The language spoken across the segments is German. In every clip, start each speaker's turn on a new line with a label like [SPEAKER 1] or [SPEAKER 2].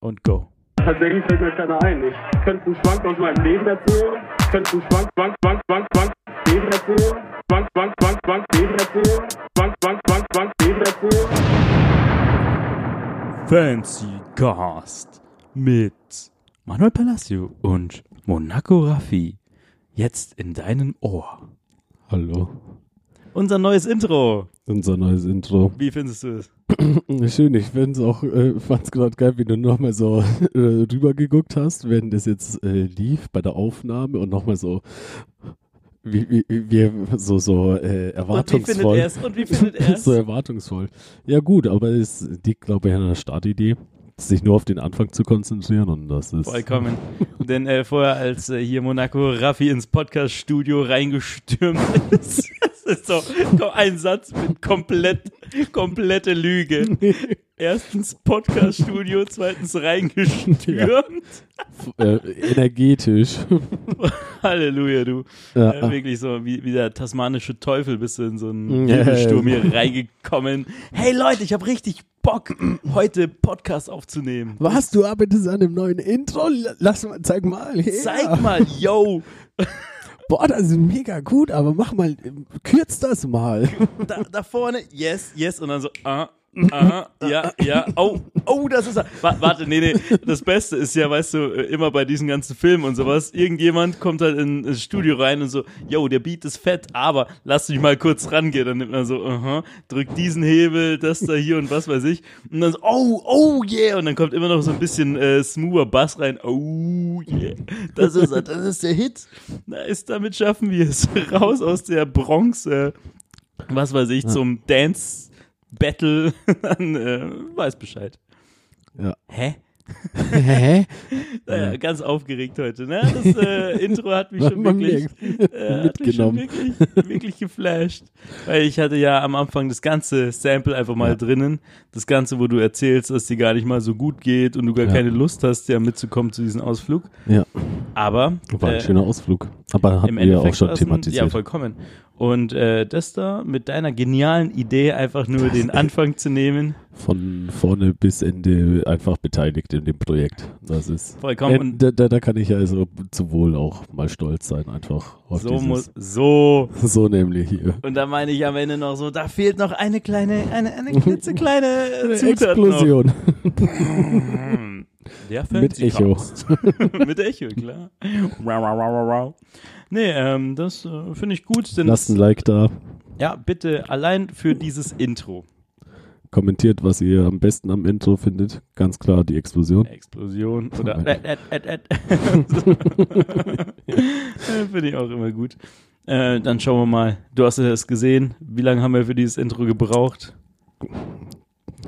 [SPEAKER 1] und go.
[SPEAKER 2] Tatsächlich fällt mir keiner ein. Ich könnte einen Schwank aus meinem Leben erzählen. Ich könnte einen Schwank, Schwank, Schwank, Schwank, Schwank, Leben erzählen. Schwank, Schwank, Schwank, Schwank, Leben erzählen. Schwank, Schwank, Schwank, Schwank, Leben erzählen.
[SPEAKER 1] Fancy Cast mit Manuel Palacio und Monaco Raffi. Jetzt in deinem Ohr.
[SPEAKER 3] Hallo,
[SPEAKER 1] Unser neues Intro.
[SPEAKER 3] unser neues Intro.
[SPEAKER 1] Wie findest du es?
[SPEAKER 3] Schön, ich find's auch, äh, fand's gerade geil, wie du nochmal so äh, rübergeguckt hast, während das jetzt äh, lief bei der Aufnahme und nochmal so, wie, wie, wie so, so äh,
[SPEAKER 1] Und wie findet er
[SPEAKER 3] erwartungsvoll.
[SPEAKER 1] es? Und wie findet er es?
[SPEAKER 3] so erwartungsvoll. Ja gut, aber es liegt, glaube ich, an der Startidee, sich nur auf den Anfang zu konzentrieren und das ist...
[SPEAKER 1] Vollkommen. Denn äh, vorher, als äh, hier Monaco Raffi ins Podcast-Studio reingestürmt ist, das ist so komm, ein Satz mit komplett, komplette Lüge. Erstens Podcast-Studio, zweitens reingestürmt.
[SPEAKER 3] äh, energetisch.
[SPEAKER 1] Halleluja, du.
[SPEAKER 3] Ja.
[SPEAKER 1] Äh, wirklich so wie, wie der tasmanische Teufel bist du in so einen
[SPEAKER 3] Ja,
[SPEAKER 1] Wirbelsturm hier reingekommen. Hey Leute, ich habe richtig Bock, heute Podcast aufzunehmen.
[SPEAKER 3] Was, du arbeitest an dem neuen Intro? Lass mal, zeig mal. her.
[SPEAKER 1] Zeig mal, yo,
[SPEAKER 3] Boah, das ist mega gut, aber mach mal, kürz das mal.
[SPEAKER 1] da, da vorne, yes, yes, und dann so, ah, ah, ja, ja, oh, oh, das ist er. Wa warte, nee, nee, das Beste ist ja, weißt du, äh, immer bei diesen ganzen Filmen und sowas, irgendjemand kommt halt in- ins Studio rein und so, yo, der Beat ist fett, aber lass mich mal kurz rangehen. Dann nimmt man so, aha, drückt diesen Hebel, das da hier und was weiß ich. Und dann so, oh, oh, yeah, und dann kommt immer noch so ein bisschen äh, smoother Bass rein, oh, yeah, das ist er, das ist der Hit. Na, ist, damit schaffen wir es raus aus der äh, Bronze was weiß ich, zum Dance Battle, dann äh, weiß Bescheid.
[SPEAKER 3] Ja.
[SPEAKER 1] Hä?
[SPEAKER 3] Hä?
[SPEAKER 1] Naja, ganz aufgeregt heute, ne? Das äh, Intro hat mich schon
[SPEAKER 3] Man
[SPEAKER 1] wirklich, äh, hat mich schon
[SPEAKER 3] mitgenommen.
[SPEAKER 1] wirklich, wirklich geflasht. Weil ich hatte ja am Anfang das ganze Sample einfach mal drinnen. Das Ganze, wo du erzählst, dass dir gar nicht mal so gut geht und du gar
[SPEAKER 3] Ja.
[SPEAKER 1] keine Lust hast, ja mitzukommen zu diesem Ausflug.
[SPEAKER 3] Ja,
[SPEAKER 1] Aber
[SPEAKER 3] war ein
[SPEAKER 1] äh,
[SPEAKER 3] schöner Ausflug. Aber hatten
[SPEAKER 1] im
[SPEAKER 3] wir ja
[SPEAKER 1] Endeffekt
[SPEAKER 3] auch schon
[SPEAKER 1] war's ein- Ja,
[SPEAKER 3] thematisiert.
[SPEAKER 1] vollkommen. Und äh, das da mit deiner genialen Idee einfach nur den Anfang zu nehmen,
[SPEAKER 3] Von vorne bis Ende einfach beteiligt in dem Projekt. Das ist.
[SPEAKER 1] vollkommen.
[SPEAKER 3] Äh,
[SPEAKER 1] Und
[SPEAKER 3] da, da, da kann ich ja also zum Wohl auch mal stolz sein, einfach auf
[SPEAKER 1] so
[SPEAKER 3] dieses.
[SPEAKER 1] muss, so.
[SPEAKER 3] so nämlich hier.
[SPEAKER 1] Und da meine ich am Ende noch so, da fehlt noch eine kleine, eine, eine klitzekleine Zutat noch.
[SPEAKER 3] Explosion
[SPEAKER 1] Der
[SPEAKER 3] mit Echo.
[SPEAKER 1] mit Echo, klar. Rau, rau, rau, rau, rau. Nee, ähm, das äh, finde ich gut, denn
[SPEAKER 3] Lasst ein Like da.
[SPEAKER 1] ja, bitte allein für dieses Intro.
[SPEAKER 3] Kommentiert, was ihr am besten am Intro findet. Ganz klar die Explosion.
[SPEAKER 1] Explosion oder
[SPEAKER 3] Alter.
[SPEAKER 1] äh, äh, äh, äh. finde ich auch immer gut. Äh, dann schauen wir mal. Du hast ja das gesehen. Wie lange haben wir für dieses Intro gebraucht? Äh.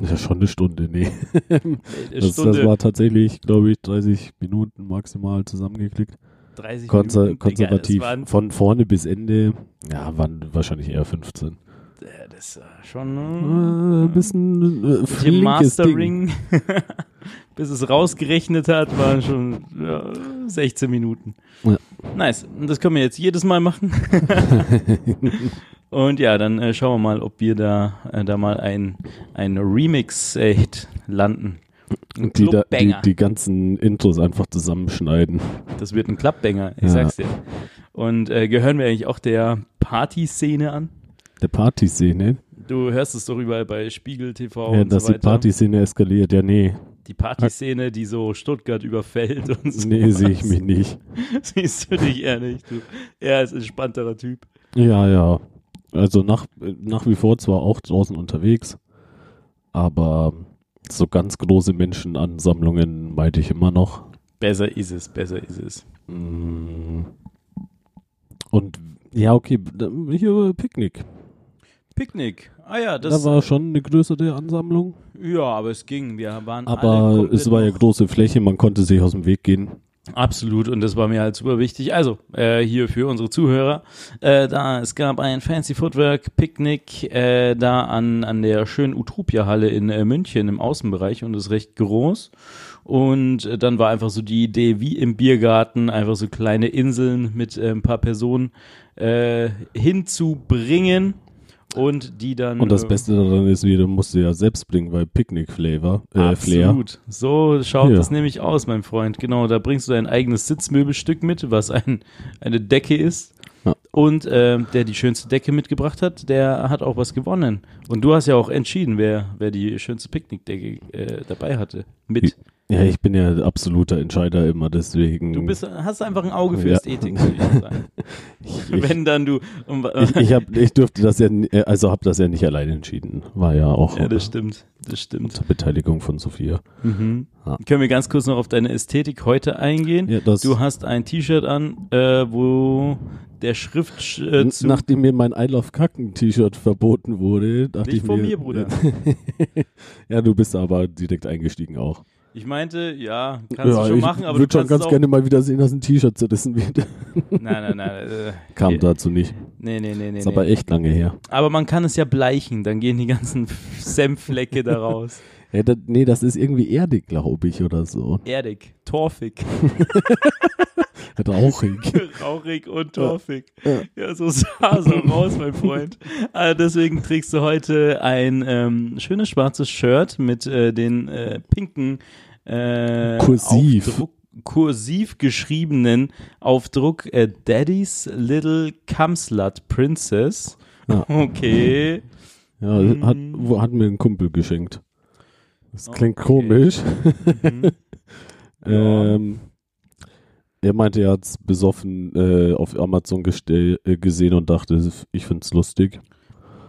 [SPEAKER 3] Ja, schon eine Stunde, nee.
[SPEAKER 1] Eine
[SPEAKER 3] Das, das war tatsächlich, glaube ich, 30 Minuten maximal zusammengeklickt.
[SPEAKER 1] 30
[SPEAKER 3] Konser
[SPEAKER 1] Minuten. Digga,
[SPEAKER 3] konservativ.
[SPEAKER 1] Das, waren,
[SPEAKER 3] Von vorne bis Ende, ja, waren wahrscheinlich eher 15.
[SPEAKER 1] äh, das war
[SPEAKER 3] Äh,
[SPEAKER 1] schon
[SPEAKER 3] ein bisschen äh,
[SPEAKER 1] äh, hier
[SPEAKER 3] flinkes Ding.
[SPEAKER 1] Mastering. Bis es rausgerechnet hat, waren schon ja, 16 Minuten.
[SPEAKER 3] Ja.
[SPEAKER 1] Nice. Und das können wir jetzt jedes Mal machen. Und ja, dann äh, schauen wir mal, ob wir da, äh, da mal ein, ein Remix-Hit landen. Ein
[SPEAKER 3] Die, da, die,
[SPEAKER 1] Clubbanger.
[SPEAKER 3] die ganzen Intros einfach zusammenschneiden.
[SPEAKER 1] Das wird ein Klappbanger, ich
[SPEAKER 3] Ja.
[SPEAKER 1] sag's dir. Und äh, gehören wir eigentlich auch der Party-Szene an?
[SPEAKER 3] Der Partyszene.
[SPEAKER 1] Du hörst es doch überall bei Spiegel TV
[SPEAKER 3] ja,
[SPEAKER 1] und
[SPEAKER 3] dass
[SPEAKER 1] so
[SPEAKER 3] die
[SPEAKER 1] weiter.
[SPEAKER 3] Partyszene eskaliert. Ja, nee.
[SPEAKER 1] Die Partyszene, die so Stuttgart überfällt und so.
[SPEAKER 3] Nee, sehe ich mich nicht.
[SPEAKER 1] Siehst du dich eher nicht, du. Er ist entspannterer Typ.
[SPEAKER 3] Ja, ja. Also nach, nach wie vor zwar auch draußen unterwegs, aber so ganz große Menschenansammlungen meide ich immer noch.
[SPEAKER 1] Besser ist es, besser ist es.
[SPEAKER 3] Mm. Und ja, okay, da- hier Picknick.
[SPEAKER 1] Picknick. Ah ja,
[SPEAKER 3] Das
[SPEAKER 1] das.
[SPEAKER 3] da war schon eine größere Ansammlung,
[SPEAKER 1] ja, aber es ging. Wir waren alle
[SPEAKER 3] aber
[SPEAKER 1] komplett
[SPEAKER 3] es war ja große Fläche, man konnte sich aus dem Weg gehen.
[SPEAKER 1] Absolut, und das war mir halt super wichtig. Also, äh, hier für unsere Zuhörer, äh, da es gab ein Fancy Footwork Picknick äh, da an, an der schönen Utopia-Halle in äh, München im Außenbereich und ist recht groß. Und äh, dann war einfach so die Idee, wie im Biergarten, einfach so kleine Inseln mit äh, ein paar Personen äh, hinzubringen. Und die dann.
[SPEAKER 3] Und das
[SPEAKER 1] äh,
[SPEAKER 3] Beste daran ist, jeder musste ja selbst bringen, weil Picknick Flavor, äh, Flair.
[SPEAKER 1] Absolut. So schaut
[SPEAKER 3] Ja.
[SPEAKER 1] das nämlich aus, mein Freund. Genau, da bringst du dein eigenes Sitzmöbelstück mit, was ein, eine Decke ist.
[SPEAKER 3] Ja.
[SPEAKER 1] Und ähm, der die schönste Decke mitgebracht hat, der hat auch was gewonnen. Und du hast ja auch entschieden, wer, wer die schönste Picknickdecke äh, dabei hatte. Mit.
[SPEAKER 3] Ja, ich bin ja absoluter Entscheider immer, deswegen.
[SPEAKER 1] Du bist, hast einfach ein Auge für
[SPEAKER 3] Ja.
[SPEAKER 1] Ästhetik, würde ich sagen.
[SPEAKER 3] ich, ich,
[SPEAKER 1] Wenn dann du. um-
[SPEAKER 3] ich, ich, hab, ich durfte das ja, n- äh, also habe das ja nicht allein entschieden. War ja auch
[SPEAKER 1] ja, das stimmt. Das stimmt.
[SPEAKER 3] unter Beteiligung von Sophia.
[SPEAKER 1] Mhm.
[SPEAKER 3] Ja.
[SPEAKER 1] Können wir ganz kurz noch auf deine Ästhetik heute eingehen?
[SPEAKER 3] Ja, das,
[SPEAKER 1] Du hast ein T-Shirt an, äh, wo der Schriftzug äh,
[SPEAKER 3] N-
[SPEAKER 1] zu-
[SPEAKER 3] nachdem mir mein I Love Kacken T-Shirt verboten wurde, dachte
[SPEAKER 1] Nicht
[SPEAKER 3] ich
[SPEAKER 1] von
[SPEAKER 3] mir,
[SPEAKER 1] mir, Bruder.
[SPEAKER 3] ja, du bist aber direkt eingestiegen auch.
[SPEAKER 1] Ich meinte, ja, kannst
[SPEAKER 3] ja,
[SPEAKER 1] du schon
[SPEAKER 3] ich
[SPEAKER 1] machen, aber du
[SPEAKER 3] würde schon
[SPEAKER 1] kannst
[SPEAKER 3] ganz
[SPEAKER 1] es auch.
[SPEAKER 3] gerne mal wieder sehen, dass ein T-Shirt zerrissen wird.
[SPEAKER 1] Nein, nein, nein. Äh,
[SPEAKER 3] Kam
[SPEAKER 1] nee,
[SPEAKER 3] dazu nicht.
[SPEAKER 1] Nee, nee, nee, nee.
[SPEAKER 3] Ist
[SPEAKER 1] nee.
[SPEAKER 3] aber echt lange her.
[SPEAKER 1] Aber man kann es ja bleichen, dann gehen die ganzen Senfflecke da raus.
[SPEAKER 3] Ja, da, nee, das ist irgendwie erdig, glaube ich, oder so.
[SPEAKER 1] Erdig, torfig,
[SPEAKER 3] Rauchig.
[SPEAKER 1] rauchig und torfig. Ja, so sah es auch raus, mein Freund. Also deswegen trägst du heute ein ähm, schönes schwarzes Shirt mit äh, den äh, pinken äh,
[SPEAKER 3] Kursiv.
[SPEAKER 1] Aufdruck, kursiv geschriebenen Aufdruck äh, Daddy's Little Cumslut Princess.
[SPEAKER 3] Ja.
[SPEAKER 1] Okay.
[SPEAKER 3] Ja, hat, wo, hat mir ein Kumpel geschenkt. Das klingt
[SPEAKER 1] Mhm. Okay.
[SPEAKER 3] komisch.
[SPEAKER 1] Mhm. Ja.
[SPEAKER 3] Ähm, er meinte, er hat es besoffen äh, auf Amazon gestell, äh, gesehen und dachte, ich finde es lustig.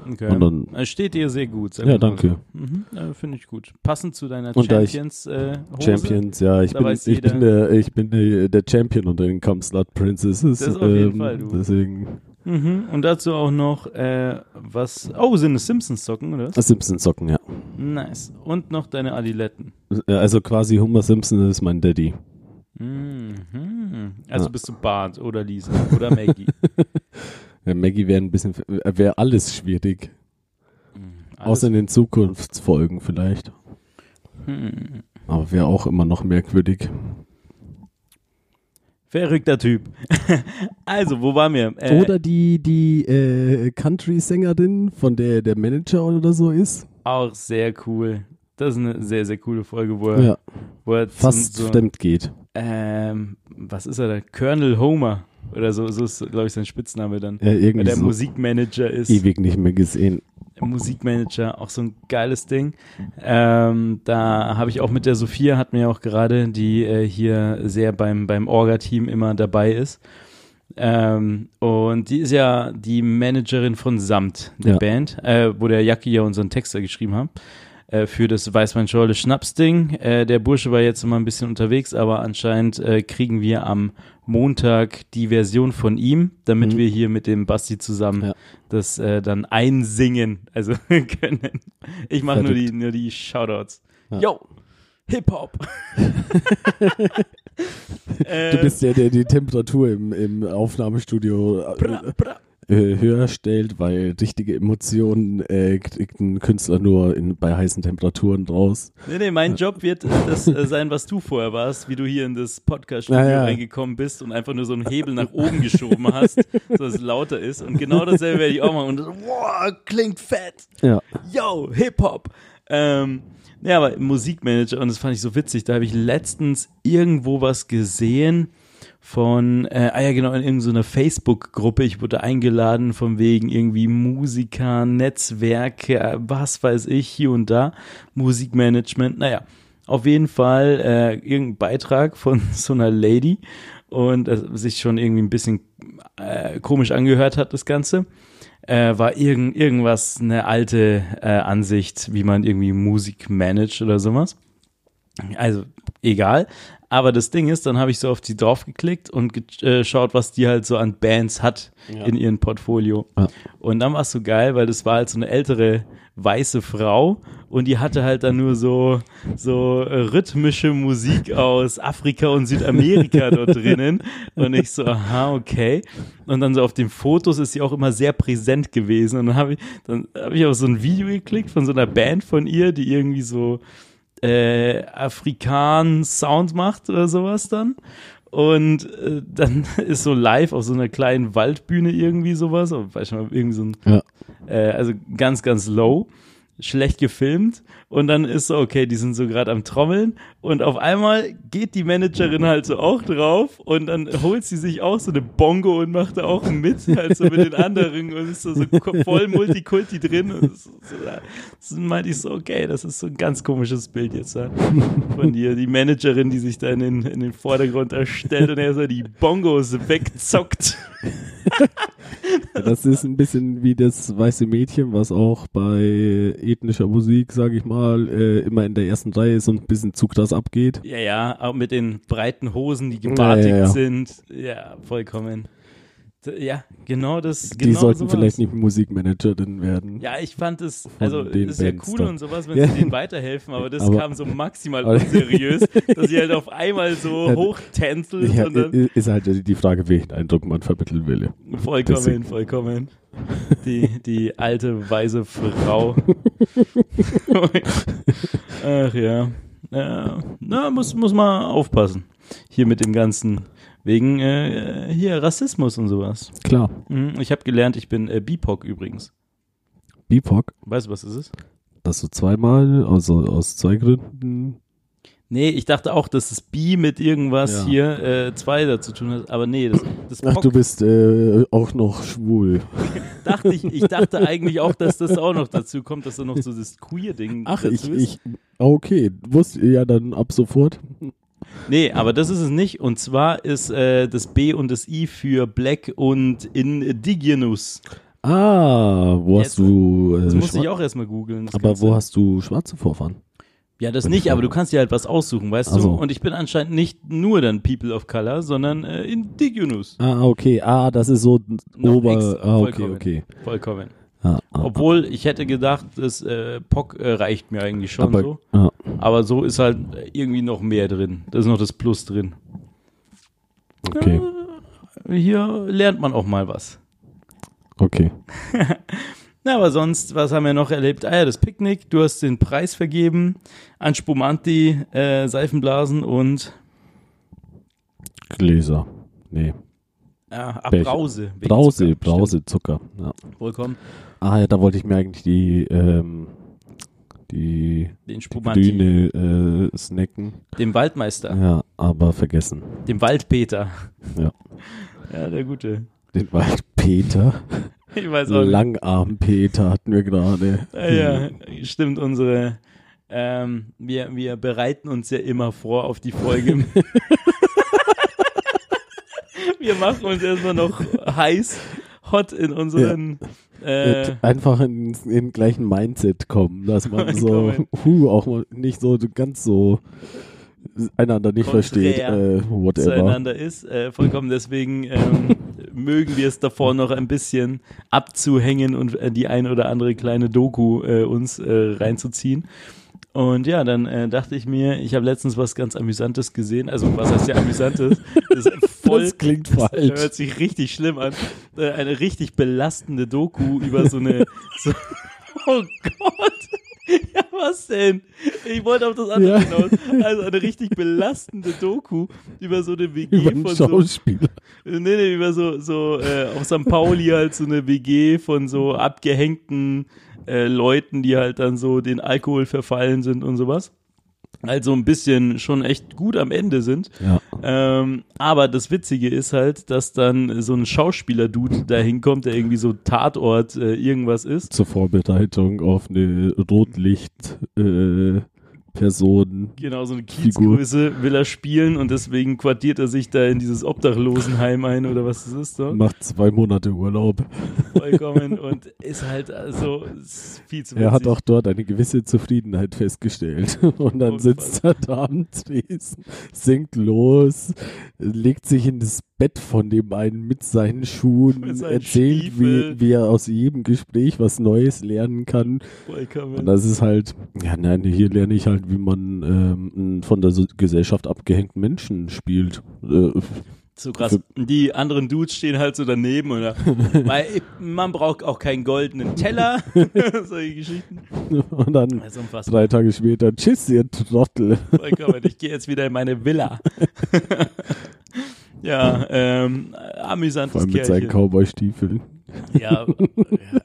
[SPEAKER 1] Okay.
[SPEAKER 3] Und dann
[SPEAKER 1] Es Äh, steht dir sehr gut. sag
[SPEAKER 3] Ja,
[SPEAKER 1] ich mal
[SPEAKER 3] danke.
[SPEAKER 1] so. Mhm. Ja, Finde ich gut. Passend zu deiner äh,
[SPEAKER 3] Und da ich-
[SPEAKER 1] Champions-Hose.
[SPEAKER 3] Champions, ja, ich
[SPEAKER 1] Da
[SPEAKER 3] bin,
[SPEAKER 1] weiß
[SPEAKER 3] ich bin, der, ich bin der, der Champion unter den Kampfslut Princesses. Ähm,
[SPEAKER 1] Das auf jeden Fall, du.
[SPEAKER 3] Deswegen.
[SPEAKER 1] Mhm. Und dazu auch noch äh, was. Oh, sind es Simpsons-Socken, oder was?
[SPEAKER 3] Simpsons-Socken, ja.
[SPEAKER 1] Nice. Und noch deine Adiletten.
[SPEAKER 3] Äh, Also quasi Homer Simpson ist mein Daddy.
[SPEAKER 1] Mhm. Also
[SPEAKER 3] Ja.
[SPEAKER 1] bist du Bart oder Lisa oder Maggie.
[SPEAKER 3] Ja, Äh, Maggie wäre ein bisschen, wäre alles schwierig.
[SPEAKER 1] Alles-
[SPEAKER 3] Außer in den Zukunftsfolgen vielleicht.
[SPEAKER 1] Hm.
[SPEAKER 3] Aber wäre auch immer noch merkwürdig.
[SPEAKER 1] Verrückter Typ. also, wo waren wir? Äh,
[SPEAKER 3] Oder die, die äh, Country-Sängerin, von der der Manager oder so ist.
[SPEAKER 1] Auch sehr cool. Das ist eine sehr, sehr coole Folge, wo er,
[SPEAKER 3] Ja,
[SPEAKER 1] wo er zum-
[SPEAKER 3] fast
[SPEAKER 1] so,
[SPEAKER 3] fremd geht.
[SPEAKER 1] ähm, was ist er da? Colonel Homer. Oder so, so ist, glaube ich, sein Spitzname dann.
[SPEAKER 3] Ja,
[SPEAKER 1] Weil
[SPEAKER 3] irgendwie
[SPEAKER 1] der
[SPEAKER 3] so
[SPEAKER 1] Musikmanager ist.
[SPEAKER 3] ewig nicht mehr gesehen.
[SPEAKER 1] Musikmanager, auch so ein geiles Ding. Ähm, da habe ich auch mit der Sophia, hat mir auch gerade, die äh, hier sehr beim, beim Orga-Team immer dabei ist. Ähm, und die ist ja die Managerin von Samt, der
[SPEAKER 3] Ja.
[SPEAKER 1] Band, äh, wo der Jackie ja unseren Text da geschrieben hat. Äh, für das Weißweinschorle-Schnaps-Ding. Äh, der Bursche war jetzt immer ein bisschen unterwegs, aber anscheinend äh, kriegen wir am Montag die Version von ihm, damit
[SPEAKER 3] Mhm.
[SPEAKER 1] wir hier mit dem Basti zusammen
[SPEAKER 3] Ja.
[SPEAKER 1] das äh, dann einsingen, also können. Ich mache nur die,
[SPEAKER 3] Verrückt.
[SPEAKER 1] nur die Shoutouts.
[SPEAKER 3] Ja.
[SPEAKER 1] Yo, Hip-Hop. Äh.
[SPEAKER 3] Du bist der, der die Temperatur im, im Aufnahmestudio äh,
[SPEAKER 1] Bra, bra.
[SPEAKER 3] äh, höher stellt, weil richtige Emotionen äh, kriegt ein Künstler nur in, bei heißen Temperaturen raus.
[SPEAKER 1] Nee, nee, mein Job wird äh, das äh, sein, was du vorher warst, wie du hier in das Podcast-Studio
[SPEAKER 3] Ja, ja.
[SPEAKER 1] reingekommen bist und einfach nur so einen Hebel nach oben geschoben hast, sodass es lauter ist. Und genau dasselbe werde ich auch machen. Und so, wow, klingt fett.
[SPEAKER 3] Ja.
[SPEAKER 1] yo, Hip-Hop. Ähm, ja, aber Musikmanager, und das fand ich so witzig, da habe ich letztens irgendwo was gesehen von, äh, ah ja genau, in irgendeiner Facebook-Gruppe, ich wurde eingeladen von wegen irgendwie Musiker, Netzwerke, äh, was weiß ich, hier und da, Musikmanagement, naja, auf jeden Fall äh, irgendein Beitrag von so einer Lady und das sich schon irgendwie ein bisschen äh, komisch angehört hat, das Ganze äh, war irgend, irgendwas eine alte äh, Ansicht, wie man irgendwie Musik managt oder sowas. Also egal. Aber das Ding ist, dann habe ich so auf die draufgeklickt und geschaut, äh, schaut, was die halt so an Bands hat in ihrem Portfolio.
[SPEAKER 3] Ja.
[SPEAKER 1] Und dann war es so geil, weil das war halt so eine ältere weiße Frau und die hatte halt dann nur so, so äh, rhythmische Musik aus Afrika und Südamerika dort drinnen. Und ich so, aha, okay. Und dann so auf den Fotos ist sie auch immer sehr präsent gewesen. Und dann habe ich, dann habe ich auf so ein Video geklickt von so einer Band von ihr, die irgendwie so äh, Afrikan Sound macht oder sowas dann. Und äh, dann ist so live auf so einer kleinen Waldbühne irgendwie sowas, oder weiß schon mal, irgendwie so ein,
[SPEAKER 3] Ja.
[SPEAKER 1] äh, also ganz, ganz low, schlecht gefilmt. Und dann ist so, okay, die sind so gerade am Trommeln. Und auf einmal geht die Managerin halt so auch drauf und dann holt sie sich auch so eine Bongo und macht da auch mit, halt so mit den anderen und ist da so ko- voll Multikulti drin. Und so, so, das meinte ich so, okay, das ist so ein ganz komisches Bild jetzt da von dir. Die Managerin, die sich da in den, in den Vordergrund erstellt und er so die Bongos wegzockt.
[SPEAKER 3] Das ist ein bisschen wie das weiße Mädchen, was auch bei ethnischer Musik, sage ich mal, äh, immer in der ersten Reihe ist und ein bisschen zu krass abgeht.
[SPEAKER 1] Ja, ja, auch mit den breiten Hosen, die gebartigt
[SPEAKER 3] Ja, ja, ja.
[SPEAKER 1] sind. Ja, vollkommen. D- Ja, genau das. Genau
[SPEAKER 3] die sollten
[SPEAKER 1] sowas.
[SPEAKER 3] vielleicht nicht Musikmanagerin werden.
[SPEAKER 1] Ja, ich fand es, also
[SPEAKER 3] den
[SPEAKER 1] ist ja
[SPEAKER 3] Bands
[SPEAKER 1] cool
[SPEAKER 3] da.
[SPEAKER 1] und sowas, wenn
[SPEAKER 3] Ja.
[SPEAKER 1] sie denen weiterhelfen, aber das
[SPEAKER 3] Aber-
[SPEAKER 1] kam so maximal
[SPEAKER 3] aber-
[SPEAKER 1] unseriös, dass sie halt auf einmal so
[SPEAKER 3] Ja,
[SPEAKER 1] hochtänzelt
[SPEAKER 3] Ja,
[SPEAKER 1] und dann
[SPEAKER 3] i- ist halt die Frage, welchen Eindruck man vermitteln will.
[SPEAKER 1] Vollkommen, vollkommen. Die, die alte, weise Frau. Ach ja. Äh, na, muss, muss man aufpassen. Hier mit dem Ganzen. Wegen äh, hier Rassismus und sowas.
[SPEAKER 3] Klar,
[SPEAKER 1] Mhm, Ich habe gelernt, ich bin äh, BIPOC übrigens.
[SPEAKER 3] BIPOC,
[SPEAKER 1] Weißt du, was es ist?
[SPEAKER 3] das so zweimal, also aus zwei Gründen.
[SPEAKER 1] Nee, ich dachte auch, dass das B mit irgendwas
[SPEAKER 3] Ja.
[SPEAKER 1] hier äh, zwei dazu tun hat. Aber nee, das, das
[SPEAKER 3] Ach,
[SPEAKER 1] Poc
[SPEAKER 3] du bist äh, auch noch schwul.
[SPEAKER 1] dachte ich. Ich dachte eigentlich auch, dass das auch noch dazu kommt, dass da noch so das Queer-Ding
[SPEAKER 3] Ach,
[SPEAKER 1] dazu
[SPEAKER 3] ich,
[SPEAKER 1] ist.
[SPEAKER 3] ich, ah, okay, wusste ja dann ab sofort.
[SPEAKER 1] Nee, aber das ist es nicht. Und zwar ist äh, das B und das I für Black und Indigenous.
[SPEAKER 3] Ah, wo
[SPEAKER 1] Jetzt-
[SPEAKER 3] hast du. Äh,
[SPEAKER 1] Das musste
[SPEAKER 3] schwa-
[SPEAKER 1] ich auch erstmal googeln. Das
[SPEAKER 3] aber
[SPEAKER 1] kannst
[SPEAKER 3] wo
[SPEAKER 1] du-
[SPEAKER 3] hast du schwarze Vorfahren?
[SPEAKER 1] Ja, das nicht, aber du kannst dir halt was aussuchen, weißt
[SPEAKER 3] Also.
[SPEAKER 1] du? Und ich bin anscheinend nicht nur dann People of Color, sondern äh, Indigenous.
[SPEAKER 3] Ah, okay. Ah, das ist so ein
[SPEAKER 1] Noch
[SPEAKER 3] Ober.
[SPEAKER 1] ex-
[SPEAKER 3] ah, okay,
[SPEAKER 1] vollkommen.
[SPEAKER 3] okay.
[SPEAKER 1] Vollkommen.
[SPEAKER 3] Ah, ah,
[SPEAKER 1] Obwohl, ich hätte gedacht, das äh, POC äh, reicht mir eigentlich schon
[SPEAKER 3] aber,
[SPEAKER 1] so.
[SPEAKER 3] ah,
[SPEAKER 1] Aber so ist halt irgendwie noch mehr drin. Da ist noch das Plus drin.
[SPEAKER 3] okay,
[SPEAKER 1] Ja, hier lernt man auch mal was.
[SPEAKER 3] okay.
[SPEAKER 1] Na, aber sonst, was haben wir noch erlebt? Ah ja, das Picknick, du hast den Preis vergeben an Spumanti, äh, Seifenblasen und
[SPEAKER 3] Gläser. Nee.
[SPEAKER 1] äh, ah,
[SPEAKER 3] Becher.
[SPEAKER 1] Brause. wegen
[SPEAKER 3] Brause,
[SPEAKER 1] Zucker.
[SPEAKER 3] Brause, Zucker. Ja.
[SPEAKER 1] Stimmt. Vollkommen.
[SPEAKER 3] Ah, ja, da wollte ich mir eigentlich die, ähm, die
[SPEAKER 1] Den Spumanti.
[SPEAKER 3] Grüne äh, snacken.
[SPEAKER 1] Dem Waldmeister.
[SPEAKER 3] Ja, aber vergessen.
[SPEAKER 1] Dem Waldpeter.
[SPEAKER 3] Ja.
[SPEAKER 1] Ja, der Gute.
[SPEAKER 3] Den Wald Peter.
[SPEAKER 1] Ich weiß auch nicht.
[SPEAKER 3] Langarm Peter hatten wir gerade.
[SPEAKER 1] Also
[SPEAKER 3] Hm.
[SPEAKER 1] Ah, ja, stimmt, unsere. Ähm, wir, wir bereiten uns ja immer vor auf die Folge. wir machen uns erstmal noch heiß, hot in unseren. Äh,
[SPEAKER 3] einfach in, in den gleichen Mindset kommen, dass man so,
[SPEAKER 1] Vollkommen.
[SPEAKER 3] huh, auch mal nicht so ganz so einander nicht
[SPEAKER 1] Konträr
[SPEAKER 3] versteht, äh, whatever.
[SPEAKER 1] zueinander ist. Äh, vollkommen deswegen ähm, mögen wir es davor noch ein bisschen abzuhängen und äh, die ein oder andere kleine Doku äh, uns äh, reinzuziehen. Und ja, dann äh, dachte ich mir, ich habe letztens was ganz Amüsantes gesehen. Also was heißt ja Amüsantes? Das ist voll
[SPEAKER 3] Das klingt
[SPEAKER 1] Das
[SPEAKER 3] falsch.
[SPEAKER 1] hört sich richtig schlimm an. Äh, Eine richtig belastende Doku über so eine. So, oh Gott! Ja, was denn? Ich wollte auf das andere
[SPEAKER 3] Ja.
[SPEAKER 1] hinaus. Also eine richtig belastende Doku über so eine WG
[SPEAKER 3] Über
[SPEAKER 1] von
[SPEAKER 3] einen
[SPEAKER 1] so.
[SPEAKER 3] Schauspieler.
[SPEAKER 1] Nee, nee, über so, so äh, auf St. Pauli halt so eine WG von so abgehängten äh, Leuten, die halt dann so den Alkohol verfallen sind und sowas. Also ein bisschen schon echt gut am Ende sind.
[SPEAKER 3] Ja.
[SPEAKER 1] Ähm, aber das Witzige ist halt, dass dann so ein Schauspieler-Dude da hinkommt, der irgendwie so Tatort äh, irgendwas ist.
[SPEAKER 3] Zur Vorbereitung auf eine Rotlicht-Person. Äh, Person.
[SPEAKER 1] Genau, so eine
[SPEAKER 3] Figur.
[SPEAKER 1] Kiezgröße will er spielen und deswegen quartiert er sich da in dieses Obdachlosenheim ein oder was das ist. So.
[SPEAKER 3] Macht zwei Monate Urlaub.
[SPEAKER 1] Vollkommen und ist halt also ist viel zu witzig.
[SPEAKER 3] Er hat auch dort eine gewisse Zufriedenheit festgestellt. Und dann sitzt er da am Tresen, singt los, legt sich in das Bett von dem einen mit seinen Schuhen,
[SPEAKER 1] Mit seinen
[SPEAKER 3] erzählt,
[SPEAKER 1] Stiefeln.
[SPEAKER 3] wie, wie er aus jedem Gespräch was Neues lernen kann. Und
[SPEAKER 1] Vollkommen.
[SPEAKER 3] das ist halt, ja, nein, hier lerne ich halt, wie man ähm, einen von der so Gesellschaft abgehängten Menschen spielt. Äh,
[SPEAKER 1] So krass. Die anderen Dudes stehen halt so daneben oder weil man braucht auch keinen goldenen Teller. Solche Geschichten.
[SPEAKER 3] und dann
[SPEAKER 1] Also, Das ist unfassbar.
[SPEAKER 3] drei Tage später, tschüss, ihr Trottel.
[SPEAKER 1] Vollkommen. Ich gehe jetzt wieder in meine Villa. Ja, ähm, amüsantes
[SPEAKER 3] Vor allem mit seinen
[SPEAKER 1] Kerlchen.
[SPEAKER 3] Cowboy-Stiefeln.
[SPEAKER 1] Ja,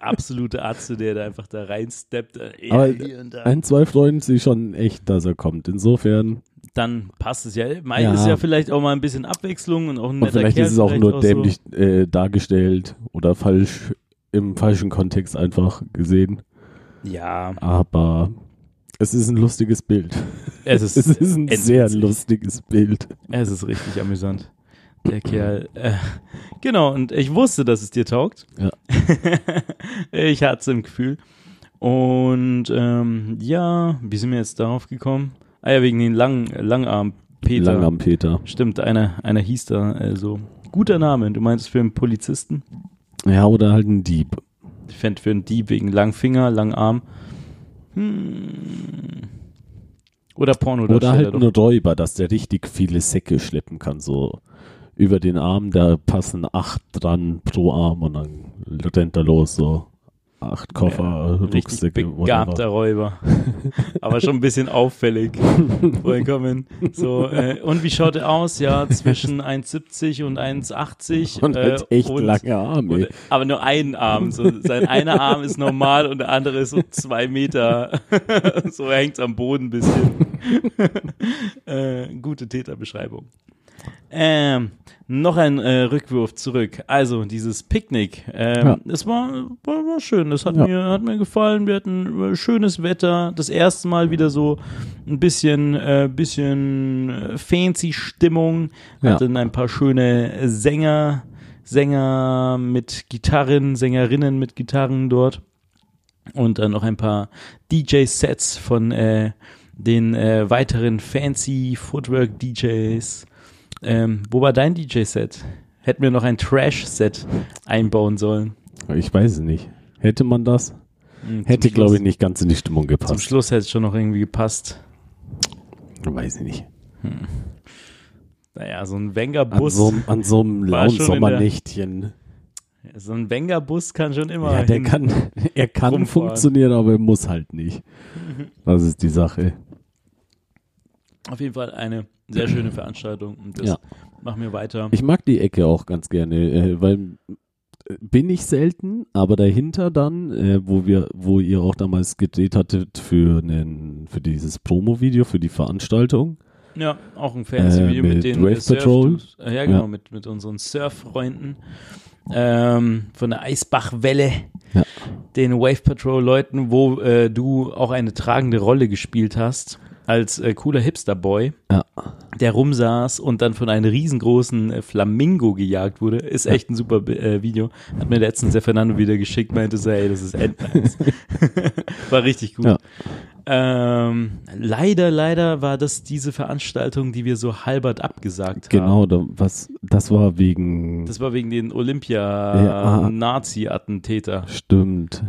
[SPEAKER 1] absolute Atze, der da einfach da reinsteppt. Äh,
[SPEAKER 3] Aber
[SPEAKER 1] hier und da.
[SPEAKER 3] Ein, zwei freuen sich schon echt, dass er kommt. Insofern,
[SPEAKER 1] Dann passt es ja. Mai
[SPEAKER 3] Ja.
[SPEAKER 1] ist ja vielleicht auch mal ein bisschen Abwechslung und auch ein
[SPEAKER 3] und
[SPEAKER 1] netter
[SPEAKER 3] vielleicht
[SPEAKER 1] Kerl.
[SPEAKER 3] ist es auch
[SPEAKER 1] vielleicht
[SPEAKER 3] nur
[SPEAKER 1] so.
[SPEAKER 3] dämlich äh, dargestellt oder falsch im falschen Kontext einfach gesehen.
[SPEAKER 1] Ja,
[SPEAKER 3] Aber es ist ein lustiges Bild.
[SPEAKER 1] es ist,
[SPEAKER 3] Es ist ein
[SPEAKER 1] endwitzig.
[SPEAKER 3] sehr lustiges Bild.
[SPEAKER 1] Es ist richtig amüsant. Der Kerl. Äh, genau, und ich wusste, dass es dir taugt.
[SPEAKER 3] Ja.
[SPEAKER 1] ich hatte es im Gefühl. Und ähm, ja, wie sind wir jetzt darauf gekommen? Ah ja, wegen den Lang Langarm Peter.
[SPEAKER 3] Lang am Peter.
[SPEAKER 1] Stimmt, einer, einer hieß da äh, so. Guter Name. Du meinst für einen Polizisten?
[SPEAKER 3] Ja, oder halt ein Dieb.
[SPEAKER 1] Ich fände für einen Dieb wegen Langfinger, Langarm. Hm. Oder Porno
[SPEAKER 3] Oder halt ein Räuber, dass der richtig viele Säcke schleppen kann. So über den Arm, da passen acht dran pro Arm und dann rennt er los. So acht Koffer, äh,
[SPEAKER 1] richtig
[SPEAKER 3] Rucksäcke,
[SPEAKER 1] begabter
[SPEAKER 3] whatever.
[SPEAKER 1] Räuber. Aber schon ein bisschen auffällig. Vollkommen. So, äh, und wie schaut er aus? Ja, zwischen 1,70 und 1,80.
[SPEAKER 3] Und
[SPEAKER 1] äh,
[SPEAKER 3] hat echt
[SPEAKER 1] und-
[SPEAKER 3] lange Arme.
[SPEAKER 1] Und, aber nur einen Arm. So, sein einer Arm ist normal und der andere ist so zwei Meter. so hängt am Boden ein bisschen. äh, gute Täterbeschreibung. Ähm, noch ein äh, Rückwurf zurück. Also dieses Picknick. Ähm,
[SPEAKER 3] Ja.
[SPEAKER 1] Es war, war, war schön. Das hat,
[SPEAKER 3] Ja.
[SPEAKER 1] mir, hat mir gefallen. Wir hatten äh, schönes Wetter. Das erste Mal wieder so ein bisschen, äh, bisschen äh, fancy Stimmung.
[SPEAKER 3] Ja.
[SPEAKER 1] Hatten ein paar schöne Sänger, Sänger mit Gitarren, Sängerinnen mit Gitarren dort. Und dann noch ein paar DJ-Sets von äh, den äh, weiteren fancy Footwork-DJs. Ähm, wo war dein DJ-Set? Hätten wir noch ein Trash-Set einbauen sollen.
[SPEAKER 3] Ich weiß es nicht. Hätte man das?
[SPEAKER 1] Hm, zum
[SPEAKER 3] Hätte, glaube ich,
[SPEAKER 1] Schluss-
[SPEAKER 3] nicht ganz in die Stimmung
[SPEAKER 1] Zum
[SPEAKER 3] gepasst.
[SPEAKER 1] Schluss hätte es schon noch irgendwie gepasst.
[SPEAKER 3] Weiß ich nicht.
[SPEAKER 1] Naja, so ein
[SPEAKER 3] An
[SPEAKER 1] Wenger-Bus.
[SPEAKER 3] so, an so einem
[SPEAKER 1] War
[SPEAKER 3] lauen
[SPEAKER 1] schon in der-
[SPEAKER 3] Sommernächtchen.
[SPEAKER 1] So ein Wenger-Bus kann schon immer.
[SPEAKER 3] Ja, der
[SPEAKER 1] hin.
[SPEAKER 3] kann, er kann
[SPEAKER 1] rumfahren.
[SPEAKER 3] funktionieren, aber er muss halt nicht. Das ist die Sache.
[SPEAKER 1] Auf jeden Fall eine sehr schöne Veranstaltung. Und das
[SPEAKER 3] Ja.
[SPEAKER 1] machen wir weiter.
[SPEAKER 3] Ich mag die Ecke auch ganz gerne, äh, weil äh, bin ich selten, aber dahinter dann, äh, wo wir, wo ihr auch damals gedreht hattet für einen, für dieses Promo-Video, für die Veranstaltung.
[SPEAKER 1] Ja, auch ein fancy
[SPEAKER 3] Äh,
[SPEAKER 1] Video mit,
[SPEAKER 3] mit
[SPEAKER 1] den
[SPEAKER 3] Wave
[SPEAKER 1] äh, Surf-
[SPEAKER 3] Patrol.
[SPEAKER 1] Äh, ja, genau,
[SPEAKER 3] Ja.
[SPEAKER 1] Mit, mit unseren Surf-Freunden ähm, von der Eisbachwelle,
[SPEAKER 3] Ja.
[SPEAKER 1] den Wave Patrol-Leuten, wo äh, du auch eine tragende Rolle gespielt hast, als äh, cooler Hipster-Boy,
[SPEAKER 3] Ja.
[SPEAKER 1] der rumsaß und dann von einem riesengroßen äh, Flamingo gejagt wurde. Ist echt ein super äh, Video. Hat mir letztens der Fernando wieder geschickt, meinte so, ey, das ist endlos. War richtig gut.
[SPEAKER 3] Ja.
[SPEAKER 1] Ähm, leider, leider war das diese Veranstaltung, die wir so halbert abgesagt haben.
[SPEAKER 3] Genau, da, was, das war wegen,
[SPEAKER 1] Das war wegen den
[SPEAKER 3] Ja. ah.
[SPEAKER 1] Olympia-Nazi-Attentäter.
[SPEAKER 3] stimmt.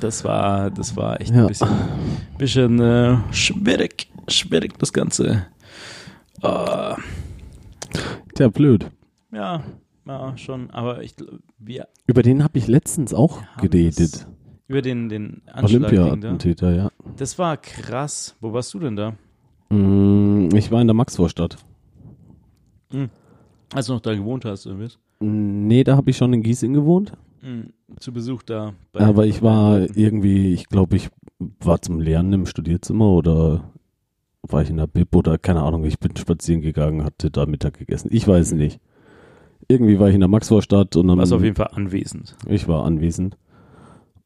[SPEAKER 1] Das war, das war echt
[SPEAKER 3] Ja.
[SPEAKER 1] ein bisschen, bisschen äh, schwierig, schwierig das Ganze. Äh,
[SPEAKER 3] Tja, blöd.
[SPEAKER 1] ja, ja, schon. Aber ich, gl- wir
[SPEAKER 3] Über den habe ich letztens auch
[SPEAKER 1] haben
[SPEAKER 3] geredet.
[SPEAKER 1] das über den den Anschlag da.
[SPEAKER 3] Olympia-Attentäter, ja.
[SPEAKER 1] Das war krass. Wo warst du denn da?
[SPEAKER 3] Mm, Ich war in der Maxvorstadt.
[SPEAKER 1] Als du noch da gewohnt hast, irgendwie?
[SPEAKER 3] Mm, Nee, da habe ich schon in Gießen gewohnt.
[SPEAKER 1] Hm, zu Besuch da. bei-
[SPEAKER 3] Aber ich war
[SPEAKER 1] Leuten.
[SPEAKER 3] irgendwie, ich glaube, ich war zum Lernen im Studierzimmer oder war ich in der Bib oder keine Ahnung, ich bin spazieren gegangen, hatte da Mittag gegessen. Ich weiß nicht. Irgendwie war ich in der Maxvorstadt und dann
[SPEAKER 1] warst auf jeden Fall anwesend.
[SPEAKER 3] ich war anwesend.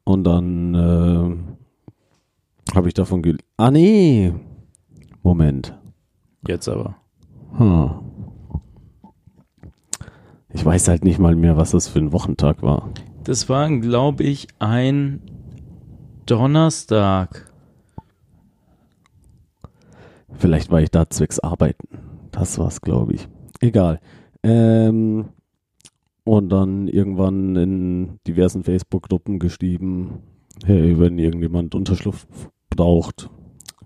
[SPEAKER 3] Und dann äh, habe ich davon gel Ah nee. Moment.
[SPEAKER 1] Jetzt aber.
[SPEAKER 3] Hm. Ich weiß halt nicht mal mehr, was das für ein Wochentag war.
[SPEAKER 1] Das war, glaube ich, ein Donnerstag.
[SPEAKER 3] Vielleicht war ich da zwecks Arbeiten. Das war's, glaube ich. Egal. Ähm, und dann irgendwann in diversen Facebook-Gruppen geschrieben, hey, wenn irgendjemand Unterschlupf braucht,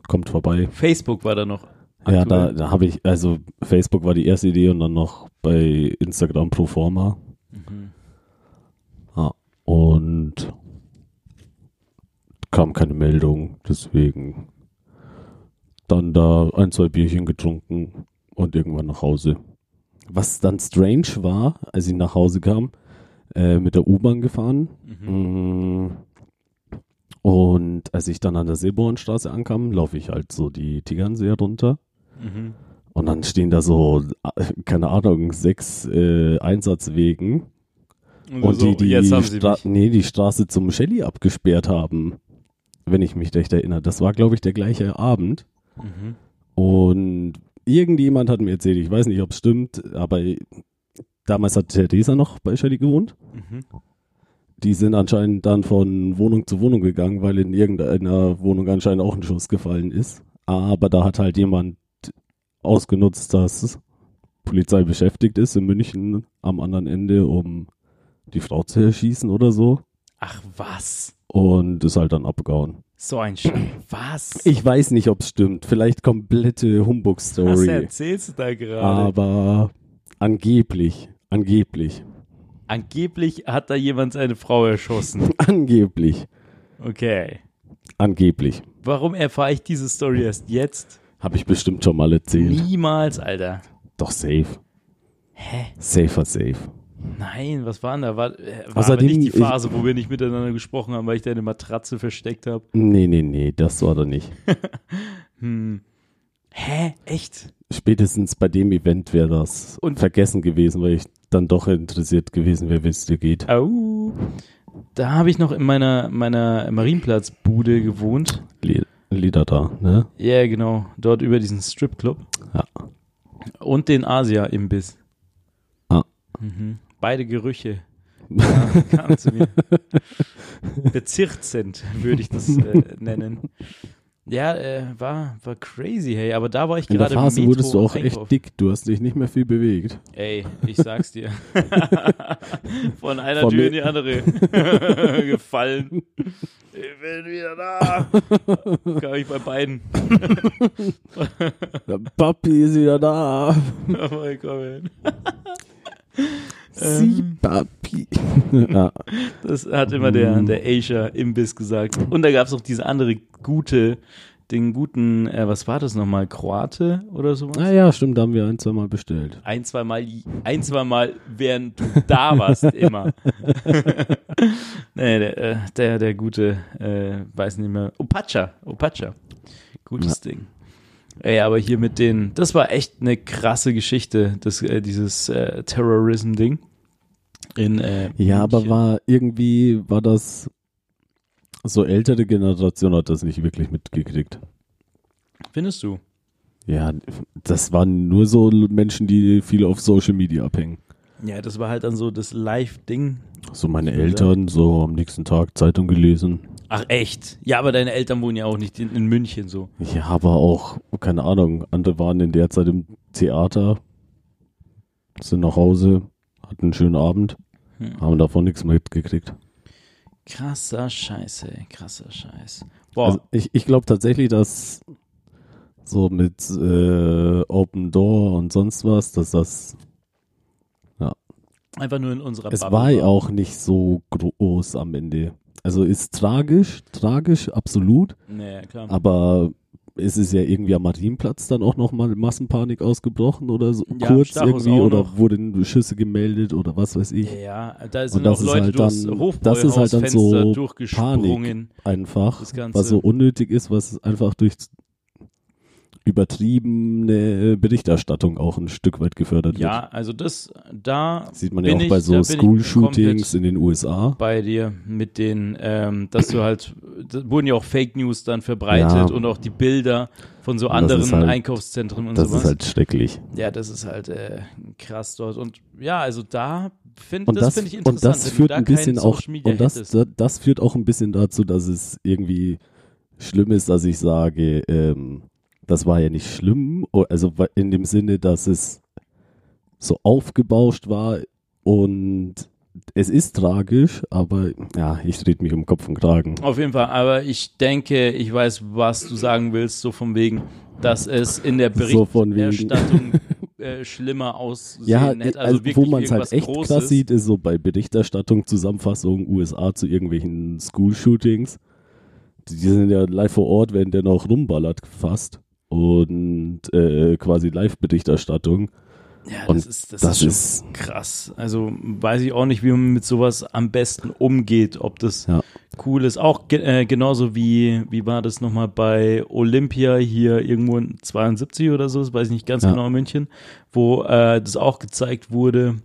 [SPEAKER 3] kommt vorbei.
[SPEAKER 1] Facebook war da noch.
[SPEAKER 3] Ja, da,
[SPEAKER 1] aktuell.
[SPEAKER 3] da habe ich, also Facebook war die erste Idee und dann noch bei Instagram pro forma.
[SPEAKER 1] Mhm.
[SPEAKER 3] Ja, und kam keine Meldung, deswegen dann da ein, zwei Bierchen getrunken und irgendwann nach Hause. Was dann strange war, als ich nach Hause kam, äh, mit der U-Bahn gefahren.
[SPEAKER 1] Mhm.
[SPEAKER 3] Mm. Und als ich dann an der Silbornstraße ankam, laufe ich halt so die Tegernsee runter.
[SPEAKER 1] Mhm.
[SPEAKER 3] Und dann stehen da so, äh, keine Ahnung, sechs äh, Einsatzwegen. Und
[SPEAKER 1] so,
[SPEAKER 3] die, die,
[SPEAKER 1] jetzt haben sie
[SPEAKER 3] Stra
[SPEAKER 1] mich.
[SPEAKER 3] nee, die Straße zum Shelly abgesperrt haben, wenn ich mich recht erinnere. Das war, glaube ich, der gleiche Abend.
[SPEAKER 1] Mhm.
[SPEAKER 3] Und irgendjemand hat mir erzählt, ich weiß nicht, ob es stimmt, aber äh, damals hat Theresa noch bei Shelly gewohnt.
[SPEAKER 1] Mhm.
[SPEAKER 3] Die sind anscheinend dann von Wohnung zu Wohnung gegangen, weil in irgendeiner Wohnung anscheinend auch ein Schuss gefallen ist. Aber da hat halt jemand ausgenutzt, dass Polizei beschäftigt ist in München am anderen Ende, um die Frau zu erschießen oder so.
[SPEAKER 1] Ach was.
[SPEAKER 3] Und ist halt dann abgehauen.
[SPEAKER 1] So ein Scheiß. Was?
[SPEAKER 3] Ich weiß nicht, ob es stimmt. Vielleicht komplette
[SPEAKER 1] Was
[SPEAKER 3] Humbug-Story.
[SPEAKER 1] erzählst du da gerade?
[SPEAKER 3] Aber angeblich, angeblich,
[SPEAKER 1] Angeblich hat da jemand seine Frau erschossen.
[SPEAKER 3] angeblich,
[SPEAKER 1] Okay.
[SPEAKER 3] angeblich.
[SPEAKER 1] Warum erfahre ich diese Story erst jetzt?
[SPEAKER 3] Habe ich bestimmt schon mal erzählt.
[SPEAKER 1] Niemals, Alter.
[SPEAKER 3] Doch safe.
[SPEAKER 1] Hä?
[SPEAKER 3] Safer safe.
[SPEAKER 1] Nein, was war denn da? War, äh, war aber
[SPEAKER 3] Außerdem-
[SPEAKER 1] nicht die Phase, wo wir nicht miteinander gesprochen haben, weil ich deine Matratze versteckt habe.
[SPEAKER 3] Nee, nee, nee, das war doch nicht.
[SPEAKER 1] Hä? Echt?
[SPEAKER 3] Spätestens bei dem Event wäre das
[SPEAKER 1] Und-
[SPEAKER 3] vergessen gewesen, weil ich dann doch interessiert gewesen wäre, wie es dir geht.
[SPEAKER 1] Au. Da habe ich noch in meiner, meiner Marienplatzbude gewohnt.
[SPEAKER 3] Li- Lieder da, ne?
[SPEAKER 1] Ja, genau. Dort über diesen Stripclub.
[SPEAKER 3] Ja.
[SPEAKER 1] Und den Asia-Imbiss.
[SPEAKER 3] Ah.
[SPEAKER 1] Mhm. Beide Gerüche kamen kamen zu mir. Bezirkt sind, würde ich das äh, nennen. Ja, äh, war, war crazy, hey. Aber da war ich
[SPEAKER 3] In
[SPEAKER 1] gerade
[SPEAKER 3] der Phase
[SPEAKER 1] im Metro
[SPEAKER 3] wurdest du auch
[SPEAKER 1] einkaufen.
[SPEAKER 3] echt dick. Du hast dich nicht mehr viel bewegt.
[SPEAKER 1] Ey, ich sag's dir. Von einer
[SPEAKER 3] Von
[SPEAKER 1] Tür
[SPEAKER 3] mir-
[SPEAKER 1] in die andere gefallen. Ich bin wieder da. Kam ich bei beiden.
[SPEAKER 3] Der Papi ist wieder da.
[SPEAKER 1] Oh mein Gott, ey.
[SPEAKER 3] Sie, Papi. ja,
[SPEAKER 1] Das hat immer
[SPEAKER 3] Mhm.
[SPEAKER 1] der, der Asia Imbiss gesagt. Und da gab's noch diese andere gute, den guten, äh, was war das nochmal, Kroate oder sowas?
[SPEAKER 3] Naja, Ah stimmt, da haben wir ein, zwei Mal bestellt.
[SPEAKER 1] Ein, zwei Mal, ein, zwei Mal, während du da warst, immer. nee, der, äh, der, der gute, äh, weiß nicht mehr, Opacha, Opacha. Gutes Ding. Ey, aber hier mit den, das war echt eine krasse Geschichte, das, äh, dieses äh, Terrorism-Ding. In, äh,
[SPEAKER 3] Ja, aber
[SPEAKER 1] München.
[SPEAKER 3] war irgendwie, war das so ältere Generation hat das nicht wirklich mitgekriegt.
[SPEAKER 1] Findest du?
[SPEAKER 3] Ja, das waren nur so Menschen, die viel auf Social Media abhängen.
[SPEAKER 1] Ja, das war halt dann so das Live-Ding.
[SPEAKER 3] So meine Eltern, so am nächsten Tag Zeitung gelesen.
[SPEAKER 1] Ach echt? Ja, aber deine Eltern wohnen ja auch nicht in, in München so.
[SPEAKER 3] Ja, aber auch, keine Ahnung, andere waren in der Zeit im Theater, sind nach Hause, hatten einen schönen Abend, haben davon nichts mitgekriegt.
[SPEAKER 1] Krasser Scheiß, ey. Krasser Scheiß. Boah,
[SPEAKER 3] Also ich ich glaube tatsächlich, dass so mit äh, Open Door und sonst was, dass das.
[SPEAKER 1] einfach nur in unserer
[SPEAKER 3] Es
[SPEAKER 1] Bubble
[SPEAKER 3] war ja auch nicht so groß am Ende. Also ist tragisch, tragisch, absolut,
[SPEAKER 1] Nee, klar.
[SPEAKER 3] aber es ist ja irgendwie am Marienplatz dann auch nochmal Massenpanik ausgebrochen oder so
[SPEAKER 1] Ja,
[SPEAKER 3] kurz
[SPEAKER 1] Stachus
[SPEAKER 3] irgendwie
[SPEAKER 1] auch
[SPEAKER 3] oder
[SPEAKER 1] noch.
[SPEAKER 3] wurden Schüsse gemeldet oder was weiß ich.
[SPEAKER 1] ja, ja, da sind
[SPEAKER 3] Und das
[SPEAKER 1] auch
[SPEAKER 3] ist
[SPEAKER 1] Leute
[SPEAKER 3] halt
[SPEAKER 1] durchs
[SPEAKER 3] dann- das ist halt dann so
[SPEAKER 1] Hochbräuhausfenster durchgesprungen.
[SPEAKER 3] Einfach,
[SPEAKER 1] Das Ganze.
[SPEAKER 3] was so unnötig ist, was einfach durch übertriebene Berichterstattung auch ein Stück weit gefördert
[SPEAKER 1] Ja, also das, da
[SPEAKER 3] wird. Sieht man ja
[SPEAKER 1] bin
[SPEAKER 3] auch
[SPEAKER 1] ich,
[SPEAKER 3] bei
[SPEAKER 1] da
[SPEAKER 3] so
[SPEAKER 1] bin ich komplett
[SPEAKER 3] School-Shootings in den USA.
[SPEAKER 1] bei dir mit den, ähm, dass du halt, da wurden ja auch Fake News dann verbreitet
[SPEAKER 3] Ja.
[SPEAKER 1] und auch die Bilder von so
[SPEAKER 3] Und das
[SPEAKER 1] anderen
[SPEAKER 3] ist halt-
[SPEAKER 1] Einkaufszentren und
[SPEAKER 3] Das
[SPEAKER 1] sowas.
[SPEAKER 3] ist halt schrecklich.
[SPEAKER 1] Ja, das ist halt äh, krass dort. Und ja, also da finde
[SPEAKER 3] Und
[SPEAKER 1] das,
[SPEAKER 3] das,
[SPEAKER 1] finde ich interessant.
[SPEAKER 3] und das
[SPEAKER 1] wenn du
[SPEAKER 3] führt
[SPEAKER 1] da
[SPEAKER 3] ein
[SPEAKER 1] kein
[SPEAKER 3] bisschen auch,
[SPEAKER 1] Social Media
[SPEAKER 3] und das,
[SPEAKER 1] hättest.
[SPEAKER 3] da- das führt auch ein bisschen dazu, dass es irgendwie schlimm ist, dass ich sage, ähm, das war ja nicht schlimm, o- also wa- in dem Sinne, dass es so aufgebauscht war und es ist tragisch, aber ja, ich drehe mich um Kopf und Kragen.
[SPEAKER 1] Auf jeden Fall, aber ich denke, ich weiß, was du sagen willst, so von wegen, dass es in der
[SPEAKER 3] So von wegen.
[SPEAKER 1] Berichterstattung äh, schlimmer aussehen
[SPEAKER 3] Ja,
[SPEAKER 1] hätte.
[SPEAKER 3] also
[SPEAKER 1] wirklich
[SPEAKER 3] wo man es halt
[SPEAKER 1] irgendwas
[SPEAKER 3] echt
[SPEAKER 1] Großes.
[SPEAKER 3] krass sieht, ist so bei Berichterstattung, Zusammenfassungen USA zu irgendwelchen School-Shootings. Die sind ja live vor Ort, werden der noch rumballert fast. und äh, quasi Live-Berichterstattung.
[SPEAKER 1] Ja,
[SPEAKER 3] Und
[SPEAKER 1] das ist, das
[SPEAKER 3] das
[SPEAKER 1] ist, schon
[SPEAKER 3] ist-
[SPEAKER 1] krass. Also weiß ich auch nicht, wie man mit sowas am besten umgeht, ob das
[SPEAKER 3] Ja.
[SPEAKER 1] cool ist. Auch ge äh, genauso wie, wie war das nochmal bei Olympia hier irgendwo in 72 oder so, das weiß ich nicht ganz
[SPEAKER 3] Ja.
[SPEAKER 1] genau in München, wo äh, das auch gezeigt wurde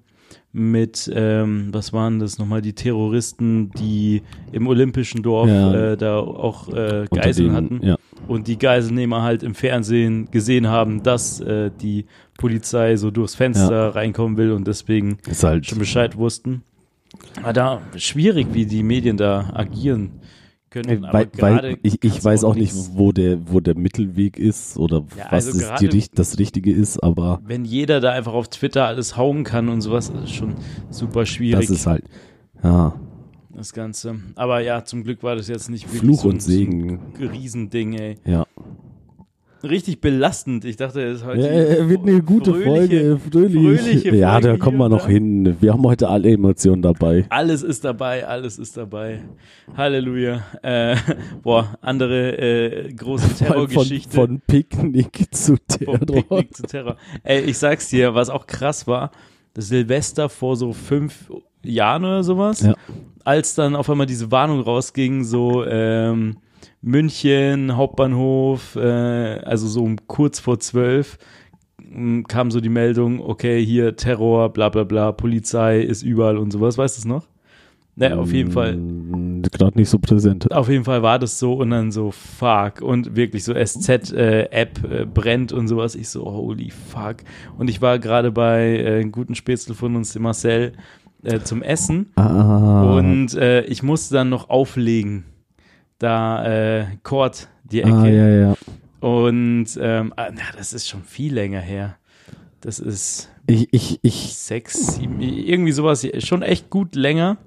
[SPEAKER 1] mit, ähm, was waren das nochmal, die Terroristen, die im olympischen Dorf
[SPEAKER 3] Ja.
[SPEAKER 1] äh, da auch äh,
[SPEAKER 3] Unter
[SPEAKER 1] Geiseln
[SPEAKER 3] denen-
[SPEAKER 1] hatten
[SPEAKER 3] Ja.
[SPEAKER 1] und die Geiselnehmer halt im Fernsehen gesehen haben, dass äh, die Polizei so durchs Fenster reinkommen will und deswegen
[SPEAKER 3] Ist halt
[SPEAKER 1] schon Bescheid wussten. Aber da schwierig, wie die Medien da agieren können. Aber
[SPEAKER 3] Weil,
[SPEAKER 1] gerade
[SPEAKER 3] weil ich, ich
[SPEAKER 1] kannst
[SPEAKER 3] weiß
[SPEAKER 1] du
[SPEAKER 3] auch nicht,
[SPEAKER 1] nichts-
[SPEAKER 3] wo der, wo der Mittelweg ist oder
[SPEAKER 1] Ja,
[SPEAKER 3] was
[SPEAKER 1] also
[SPEAKER 3] ist die,
[SPEAKER 1] gerade-
[SPEAKER 3] richt- das Richtige ist, aber
[SPEAKER 1] Wenn jeder da einfach auf Twitter alles hauen kann und sowas, das ist schon super schwierig,
[SPEAKER 3] das ist halt ja,
[SPEAKER 1] das Ganze. Aber ja, zum Glück war das jetzt nicht wirklich
[SPEAKER 3] Fluch
[SPEAKER 1] so ein-
[SPEAKER 3] und Segen.
[SPEAKER 1] So ein Riesending, ey.
[SPEAKER 3] Ja.
[SPEAKER 1] Richtig belastend. Ich dachte, es ist heute
[SPEAKER 3] Äh, wird eine gute
[SPEAKER 1] fröhliche-
[SPEAKER 3] Folge. Fröhlich.
[SPEAKER 1] fröhliche
[SPEAKER 3] ja,
[SPEAKER 1] Folge
[SPEAKER 3] da kommen wir
[SPEAKER 1] hier,
[SPEAKER 3] noch
[SPEAKER 1] ne?
[SPEAKER 3] hin. Wir haben heute alle Emotionen dabei.
[SPEAKER 1] Alles ist dabei, alles ist dabei. Halleluja. Äh, boah, andere äh, große
[SPEAKER 3] Von, von,
[SPEAKER 1] Terrorgeschichte.
[SPEAKER 3] von Picknick zu
[SPEAKER 1] Vom
[SPEAKER 3] Terror.
[SPEAKER 1] Picknick zu Terror. Ey, ich sag's dir, was auch krass war, das Silvester vor so fünf Jahren oder sowas,
[SPEAKER 3] Ja.
[SPEAKER 1] als dann auf einmal diese Warnung rausging, so ähm, München, Hauptbahnhof, äh, also so um kurz vor zwölf m, kam so die Meldung, okay, hier Terror, bla bla bla, Polizei ist überall und sowas, weißt du es noch? Ne, auf jeden Fall.
[SPEAKER 3] Gerade Mm, nicht so präsent.
[SPEAKER 1] Auf jeden Fall war das so und dann so fuck und wirklich so SZ-App äh, App, äh, brennt und sowas. Ich so holy fuck. Und ich war gerade bei äh, einem guten Spätzle von uns, dem Marcel, äh, zum Essen
[SPEAKER 3] Ah,
[SPEAKER 1] und äh, ich musste dann noch auflegen. Da äh, Kord die Ecke.
[SPEAKER 3] ah ja, ja.
[SPEAKER 1] Und ähm, ah, na, das ist schon viel länger her. Das ist
[SPEAKER 3] Ich, ich, ich,
[SPEAKER 1] sechs, sieben, irgendwie sowas, schon echt gut länger,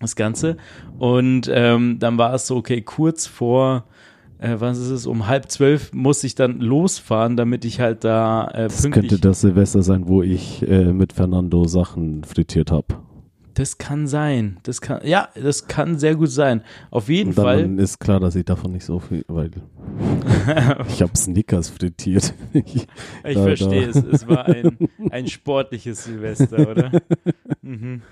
[SPEAKER 1] das Ganze. Und ähm, dann war es so, okay, kurz vor, äh, was ist es, um halb zwölf muss ich dann losfahren, damit ich halt da äh,
[SPEAKER 3] das
[SPEAKER 1] pünktlich.
[SPEAKER 3] könnte das Silvester sein, wo ich äh, mit Fernando Sachen frittiert habe.
[SPEAKER 1] Das kann sein. Das kann, ja, das kann sehr gut sein. Auf jeden
[SPEAKER 3] Und dann
[SPEAKER 1] Fall.
[SPEAKER 3] ist klar, dass ich davon nicht so viel, weil ich habe Snickers frittiert. Ich,
[SPEAKER 1] Ich
[SPEAKER 3] da- da-
[SPEAKER 1] verstehe es. Es war ein, ein sportliches Silvester, oder? Mhm.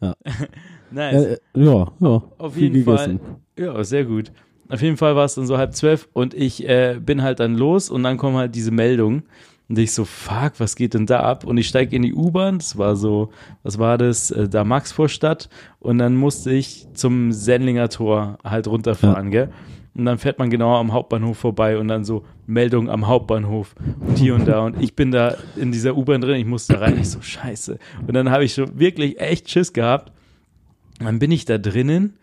[SPEAKER 3] Ja.
[SPEAKER 1] nice.
[SPEAKER 3] Äh, ja, ja.
[SPEAKER 1] Auf
[SPEAKER 3] viel
[SPEAKER 1] jeden
[SPEAKER 3] gegessen.
[SPEAKER 1] Fall. Ja, sehr gut. Auf jeden Fall war es dann so halb zwölf und ich äh, bin halt dann los und dann kommen halt diese Meldungen und ich so, fuck, was geht denn da ab? Und ich steige in die U-Bahn, das war so, was war das, äh, da Maxvorstadt und dann musste ich zum Sendlinger Tor halt runterfahren, gell? Und dann fährt man genau am Hauptbahnhof vorbei und dann so Meldung am Hauptbahnhof und hier und da. Und ich bin da in dieser U-Bahn drin, ich musste rein, ich so, scheiße. Und dann habe ich schon wirklich echt Schiss gehabt dann bin ich da drinnen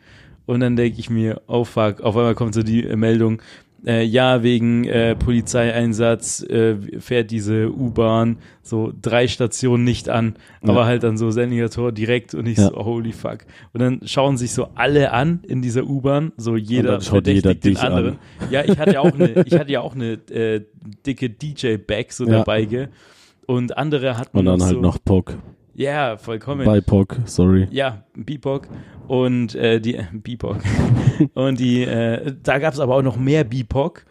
[SPEAKER 1] und dann denke ich mir, oh fuck, auf einmal kommt so die äh, Meldung, äh, ja, wegen äh, Polizeieinsatz äh, fährt diese U-Bahn so drei Stationen nicht an, aber halt dann so Sendiger Tor direkt und ich
[SPEAKER 3] Ja.
[SPEAKER 1] so, holy fuck. Und dann schauen sich so alle an in dieser U-Bahn, so jeder
[SPEAKER 3] dann schaut
[SPEAKER 1] verdächtigt
[SPEAKER 3] jeder
[SPEAKER 1] den
[SPEAKER 3] dich an.
[SPEAKER 1] anderen. Ja, ich hatte ja auch eine, ich hatte ja auch eine äh, dicke DJ-Bag so
[SPEAKER 3] Ja.
[SPEAKER 1] dabei, gell? Und andere hatten
[SPEAKER 3] Und dann
[SPEAKER 1] noch
[SPEAKER 3] halt
[SPEAKER 1] so,
[SPEAKER 3] noch Pock.
[SPEAKER 1] Ja, vollkommen.
[SPEAKER 3] Bei Pock, sorry.
[SPEAKER 1] Ja, Bebop und äh, die Bebop und die äh, da gab's aber auch noch mehr Bebop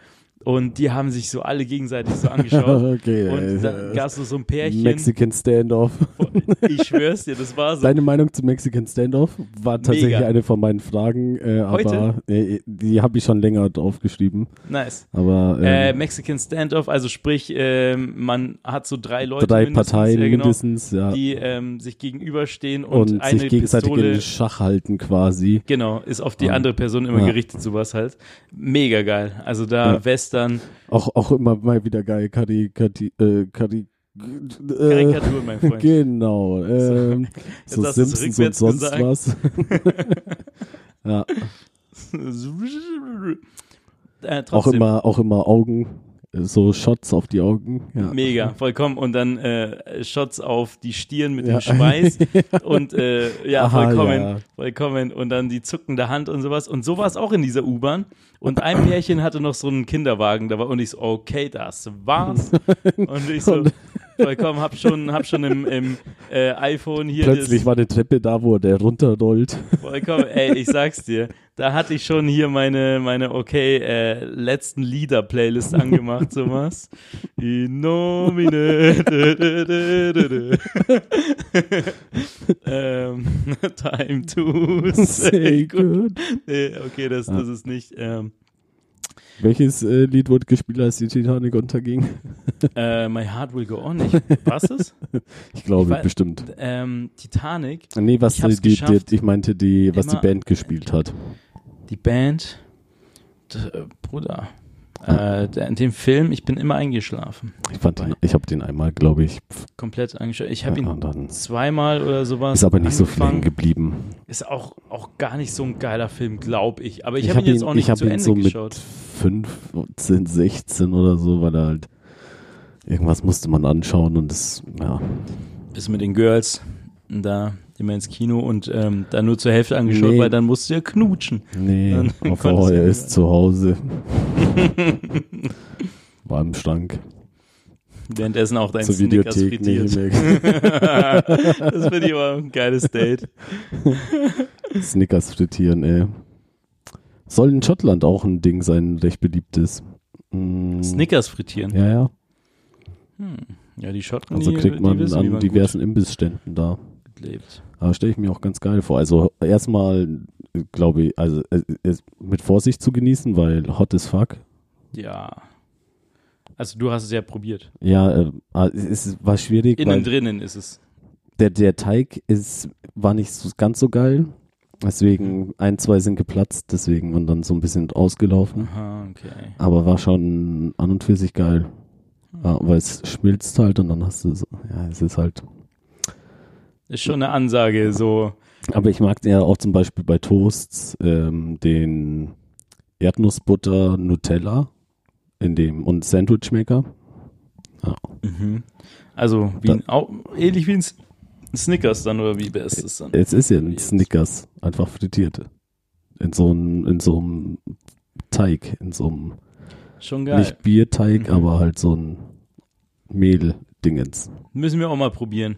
[SPEAKER 1] und die haben sich so alle gegenseitig so angeschaut
[SPEAKER 3] Okay,
[SPEAKER 1] und dann
[SPEAKER 3] äh,
[SPEAKER 1] gab's so so ein Pärchen. Also
[SPEAKER 3] Mexican Standoff.
[SPEAKER 1] ich schwör's dir, das war so.
[SPEAKER 3] Deine Meinung zu Mexican Standoff war tatsächlich
[SPEAKER 1] Mega.
[SPEAKER 3] eine von meinen Fragen, äh, aber
[SPEAKER 1] Heute?
[SPEAKER 3] äh, die habe ich schon länger draufgeschrieben.
[SPEAKER 1] nice.
[SPEAKER 3] Aber
[SPEAKER 1] Äh,
[SPEAKER 3] ähm,
[SPEAKER 1] Mexican Standoff, also sprich, ähm, man hat so drei Leute,
[SPEAKER 3] drei
[SPEAKER 1] mindestens,
[SPEAKER 3] Parteien
[SPEAKER 1] ja, genau,
[SPEAKER 3] mindestens, ja.
[SPEAKER 1] die ähm, sich gegenüberstehen und,
[SPEAKER 3] und
[SPEAKER 1] eine
[SPEAKER 3] sich gegenseitig
[SPEAKER 1] Pistole
[SPEAKER 3] in Schach halten quasi.
[SPEAKER 1] Genau, ist auf die
[SPEAKER 3] Ah.
[SPEAKER 1] andere Person immer
[SPEAKER 3] Ja.
[SPEAKER 1] gerichtet, sowas halt. Mega geil. Also da
[SPEAKER 3] Ja.
[SPEAKER 1] Western,
[SPEAKER 3] Auch, auch immer mal wieder geil, Kadi, Kadi, äh, Kadi, äh,
[SPEAKER 1] Karikatur, mein Freund.
[SPEAKER 3] genau, ähm, so
[SPEAKER 1] hast du's
[SPEAKER 3] Simpsons und
[SPEAKER 1] rückwärts
[SPEAKER 3] sonst
[SPEAKER 1] gesagt.
[SPEAKER 3] was. ja,
[SPEAKER 1] Äh,
[SPEAKER 3] auch
[SPEAKER 1] trotzdem,
[SPEAKER 3] immer, auch immer Augen, äh, so Shots auf die Augen. Ja.
[SPEAKER 1] Mega, vollkommen. Und dann äh, Shots auf die Stirn mit
[SPEAKER 3] Ja.
[SPEAKER 1] dem Schweiß und äh, ja,
[SPEAKER 3] Aha,
[SPEAKER 1] vollkommen,
[SPEAKER 3] ja.
[SPEAKER 1] vollkommen. Und dann die zuckende Hand und sowas. Und so war es auch in dieser U-Bahn. Und ein Pärchen hatte noch so einen Kinderwagen dabei und ich so, okay, das war's. Und ich so, vollkommen. Hab schon, hab schon im, im äh, iPhone hier
[SPEAKER 3] Plötzlich war eine Treppe da, wo der runterrollt.
[SPEAKER 1] das vollkommen. Ey, ich sag's dir, da hatte ich schon hier meine, meine okay äh, letzten Lieder Playlist angemacht, so was. In nomine. dö, dö, dö, dö, dö. ähm, time to say
[SPEAKER 3] Say
[SPEAKER 1] good.
[SPEAKER 3] good.
[SPEAKER 1] Nee, okay, das, das ist nicht. Ähm,
[SPEAKER 3] Welches äh, Lied wurde gespielt, als die Titanic unterging?
[SPEAKER 1] äh, My Heart Will Go On. Ich, was ist?
[SPEAKER 3] Ich glaube,
[SPEAKER 1] Ich weiß-
[SPEAKER 3] bestimmt.
[SPEAKER 1] Ähm, Titanic.
[SPEAKER 3] Nee, was
[SPEAKER 1] Ich hab's
[SPEAKER 3] die, die,
[SPEAKER 1] geschafft.
[SPEAKER 3] ich meinte die, was die
[SPEAKER 1] Immer-
[SPEAKER 3] Band gespielt hat.
[SPEAKER 1] die Band, d- äh, Bruder, äh, der, in dem Film, ich bin immer eingeschlafen.
[SPEAKER 3] Ich fand, den- ich habe den einmal, glaube ich, pf,
[SPEAKER 1] Komplett eingeschlafen. Ich habe
[SPEAKER 3] ja,
[SPEAKER 1] ihn
[SPEAKER 3] und dann
[SPEAKER 1] zweimal oder sowas.
[SPEAKER 3] ist aber nicht so viel hängen
[SPEAKER 1] angefangen.
[SPEAKER 3] geblieben.
[SPEAKER 1] Ist auch, auch gar nicht so ein geiler Film, glaube ich. Aber ich,
[SPEAKER 3] Ich
[SPEAKER 1] habe
[SPEAKER 3] habe
[SPEAKER 1] ihn jetzt auch nicht
[SPEAKER 3] ich hab
[SPEAKER 1] zu
[SPEAKER 3] ihn
[SPEAKER 1] Ende
[SPEAKER 3] so
[SPEAKER 1] geschaut.
[SPEAKER 3] mit 15, 16 oder so, weil er halt irgendwas musste man anschauen und das, ja.
[SPEAKER 1] Ist mit den Girls da immer ins Kino und ähm, dann nur zur Hälfte angeschaut,
[SPEAKER 3] Nee.
[SPEAKER 1] weil dann musst du ja knutschen.
[SPEAKER 3] Nee,
[SPEAKER 1] Dann
[SPEAKER 3] auf
[SPEAKER 1] konntest
[SPEAKER 3] oh,
[SPEAKER 1] du
[SPEAKER 3] er
[SPEAKER 1] ihn-
[SPEAKER 3] ist zu Hause. War im Schrank.
[SPEAKER 1] Währenddessen auch dein
[SPEAKER 3] Zur
[SPEAKER 1] Snickers
[SPEAKER 3] Videothek nicht
[SPEAKER 1] frittiert.
[SPEAKER 3] mehr.
[SPEAKER 1] Das finde ich aber ein geiles Date.
[SPEAKER 3] Snickers frittieren, ey. Soll in Schottland auch ein Ding sein, recht beliebtes. Mm,
[SPEAKER 1] Snickers frittieren. Hm.
[SPEAKER 3] Ja, ja.
[SPEAKER 1] Ja, die Schotten,
[SPEAKER 3] Also
[SPEAKER 1] die,
[SPEAKER 3] kriegt man
[SPEAKER 1] die wissen, wie
[SPEAKER 3] an
[SPEAKER 1] man
[SPEAKER 3] diversen Imbissständen da.
[SPEAKER 1] gut lebt.
[SPEAKER 3] Aber stelle ich mir auch ganz geil vor. Also erstmal, äh, glaube ich, also äh, es mit Vorsicht zu genießen, weil hot as fuck.
[SPEAKER 1] Ja. Also du hast es ja probiert.
[SPEAKER 3] Ja, äh, ah, es ist- war schwierig,
[SPEAKER 1] Innen
[SPEAKER 3] weil
[SPEAKER 1] drinnen ist es.
[SPEAKER 3] der, der Teig ist, war nicht so, ganz so geil. Deswegen, ein, zwei sind geplatzt, deswegen und dann so ein bisschen ausgelaufen.
[SPEAKER 1] Aha, okay.
[SPEAKER 3] Aber war schon an und für sich geil. Ja, weil es schmilzt halt und dann hast du so, ja, es ist halt.
[SPEAKER 1] Ist schon eine Ansage, so.
[SPEAKER 3] Aber ich mag ja auch zum Beispiel bei Toasts ähm, den Erdnussbutter Nutella in dem und Sandwichmaker. Ja.
[SPEAKER 1] Also wie ein, auch, ähnlich wie ein S- Snickers dann oder wie wer ist es dann?
[SPEAKER 3] Es ist ja ein Snickers, einfach frittiert. In so einem, in so einem Teig, in so einem
[SPEAKER 1] Schon geil.
[SPEAKER 3] nicht Bierteig,
[SPEAKER 1] Mhm.
[SPEAKER 3] aber halt so ein Mehl-Dingens.
[SPEAKER 1] Müssen wir auch mal probieren.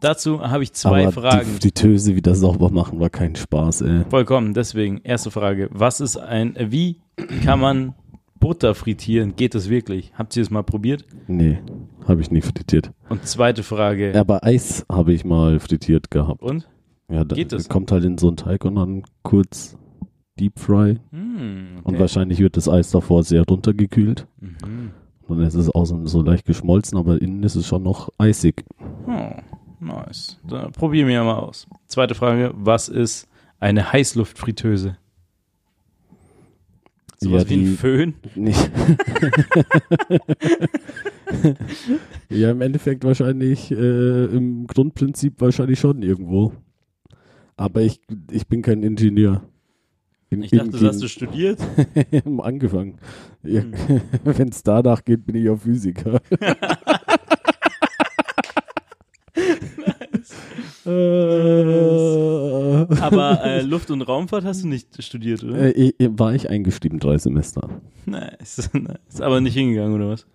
[SPEAKER 1] Dazu habe ich zwei
[SPEAKER 3] aber
[SPEAKER 1] Fragen.
[SPEAKER 3] Die, die Töse wieder sauber machen war kein Spaß, ey.
[SPEAKER 1] Vollkommen, deswegen. Erste Frage. Was ist ein, äh, wie kann man Butter frittieren? Geht das wirklich? Habt ihr es mal probiert?
[SPEAKER 3] Nee, habe ich nie frittiert.
[SPEAKER 1] Und zweite Frage.
[SPEAKER 3] Aber Eis habe ich mal frittiert gehabt.
[SPEAKER 1] Und?
[SPEAKER 3] Ja, da
[SPEAKER 1] Geht das?
[SPEAKER 3] kommt halt in so einen Teig und dann kurz Deep Fry.
[SPEAKER 1] Hm,
[SPEAKER 3] Und
[SPEAKER 1] okay.
[SPEAKER 3] wahrscheinlich wird das Eis davor sehr runtergekühlt.
[SPEAKER 1] Mhm.
[SPEAKER 3] Und es ist außen so leicht geschmolzen, aber innen ist es schon noch eisig.
[SPEAKER 1] Oh, nice. Da probieren wir ja mal aus. Zweite Frage: Was ist eine Heißluftfritteuse? Sowas
[SPEAKER 3] Ja,
[SPEAKER 1] wie ein
[SPEAKER 3] die-
[SPEAKER 1] Föhn?
[SPEAKER 3] Nicht. ja, im Endeffekt wahrscheinlich, äh, im Grundprinzip wahrscheinlich schon irgendwo. Aber ich, ich bin kein Ingenieur. Im,
[SPEAKER 1] Ich dachte,
[SPEAKER 3] im
[SPEAKER 1] das hast Hm. du studiert.
[SPEAKER 3] Gen- angefangen. Ja, Wenn es danach geht, bin ich auch Physiker. Äh,
[SPEAKER 1] Aber äh, Luft- und Raumfahrt hast du nicht studiert, oder?
[SPEAKER 3] äh, eh, eh, war ich eingeschrieben drei Semester.
[SPEAKER 1] Nice, nice. Aber nicht hingegangen, oder was?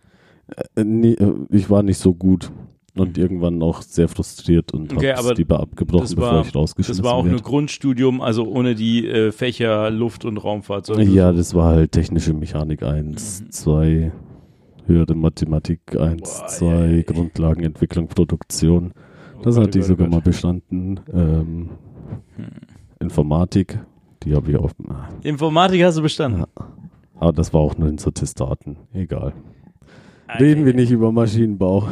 [SPEAKER 3] Äh, Nee, äh, ich war nicht so gut und irgendwann auch sehr frustriert und
[SPEAKER 1] Mhm. Okay,
[SPEAKER 3] hab's
[SPEAKER 1] aber
[SPEAKER 3] lieber abgebrochen,
[SPEAKER 1] das war-
[SPEAKER 3] bevor ich rausgeschmissen
[SPEAKER 1] Das war auch
[SPEAKER 3] werd.
[SPEAKER 1] nur Grundstudium, also ohne die äh, Fächer Luft- und Raumfahrt. sondern
[SPEAKER 3] Ja, das war halt technische Mechanik 1, 2, höhere Mathematik 1,
[SPEAKER 1] Mhm. Boah,
[SPEAKER 3] 2,
[SPEAKER 1] ey.
[SPEAKER 3] Grundlagenentwicklung, Produktion.
[SPEAKER 1] du-
[SPEAKER 3] Das
[SPEAKER 1] Oh Gott,
[SPEAKER 3] hatte ich
[SPEAKER 1] oh Gott, Hm.
[SPEAKER 3] sogar
[SPEAKER 1] oh
[SPEAKER 3] mal
[SPEAKER 1] Gott.
[SPEAKER 3] bestanden. Ähm, Informatik, die habe ich auch. ah,
[SPEAKER 1] Informatik hast du bestanden.
[SPEAKER 3] Aber das war auch nur in Statistdaten. Egal. Reden wir nicht über Maschinenbau.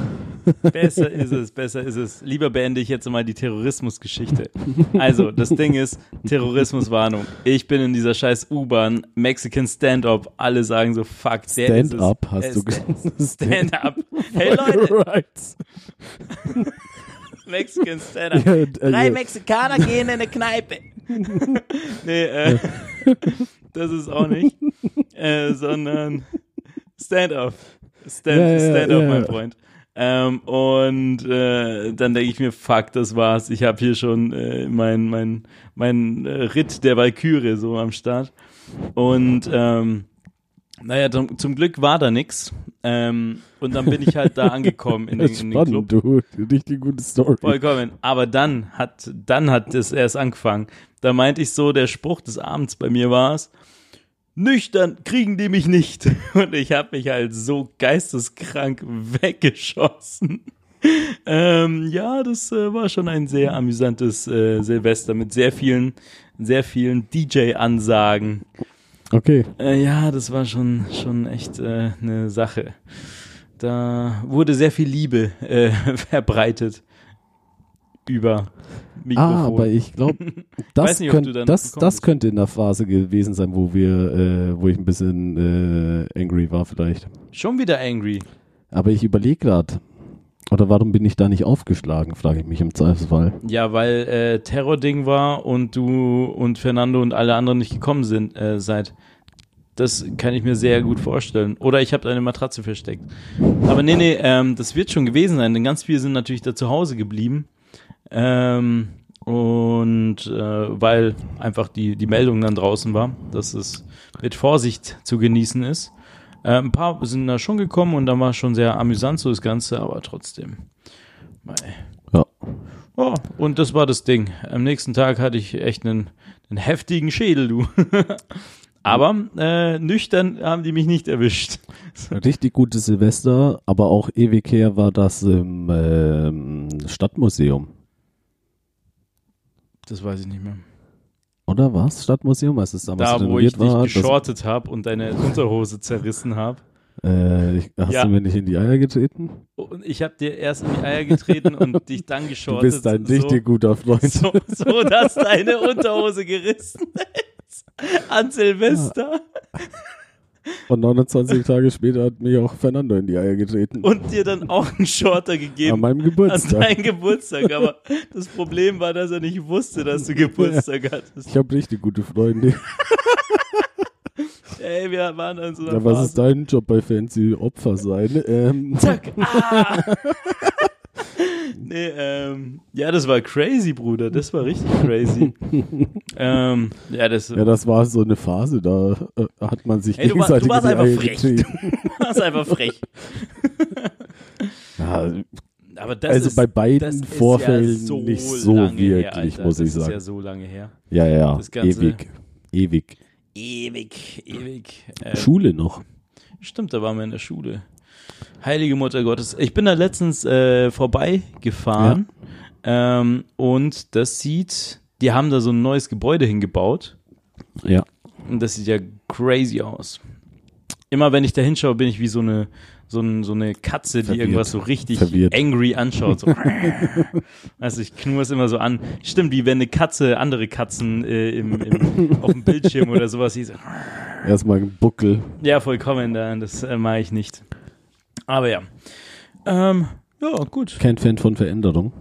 [SPEAKER 1] Besser ist es, besser ist es. Lieber beende ich jetzt mal die Terrorismusgeschichte. Also, das Ding ist, Terrorismuswarnung. Ich bin in dieser scheiß U-Bahn, Mexican Stand-Up, alle sagen so, fuck, der ist es.
[SPEAKER 3] Stand-up
[SPEAKER 1] Äh,
[SPEAKER 3] hast du
[SPEAKER 1] Stand-
[SPEAKER 3] gesagt.
[SPEAKER 1] Stand-Up. Hey Leute,
[SPEAKER 3] Right.
[SPEAKER 1] Mexican Stand-Up.
[SPEAKER 3] Ja, äh,
[SPEAKER 1] Drei
[SPEAKER 3] ja.
[SPEAKER 1] Mexikaner gehen in eine Kneipe. nee, äh, das ist auch nicht. Äh, sondern Stand-up. Stand,
[SPEAKER 3] Ja, ja, ja,
[SPEAKER 1] Stand-up,
[SPEAKER 3] ja.
[SPEAKER 1] mein Freund. Ähm, und äh, dann denke ich mir, fuck, das war's. Ich habe hier schon äh, mein, mein, mein äh, Ritt der Valkyrie so am Start. Und ähm, Naja, zum, zum Glück war da nix. Ähm, und dann bin ich halt da angekommen in den,
[SPEAKER 3] Das ist
[SPEAKER 1] in den Club.
[SPEAKER 3] spannend, du. Richtig gute Story.
[SPEAKER 1] Vollkommen. Aber dann hat, dann hat es erst angefangen. Da meinte ich so, der Spruch des Abends bei mir war es, nüchtern kriegen die mich nicht. Und ich habe mich halt so geisteskrank weggeschossen. Ähm, ja, das äh, war schon ein sehr amüsantes äh, Silvester mit sehr vielen, sehr vielen DJ-Ansagen.
[SPEAKER 3] Okay.
[SPEAKER 1] Äh, ja, das war schon, schon echt äh, eine Sache. Da wurde sehr viel Liebe äh, verbreitet über Mikrofon.
[SPEAKER 3] Ah, aber ich glaube, das,
[SPEAKER 1] Weiß nicht, ob
[SPEAKER 3] könnt,
[SPEAKER 1] du da noch
[SPEAKER 3] das,
[SPEAKER 1] gekommen
[SPEAKER 3] das
[SPEAKER 1] bist.
[SPEAKER 3] könnte in der Phase gewesen sein, wo wir, äh, wo ich ein bisschen äh, angry war vielleicht.
[SPEAKER 1] schon wieder angry.
[SPEAKER 3] Aber ich überlege gerade, oder warum bin ich da nicht aufgeschlagen, frage ich mich im Zweifelsfall.
[SPEAKER 1] Ja, weil äh, Terror-Ding war und du und Fernando und alle anderen nicht gekommen sind äh, seid. Das kann ich mir sehr gut vorstellen. Oder ich habe deine Matratze versteckt. Aber nee, nee, ähm, das wird schon gewesen sein, denn ganz viele sind natürlich da zu Hause geblieben. Ähm, und äh, weil einfach die, die Meldung dann draußen war, dass es mit Vorsicht zu genießen ist. Äh, ein paar sind da schon gekommen und dann war schon sehr amüsant so das Ganze, aber trotzdem. Mei.
[SPEAKER 3] Ja. Oh.
[SPEAKER 1] Ja, und das war das Ding. Am nächsten Tag hatte ich echt einen, einen heftigen Schädel, du. Aber äh, nüchtern haben die mich nicht erwischt.
[SPEAKER 3] Richtig gutes Silvester, aber auch ewig her war das im ähm, Stadtmuseum.
[SPEAKER 1] Das weiß ich nicht mehr.
[SPEAKER 3] Oder was? Stadtmuseum, als es damals
[SPEAKER 1] Da, wo ich
[SPEAKER 3] renoviert
[SPEAKER 1] dich
[SPEAKER 3] war. das,
[SPEAKER 1] geschortet habe und deine Unterhose zerrissen habe.
[SPEAKER 3] äh, ich, hast
[SPEAKER 1] Ja.
[SPEAKER 3] du mir nicht in die Eier getreten?
[SPEAKER 1] Und ich habe dir erst in die Eier getreten und dich dann
[SPEAKER 3] Du
[SPEAKER 1] geschortet.
[SPEAKER 3] bist ein richtig guter Freund.
[SPEAKER 1] so, so, so, dass deine Unterhose gerissen ist. An Silvester.
[SPEAKER 3] Und 29 Tage später hat mir auch Fernando in die Eier getreten.
[SPEAKER 1] Und dir dann auch einen Shorter gegeben.
[SPEAKER 3] an meinem
[SPEAKER 1] an
[SPEAKER 3] Geburtstag.
[SPEAKER 1] deinem Geburtstag, aber das Problem war, dass er nicht wusste, dass du Geburtstag hattest.
[SPEAKER 3] Ich habe richtig gute Freunde.
[SPEAKER 1] Ey, wir waren an so einer
[SPEAKER 3] Ja, was
[SPEAKER 1] Phase.
[SPEAKER 3] ist dein Job bei Fancy Opfer sein? Ähm,
[SPEAKER 1] Zack. Ah. nee, ähm, ja, das war crazy, Bruder. Das war richtig crazy. ähm, ja, das
[SPEAKER 3] ja, das war so eine Phase, da äh, hat man sich
[SPEAKER 1] Ey, du war- du
[SPEAKER 3] gegenseitig
[SPEAKER 1] warst
[SPEAKER 3] in die
[SPEAKER 1] einfach
[SPEAKER 3] Eier
[SPEAKER 1] frech.
[SPEAKER 3] getreten.
[SPEAKER 1] war einfach frech.
[SPEAKER 3] Ja,
[SPEAKER 1] Aber das
[SPEAKER 3] Also
[SPEAKER 1] ist,
[SPEAKER 3] bei beiden
[SPEAKER 1] das ist
[SPEAKER 3] Vorfällen
[SPEAKER 1] ja so
[SPEAKER 3] nicht so
[SPEAKER 1] lange her,
[SPEAKER 3] wirklich,
[SPEAKER 1] Alter.
[SPEAKER 3] muss ich
[SPEAKER 1] das
[SPEAKER 3] sagen.
[SPEAKER 1] Ist ja so lange her.
[SPEAKER 3] ja, ja,
[SPEAKER 1] Das Ganze-
[SPEAKER 3] ewig. Ewig.
[SPEAKER 1] Ewig, ewig. Ähm,
[SPEAKER 3] Schule noch.
[SPEAKER 1] Stimmt, da waren wir in der Schule. Heilige Mutter Gottes. Ich bin da letztens äh, vorbeigefahren ähm, und das sieht, die haben da so ein neues Gebäude hingebaut
[SPEAKER 3] Ja.
[SPEAKER 1] und das sieht ja crazy aus. Immer wenn ich da hinschaue, bin ich wie so eine, so ein, so eine Katze, die
[SPEAKER 3] Verwirrt.
[SPEAKER 1] irgendwas so richtig
[SPEAKER 3] Verwirrt.
[SPEAKER 1] angry anschaut. So. also ich knurre es immer so an. Stimmt, wie wenn eine Katze andere Katzen äh, im, im, auf dem Bildschirm oder sowas sieht. So.
[SPEAKER 3] Erstmal ein Buckel.
[SPEAKER 1] Ja, vollkommen, da- das äh, mache ich nicht. Aber ja. Ähm, ja, gut.
[SPEAKER 3] Kein Fan von Veränderung.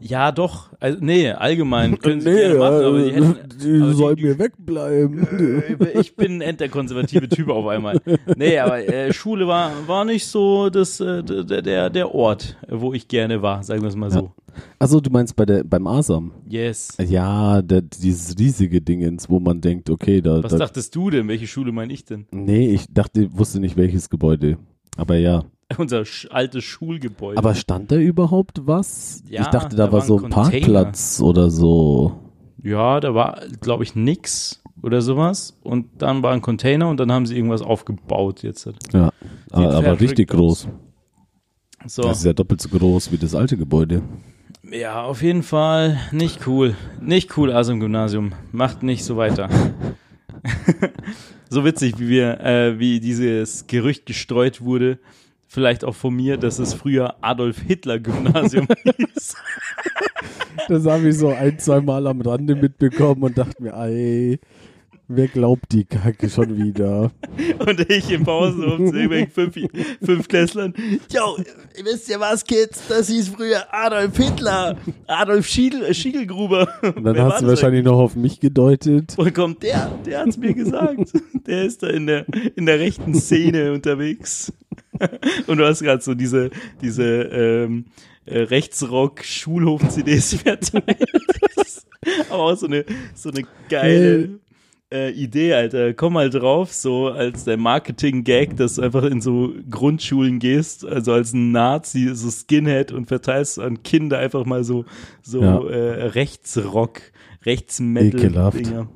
[SPEAKER 1] Ja, doch. Also, nee, allgemein können sie
[SPEAKER 3] Nee,
[SPEAKER 1] gerne machen,
[SPEAKER 3] äh,
[SPEAKER 1] aber die hätten, aber die- Äh.
[SPEAKER 3] soll mir wegbleiben.
[SPEAKER 1] ich bin ein konservative Typ auf einmal. Nee, aber äh, Schule war, war nicht so das, äh, der, der, der Ort, wo ich gerne war, sagen wir es mal so.
[SPEAKER 3] Also du meinst bei der, beim Asam?
[SPEAKER 1] Yes.
[SPEAKER 3] Ja, der, dieses riesige Dingens, wo man denkt, okay, da,
[SPEAKER 1] Was
[SPEAKER 3] da
[SPEAKER 1] dachtest du denn? Welche Schule meine ich denn?
[SPEAKER 3] Nee, ich dachte, wusste nicht welches Gebäude. Aber ja.
[SPEAKER 1] Unser sch altes Schulgebäude.
[SPEAKER 3] Aber stand da überhaupt was?
[SPEAKER 1] Äh, Ja,
[SPEAKER 3] ich dachte, da,
[SPEAKER 1] da
[SPEAKER 3] war
[SPEAKER 1] war
[SPEAKER 3] so
[SPEAKER 1] ein
[SPEAKER 3] ein Parkplatz oder so.
[SPEAKER 1] Ja, da war, glaube ich, nix oder sowas. Und dann war ein Container und dann haben sie irgendwas aufgebaut jetzt.
[SPEAKER 3] Ja, aber, aber
[SPEAKER 1] verrückt
[SPEAKER 3] richtig groß.
[SPEAKER 1] So.
[SPEAKER 3] Das ist ja doppelt so groß wie das alte Gebäude.
[SPEAKER 1] Ja, auf jeden Fall nicht cool. Nicht cool, Asum Gymnasium. Macht nicht so weiter. so witzig, wie wir, äh, wie dieses Gerücht gestreut wurde, vielleicht auch von mir, dass es früher Adolf Hitler Gymnasium hieß.
[SPEAKER 3] Das habe ich so ein, zwei Mal am Rande mitbekommen und dachte mir, ey, wer glaubt die Kacke schon wieder?
[SPEAKER 1] Und ich im Pausenhof zu irgendwelchen fünf, Fünftklässlern. Yo, wisst ihr was, Kids? Das hieß früher Adolf Hitler. Adolf Schiedel, äh, Schiedelgruber.
[SPEAKER 3] Und dann hast du wahrscheinlich noch auf mich gedeutet.
[SPEAKER 1] Und kommt der, der hat's mir gesagt. Der ist da in der, in der rechten Szene unterwegs. Und du hast gerade so diese, diese ähm, äh, Rechtsrock-Schulhof-CDs verteilt. Aber auch so eine, so eine geile äh, Idee, Alter. Komm mal drauf, so als der Marketing-Gag, dass du einfach in so Grundschulen gehst, also als ein Nazi, so Skinhead und verteilst an Kinder einfach mal so, so
[SPEAKER 3] Ja.
[SPEAKER 1] äh, Rechtsrock, Rechtsmetal.
[SPEAKER 3] Ekelhaft.
[SPEAKER 1] Dinger.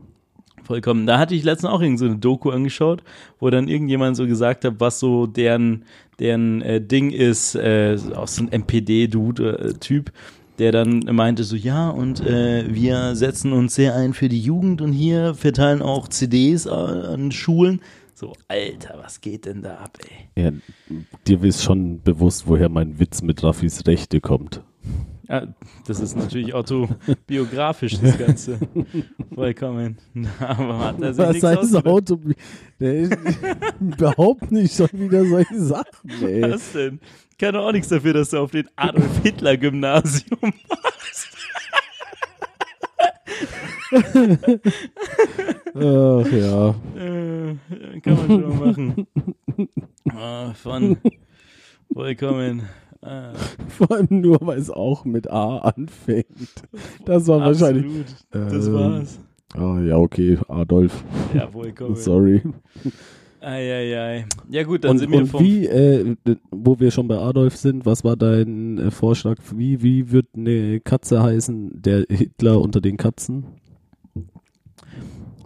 [SPEAKER 1] Vollkommen. Da hatte ich letztens auch irgend so eine Doku angeschaut, wo dann irgendjemand so gesagt hat, was so deren, deren äh, Ding ist, äh, auch so ein MPD-Dude-Typ, äh, der dann meinte so, ja, und äh, wir setzen uns sehr ein für die Jugend und hier verteilen auch CDs an, an Schulen. So, Alter, was geht denn da ab, ey?
[SPEAKER 3] Ja, dir ist schon bewusst, woher mein Witz mit Raffis Rechte kommt.
[SPEAKER 1] Ja, das ist natürlich autobiografisch, das Ganze. Vollkommen. Aber hat er sich
[SPEAKER 3] Was
[SPEAKER 1] nichts
[SPEAKER 3] heißt
[SPEAKER 1] ausgedacht.
[SPEAKER 3] Auto? Der ist überhaupt nicht schon wieder solche Sachen, ey.
[SPEAKER 1] Was denn? Kann doch auch nichts dafür, dass du auf den Adolf-Hitler-Gymnasium warst.
[SPEAKER 3] Ach ja.
[SPEAKER 1] Äh, kann man schon mal machen. Ah, fun. Vollkommen. Ah,
[SPEAKER 3] Vor allem nur, weil es auch mit A anfängt. Das war wahrscheinlich.
[SPEAKER 1] absolut. Das
[SPEAKER 3] Ähm,
[SPEAKER 1] war's.
[SPEAKER 3] Ah, ja, okay, Adolf.
[SPEAKER 1] Oh Ja, vollkommen.
[SPEAKER 3] Sorry.
[SPEAKER 1] Eieiei. Ja, gut, dann
[SPEAKER 3] Und,
[SPEAKER 1] sind wir
[SPEAKER 3] und
[SPEAKER 1] vom.
[SPEAKER 3] wie, äh, d- wo wir schon bei Adolf sind, was war dein äh, Vorschlag? Wie, wie wird eine Katze heißen? Der Hitler unter den Katzen?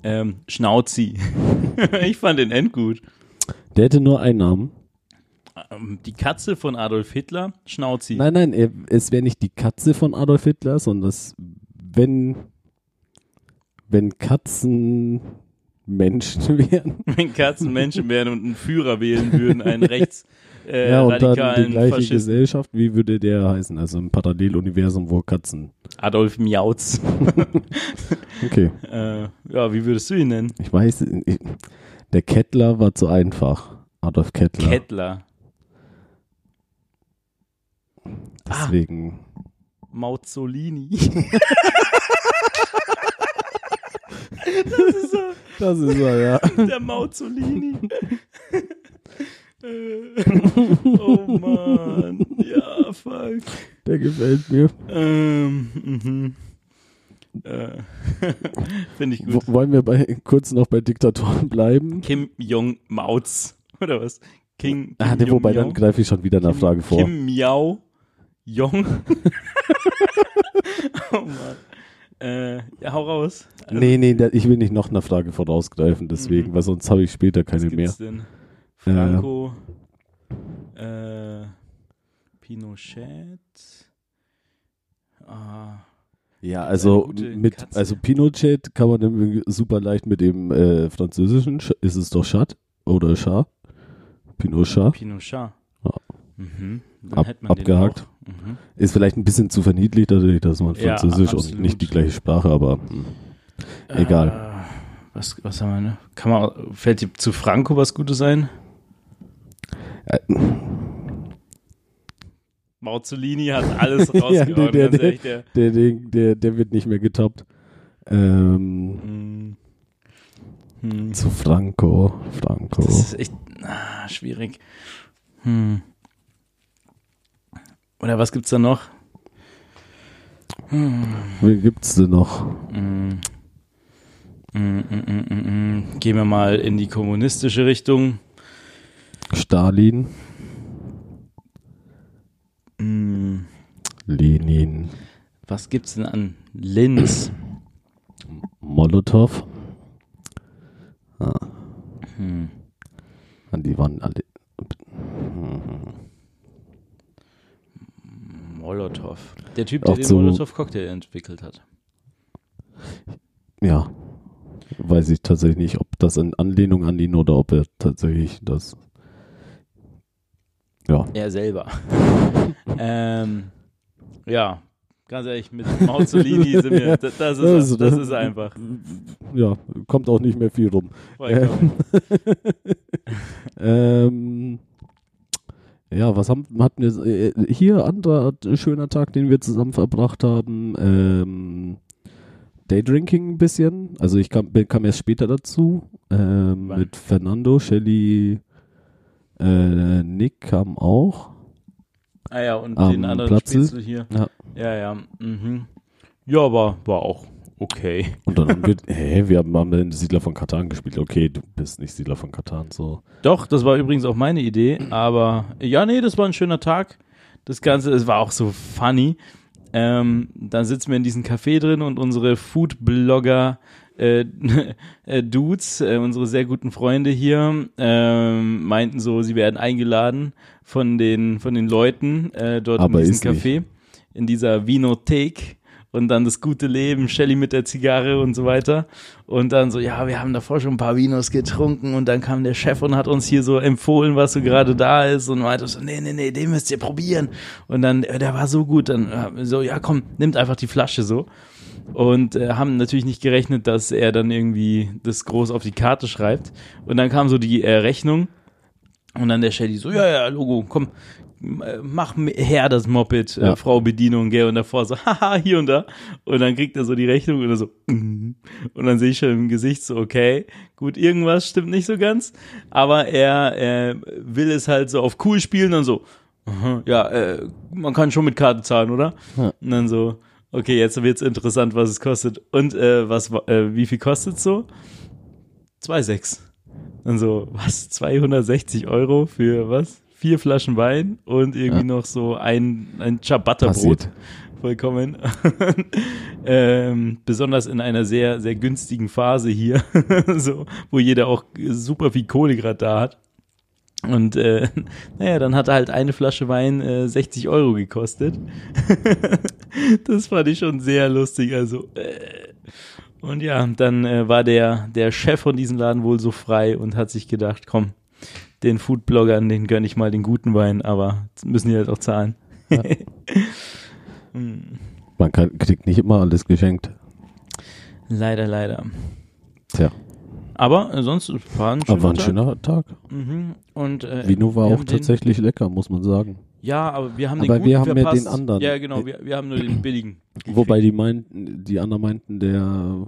[SPEAKER 1] Ähm, Schnauzi. ich fand den End gut.
[SPEAKER 3] Der hätte nur einen Namen.
[SPEAKER 1] Ähm, Die Katze von Adolf Hitler, Schnauzi.
[SPEAKER 3] Nein, nein, er- es wäre nicht die Katze von Adolf Hitler, sondern das, wenn, wenn Katzen Menschen wären.
[SPEAKER 1] Wenn Katzen Menschen wären und einen Führer wählen würden, einen rechts äh,
[SPEAKER 3] ja, und dann die
[SPEAKER 1] radikalen
[SPEAKER 3] gleiche
[SPEAKER 1] Faschisten.
[SPEAKER 3] Gesellschaft, wie würde der heißen? Also ein Paralleluniversum, wo Katzen.
[SPEAKER 1] Adolf Miauz.
[SPEAKER 3] Okay,
[SPEAKER 1] äh, ja, wie würdest du ihn nennen?
[SPEAKER 3] ich weiß, ich, der Kettler war zu einfach. Adolf Kettler.
[SPEAKER 1] Kettler. Ah.
[SPEAKER 3] Deswegen.
[SPEAKER 1] Mauzolini. das ist so,
[SPEAKER 3] Das ist er, ja.
[SPEAKER 1] der Mauzolini. Äh, oh Mann. Ja, fuck.
[SPEAKER 3] Der gefällt mir.
[SPEAKER 1] Ähm, mhm. äh, Finde ich gut.
[SPEAKER 3] W wollen wir bei, kurz noch bei Diktatoren bleiben?
[SPEAKER 1] Kim Jong Mauz. Oder was? King. Kim
[SPEAKER 3] Ah, ne,
[SPEAKER 1] Jong
[SPEAKER 3] wobei, dann
[SPEAKER 1] Jong?
[SPEAKER 3] greife ich schon wieder einer Frage vor.
[SPEAKER 1] Kim Miao Jong. oh Mann. Äh, ja, hau raus.
[SPEAKER 3] Nee, nee, da, ich will nicht noch einer Frage vorausgreifen, deswegen, weil sonst habe ich später keine
[SPEAKER 1] Was
[SPEAKER 3] mehr.
[SPEAKER 1] Mhm. gibt's denn? Franco, äh, Pinochet. Ah,
[SPEAKER 3] Ja, also
[SPEAKER 1] Eine gute
[SPEAKER 3] mit
[SPEAKER 1] Katze.
[SPEAKER 3] also Pinochet kann man irgendwie super leicht mit dem äh, französischen Sch- ist es doch Chat oder Chat? Pinochet
[SPEAKER 1] Pinochet.
[SPEAKER 3] Ja.
[SPEAKER 1] Mhm. Dann
[SPEAKER 3] Ab-
[SPEAKER 1] hätte man
[SPEAKER 3] abgehakt.
[SPEAKER 1] Den auch. Mhm.
[SPEAKER 3] ist vielleicht ein bisschen zu verniedlicht dadurch, dass man
[SPEAKER 1] Ja,
[SPEAKER 3] französisch und
[SPEAKER 1] absolut.
[SPEAKER 3] nicht die gleiche Sprache, aber hm, egal.
[SPEAKER 1] Äh, was, was haben wir, ne? Kann man, fällt dir zu Franco was Gutes ein?
[SPEAKER 3] Äh,
[SPEAKER 1] Mauzolini hat alles
[SPEAKER 3] Ja,
[SPEAKER 1] rausgehauen.
[SPEAKER 3] der- der-
[SPEAKER 1] ganz ehrlich, der,
[SPEAKER 3] Der, Ding, der der wird nicht mehr getoppt. Ähm,
[SPEAKER 1] Mm. Hm.
[SPEAKER 3] zu Franco, Franco.
[SPEAKER 1] Das ist echt ah, schwierig. Hm. Oder was gibt's da noch?
[SPEAKER 3] Wen gibt's denn noch?
[SPEAKER 1] Hm. Hm, hm, hm, hm, hm. Gehen wir mal in die kommunistische Richtung.
[SPEAKER 3] Stalin,
[SPEAKER 1] Hm.
[SPEAKER 3] Lenin,
[SPEAKER 1] Was gibt's denn an Linz?
[SPEAKER 3] Molotow.
[SPEAKER 1] Hm.
[SPEAKER 3] An die waren alle.
[SPEAKER 1] Molotow. Der Typ,
[SPEAKER 3] Auch
[SPEAKER 1] der den
[SPEAKER 3] zu-
[SPEAKER 1] Molotow-Cocktail entwickelt hat.
[SPEAKER 3] Ja. Weiß ich tatsächlich nicht, ob das in Anlehnung an ihn oder ob er tatsächlich das. Ja.
[SPEAKER 1] Er selber. ähm, ja, ganz ehrlich, mit Mauzolini sind wir. Das, das, ist,
[SPEAKER 3] Also,
[SPEAKER 1] das
[SPEAKER 3] das-
[SPEAKER 1] ist einfach.
[SPEAKER 3] Ja, kommt auch nicht mehr viel rum.
[SPEAKER 1] Vollkommen.
[SPEAKER 3] Ähm, ja, was haben, hatten wir. äh, Hier, anderer schöner Tag, den wir zusammen verbracht haben. Ähm, Daydrinking ein bisschen. Also, ich kam, bin- kam erst später dazu. Ähm,
[SPEAKER 1] Wann?
[SPEAKER 3] mit Fernando, Shelly, äh, Nick kam auch.
[SPEAKER 1] Ah ja, und
[SPEAKER 3] Am
[SPEAKER 1] den anderen
[SPEAKER 3] Platze?
[SPEAKER 1] Spitzel hier.
[SPEAKER 3] Ja.
[SPEAKER 1] Ja, ja. Mhm. Ja, aber war auch Okay.
[SPEAKER 3] Und dann haben wir, hä, wir haben, haben den Siedler von Katan gespielt. Okay, du bist nicht Siedler von Katan, so.
[SPEAKER 1] Doch, das war übrigens auch meine Idee, aber ja, nee, das war ein schöner Tag. Das Ganze, es war auch so funny. Ähm, dann sitzen wir in diesem Café drin und unsere Food-Blogger äh, äh, Dudes, äh, unsere sehr guten Freunde hier, ähm, meinten so, sie werden eingeladen von den, von den Leuten äh, dort
[SPEAKER 3] Aber
[SPEAKER 1] in
[SPEAKER 3] ist
[SPEAKER 1] diesem
[SPEAKER 3] nicht.
[SPEAKER 1] Café, in dieser Vinothek und dann das gute Leben, Shelly mit der Zigarre und so weiter. Und dann so, ja, wir haben davor schon ein paar Vinos getrunken und dann kam der Chef und hat uns hier so empfohlen, was so gerade da ist und meinte so, nee, nee, nee, den müsst ihr probieren. Und dann, äh, der war so gut, dann äh, so, ja, komm, nimmt einfach die Flasche so. Und äh, haben natürlich nicht gerechnet, dass er dann irgendwie das groß auf die Karte schreibt. Und dann kam so die äh, Rechnung und dann der Shelly so, ja, ja, Logo, komm, m- äh, mach mi- her das Moped, äh,
[SPEAKER 3] Ja.
[SPEAKER 1] Frau Bedienung, gell, und davor so, haha, hier und da. Und dann kriegt er so die Rechnung und er so, mhm. und dann sehe ich schon im Gesicht so, okay, gut, irgendwas stimmt nicht so ganz, aber er äh, will es halt so auf cool spielen und so, aha, ja, äh, man kann schon mit Karte zahlen, oder?
[SPEAKER 3] Ja.
[SPEAKER 1] Und dann so, okay, jetzt wird's interessant, was es kostet. Und äh, was, wa- äh, wie viel kostet's so? 2,6. Dann so, was? 260 Euro für was? Vier Flaschen Wein und irgendwie
[SPEAKER 3] Ja.
[SPEAKER 1] noch so ein, ein Ciabatta-Brot.
[SPEAKER 3] Passiert.
[SPEAKER 1] Vollkommen. ähm, besonders in einer sehr, sehr günstigen Phase hier, so, wo jeder auch super viel Kohle gerade da hat. Und äh, naja, dann hat halt eine Flasche Wein äh, 60 Euro gekostet. das fand ich schon sehr lustig. Also, äh. Und ja, dann äh, war der, der Chef von diesem Laden wohl so frei und hat sich gedacht, komm, den Foodbloggern, den gönne ich mal den guten Wein, aber müssen die halt auch zahlen.
[SPEAKER 3] Man kann, kriegt nicht immer alles geschenkt.
[SPEAKER 1] Leider, leider.
[SPEAKER 3] Tja,
[SPEAKER 1] Aber äh, sonst war ein schöner,
[SPEAKER 3] aber war ein
[SPEAKER 1] Tag.
[SPEAKER 3] schöner Tag.
[SPEAKER 1] Mhm. Und, äh,
[SPEAKER 3] Vino
[SPEAKER 1] wir
[SPEAKER 3] war auch
[SPEAKER 1] haben den-
[SPEAKER 3] tatsächlich lecker, muss man sagen.
[SPEAKER 1] Ja, aber wir haben den
[SPEAKER 3] Aber
[SPEAKER 1] guten
[SPEAKER 3] wir haben ja den
[SPEAKER 1] verpasst.
[SPEAKER 3] anderen.
[SPEAKER 1] Ja, genau, wir, wir haben nur den billigen. gekriegt.
[SPEAKER 3] Wobei die meinten, die anderen meinten, der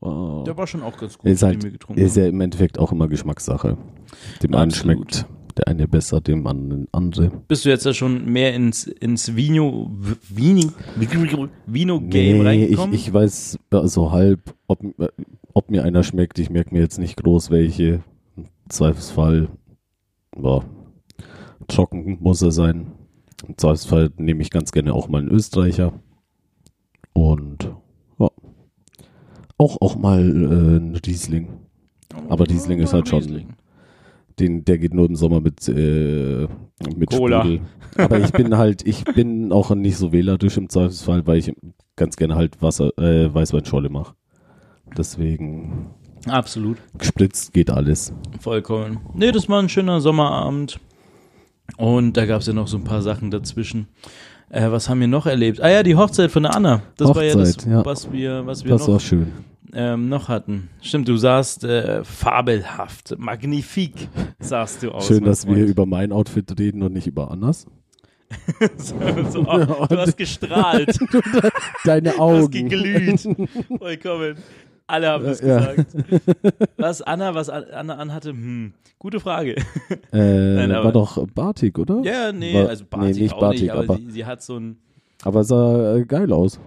[SPEAKER 3] war.
[SPEAKER 1] der war schon auch ganz gut,
[SPEAKER 3] ist halt,
[SPEAKER 1] den wir getrunken
[SPEAKER 3] ist
[SPEAKER 1] haben.
[SPEAKER 3] ja im Endeffekt auch immer Geschmackssache. Dem einen
[SPEAKER 1] Absolut.
[SPEAKER 3] schmeckt der eine besser, dem anderen andere.
[SPEAKER 1] Bist du jetzt da schon mehr ins, ins Vino, Vini, Vino Game
[SPEAKER 3] Nee, ich,
[SPEAKER 1] reingekommen?
[SPEAKER 3] ich weiß äh, so halb, ob, äh, ob mir einer schmeckt. Ich merke mir jetzt nicht groß welche. Im Zweifelsfall, boah, trocken muss er sein. Im Zweifelsfall nehme ich ganz gerne auch mal einen Österreicher. Und ja. Auch, auch mal äh, einen Riesling. Aber Riesling ist halt schon-
[SPEAKER 1] Riesling.
[SPEAKER 3] Den, der geht nur im Sommer mit, äh, mit
[SPEAKER 1] Cola.
[SPEAKER 3] Sprudel. Aber ich bin halt, ich bin auch nicht so wählerisch im Zweifelsfall, weil ich ganz gerne halt Wasser, äh, Weißweinschorle mache. Deswegen
[SPEAKER 1] Absolut.
[SPEAKER 3] gespritzt geht alles.
[SPEAKER 1] Vollkommen. Nee, das war ein schöner Sommerabend. Und da gab es ja noch so ein paar Sachen dazwischen. Äh, was haben wir noch erlebt? Ah ja, die Hochzeit von der Anna. Das war ja das,
[SPEAKER 3] Hochzeit, ja.
[SPEAKER 1] was wir, was wir
[SPEAKER 3] Das war
[SPEAKER 1] noch,
[SPEAKER 3] schön.
[SPEAKER 1] ähm, noch hatten. Stimmt, du sahst äh, fabelhaft, magnifik sahst du aus.
[SPEAKER 3] schön,
[SPEAKER 1] mein
[SPEAKER 3] dass wir
[SPEAKER 1] Freund.
[SPEAKER 3] über mein Outfit reden und nicht über Annas.
[SPEAKER 1] so, so, oh, du hast gestrahlt, du
[SPEAKER 3] Deine
[SPEAKER 1] hast
[SPEAKER 3] Augen.
[SPEAKER 1] geglüht. Vollkommen. Alle haben das
[SPEAKER 3] Ja.
[SPEAKER 1] gesagt. Was Anna, was An- Anna anhatte? Hm, gute Frage.
[SPEAKER 3] Äh,
[SPEAKER 1] Nein, aber-
[SPEAKER 3] war doch Batik, oder?
[SPEAKER 1] Ja, nee,
[SPEAKER 3] War-
[SPEAKER 1] also
[SPEAKER 3] nee,
[SPEAKER 1] Bartik
[SPEAKER 3] nicht
[SPEAKER 1] auch
[SPEAKER 3] Bartik,
[SPEAKER 1] nicht, aber,
[SPEAKER 3] aber-
[SPEAKER 1] sie, sie hat so ein
[SPEAKER 3] Aber sah äh, geil aus,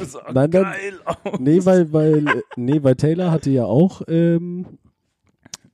[SPEAKER 1] Das sah
[SPEAKER 3] nein, nein,
[SPEAKER 1] geil aus.
[SPEAKER 3] nee, weil, weil, äh, nee, weil Taylor hatte ja auch, ähm,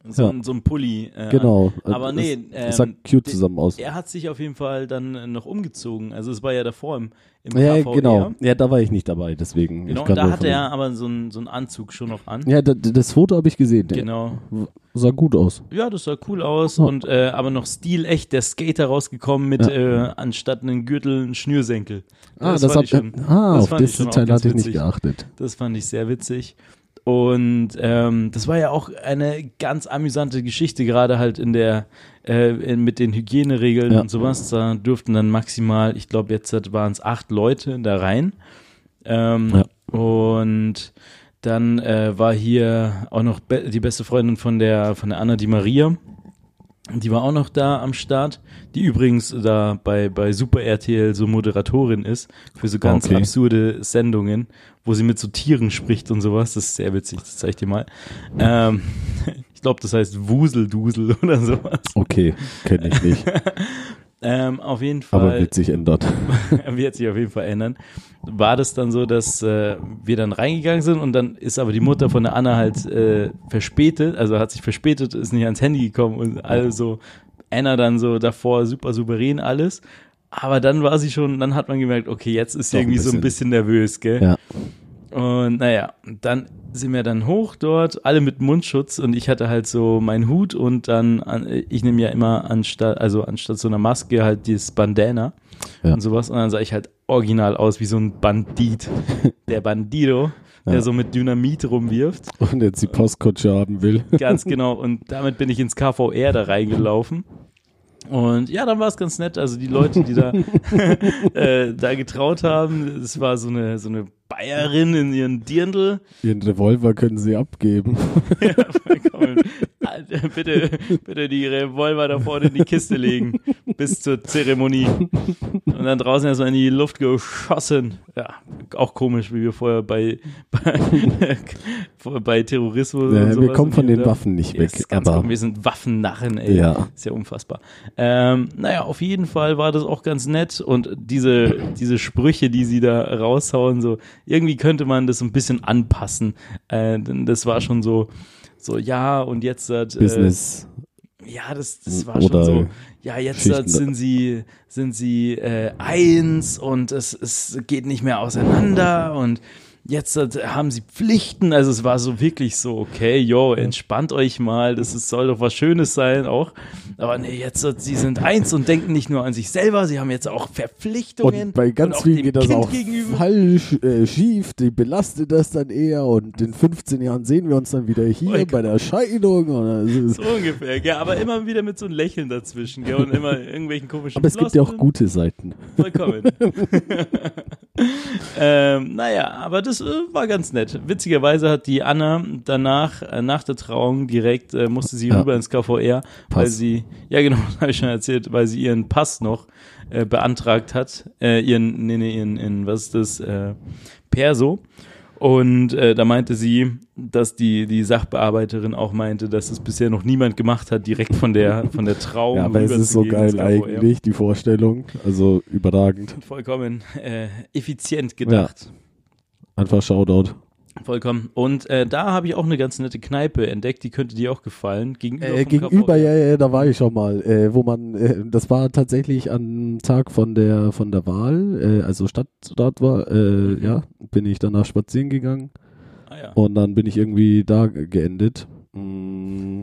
[SPEAKER 1] so,
[SPEAKER 3] ja.
[SPEAKER 1] ein, so ein Pulli. Äh,
[SPEAKER 3] genau.
[SPEAKER 1] Aber
[SPEAKER 3] Es-
[SPEAKER 1] nee,
[SPEAKER 3] es sah
[SPEAKER 1] ähm,
[SPEAKER 3] cute
[SPEAKER 1] die-
[SPEAKER 3] zusammen aus.
[SPEAKER 1] Er hat sich auf jeden Fall dann äh, noch umgezogen. Also es war ja davor im, im
[SPEAKER 3] Ja,
[SPEAKER 1] KVR.
[SPEAKER 3] genau. Ja, da war ich nicht dabei, deswegen.
[SPEAKER 1] E, Genau,
[SPEAKER 3] ich
[SPEAKER 1] und
[SPEAKER 3] kann
[SPEAKER 1] da
[SPEAKER 3] nur
[SPEAKER 1] hatte
[SPEAKER 3] von-
[SPEAKER 1] er aber so einen so einen Anzug schon noch an.
[SPEAKER 3] Ja, da, da- das Foto habe ich gesehen.
[SPEAKER 1] Genau.
[SPEAKER 3] W- Sah gut aus.
[SPEAKER 1] Ja, das sah cool aus
[SPEAKER 3] Ja.
[SPEAKER 1] und äh, aber noch stilecht der Skater rausgekommen mit
[SPEAKER 3] Ja. Ah,
[SPEAKER 1] äh, anstatt einen Gürtel einen Schnürsenkel. fand
[SPEAKER 3] hab-
[SPEAKER 1] ich schon-
[SPEAKER 3] Ah,
[SPEAKER 1] das
[SPEAKER 3] auf
[SPEAKER 1] fand ich
[SPEAKER 3] das
[SPEAKER 1] schon auch
[SPEAKER 3] Teil
[SPEAKER 1] ganz
[SPEAKER 3] hatte ich nicht
[SPEAKER 1] witzig.
[SPEAKER 3] geachtet.
[SPEAKER 1] Das fand ich sehr witzig. Und ähm, das war ja auch eine ganz amüsante Geschichte, gerade halt in der äh, in, mit den Hygieneregeln
[SPEAKER 3] Ja.
[SPEAKER 1] und sowas. Da durften dann maximal, ich glaube, jetzt waren es acht Leute da rein. Ähm, Und dann äh, war hier auch noch be die beste Freundin von der von der Anna, die Maria. Die war auch noch da am Start, die übrigens da bei, bei Super RTL so Moderatorin ist für so ganz
[SPEAKER 3] Okay.
[SPEAKER 1] absurde Sendungen, wo sie mit so Tieren spricht und sowas. Das ist sehr witzig, das zeige ich dir mal. Ähm, ich glaube, das heißt Wuseldusel oder sowas.
[SPEAKER 3] Okay, kenne ich nicht.
[SPEAKER 1] Ähm, auf jeden
[SPEAKER 3] Aber
[SPEAKER 1] Fall
[SPEAKER 3] wird sich ändert.
[SPEAKER 1] wird sich auf jeden Fall ändern. War das dann so, dass äh, wir dann reingegangen sind und dann ist aber die Mutter von der Anna halt äh, verspätet, also hat sich verspätet, ist nicht ans Handy gekommen und alle so, Anna dann so davor super souverän alles. Aber dann war sie schon, dann hat man gemerkt, okay, jetzt ist sie
[SPEAKER 3] Doch ein
[SPEAKER 1] irgendwie so ein bisschen
[SPEAKER 3] bisschen.
[SPEAKER 1] nervös, gell?
[SPEAKER 3] Ja.
[SPEAKER 1] Und naja, dann sind wir dann hoch dort, alle mit Mundschutz und ich hatte halt so meinen Hut und dann, an- ich nehme ja immer anstatt, also anstatt so einer Maske halt dieses Bandana
[SPEAKER 3] Ja.
[SPEAKER 1] und sowas und dann sah ich halt original aus wie so ein Bandit, der Bandido, der
[SPEAKER 3] Ja.
[SPEAKER 1] so mit Dynamit rumwirft,
[SPEAKER 3] Und jetzt die Postkutsche haben will.
[SPEAKER 1] ganz genau und damit bin ich ins KVR da reingelaufen. Und ja, dann war es ganz nett. Also die Leute, die da, äh, da getraut haben, es war so eine, so eine Bayerin in ihren Dirndl.
[SPEAKER 3] Ihren Revolver können sie abgeben.
[SPEAKER 1] Vollkommen. Alter, bitte, bitte die Revolver da vorne in die Kiste legen. Bis zur Zeremonie. Und dann draußen erstmal in die Luft geschossen. Ja, auch komisch, wie wir vorher bei, bei, vorher bei Terrorismus. und
[SPEAKER 3] Naja,
[SPEAKER 1] sowas
[SPEAKER 3] wir kommen von
[SPEAKER 1] und hier
[SPEAKER 3] den
[SPEAKER 1] da.
[SPEAKER 3] Waffen nicht
[SPEAKER 1] Ja,
[SPEAKER 3] weg.
[SPEAKER 1] ist ganz
[SPEAKER 3] aber
[SPEAKER 1] komisch. Wir sind Waffennarren, ey.
[SPEAKER 3] Ja.
[SPEAKER 1] Ist ja unfassbar. Ähm, naja, auf jeden Fall war das auch ganz nett und diese, diese Sprüche, die sie da raushauen, so, irgendwie könnte man das ein bisschen anpassen. Äh, denn das war schon so, so, ja, und jetzt hat, äh,
[SPEAKER 3] Business.
[SPEAKER 1] ja, das, das war
[SPEAKER 3] Hm, Oder
[SPEAKER 1] schon so. Ja, jetzt äh,
[SPEAKER 3] Schichten-
[SPEAKER 1] sind sie, sind sie äh, eins und es, es geht nicht mehr auseinander und jetzt hat- haben sie Pflichten. Also es war so wirklich so, okay, yo, entspannt euch mal, das ist, soll doch was Schönes sein auch. Aber nee, jetzt hat- sie sind eins und denken nicht nur an sich selber, sie haben jetzt auch Verpflichtungen.
[SPEAKER 3] Und bei ganz
[SPEAKER 1] auch
[SPEAKER 3] vielen
[SPEAKER 1] dem
[SPEAKER 3] geht das
[SPEAKER 1] Kind
[SPEAKER 3] auch falsch, äh, schief, die belastet das dann eher und in 15 Jahren sehen wir uns dann wieder hier
[SPEAKER 1] Voll-
[SPEAKER 3] bei der Scheidung. Oder es ist,
[SPEAKER 1] Oh So ungefähr, gell? aber immer wieder mit so einem Lächeln dazwischen gell? und immer irgendwelchen komischen
[SPEAKER 3] aber es gibt ja auch
[SPEAKER 1] Floskeln.
[SPEAKER 3] gute Seiten.
[SPEAKER 1] Vollkommen. ähm, naja, aber das äh, war ganz nett. Witzigerweise hat die Anna danach, äh, nach der Trauung direkt, äh, musste sie
[SPEAKER 3] Ja.
[SPEAKER 1] rüber ins KVR, weil
[SPEAKER 3] Pass.
[SPEAKER 1] sie, ja genau, habe ich schon erzählt, weil sie ihren Pass noch äh, beantragt hat. Äh, ihren, nee, nee, ihren, ihren, was ist das? Äh, Perso. Und äh, da meinte sie, dass die, die Sachbearbeiterin auch meinte, dass es bisher noch niemand gemacht hat, direkt von der, von der Trauung.
[SPEAKER 3] ja, aber es
[SPEAKER 1] rüber
[SPEAKER 3] ist
[SPEAKER 1] zu
[SPEAKER 3] so
[SPEAKER 1] gehen ins
[SPEAKER 3] geil
[SPEAKER 1] KVR.
[SPEAKER 3] eigentlich, die Vorstellung. Also überragend.
[SPEAKER 1] Vollkommen äh, effizient gedacht.
[SPEAKER 3] Einfach Shoutout.
[SPEAKER 1] Vollkommen. Und äh, da habe ich auch eine ganz nette Kneipe entdeckt, die könnte dir auch gefallen. Gegenüber,
[SPEAKER 3] Äh,
[SPEAKER 1] vom
[SPEAKER 3] gegenüber,
[SPEAKER 1] KVR.
[SPEAKER 3] ja, ja, da war ich schon mal, äh, wo man, äh, das war tatsächlich am Tag von der von der Wahl, äh, also Stadtrat war, äh,
[SPEAKER 1] Mhm.
[SPEAKER 3] ja, bin ich danach spazieren gegangen
[SPEAKER 1] Ah, ja.
[SPEAKER 3] und dann bin ich irgendwie da ge- geendet. Mm.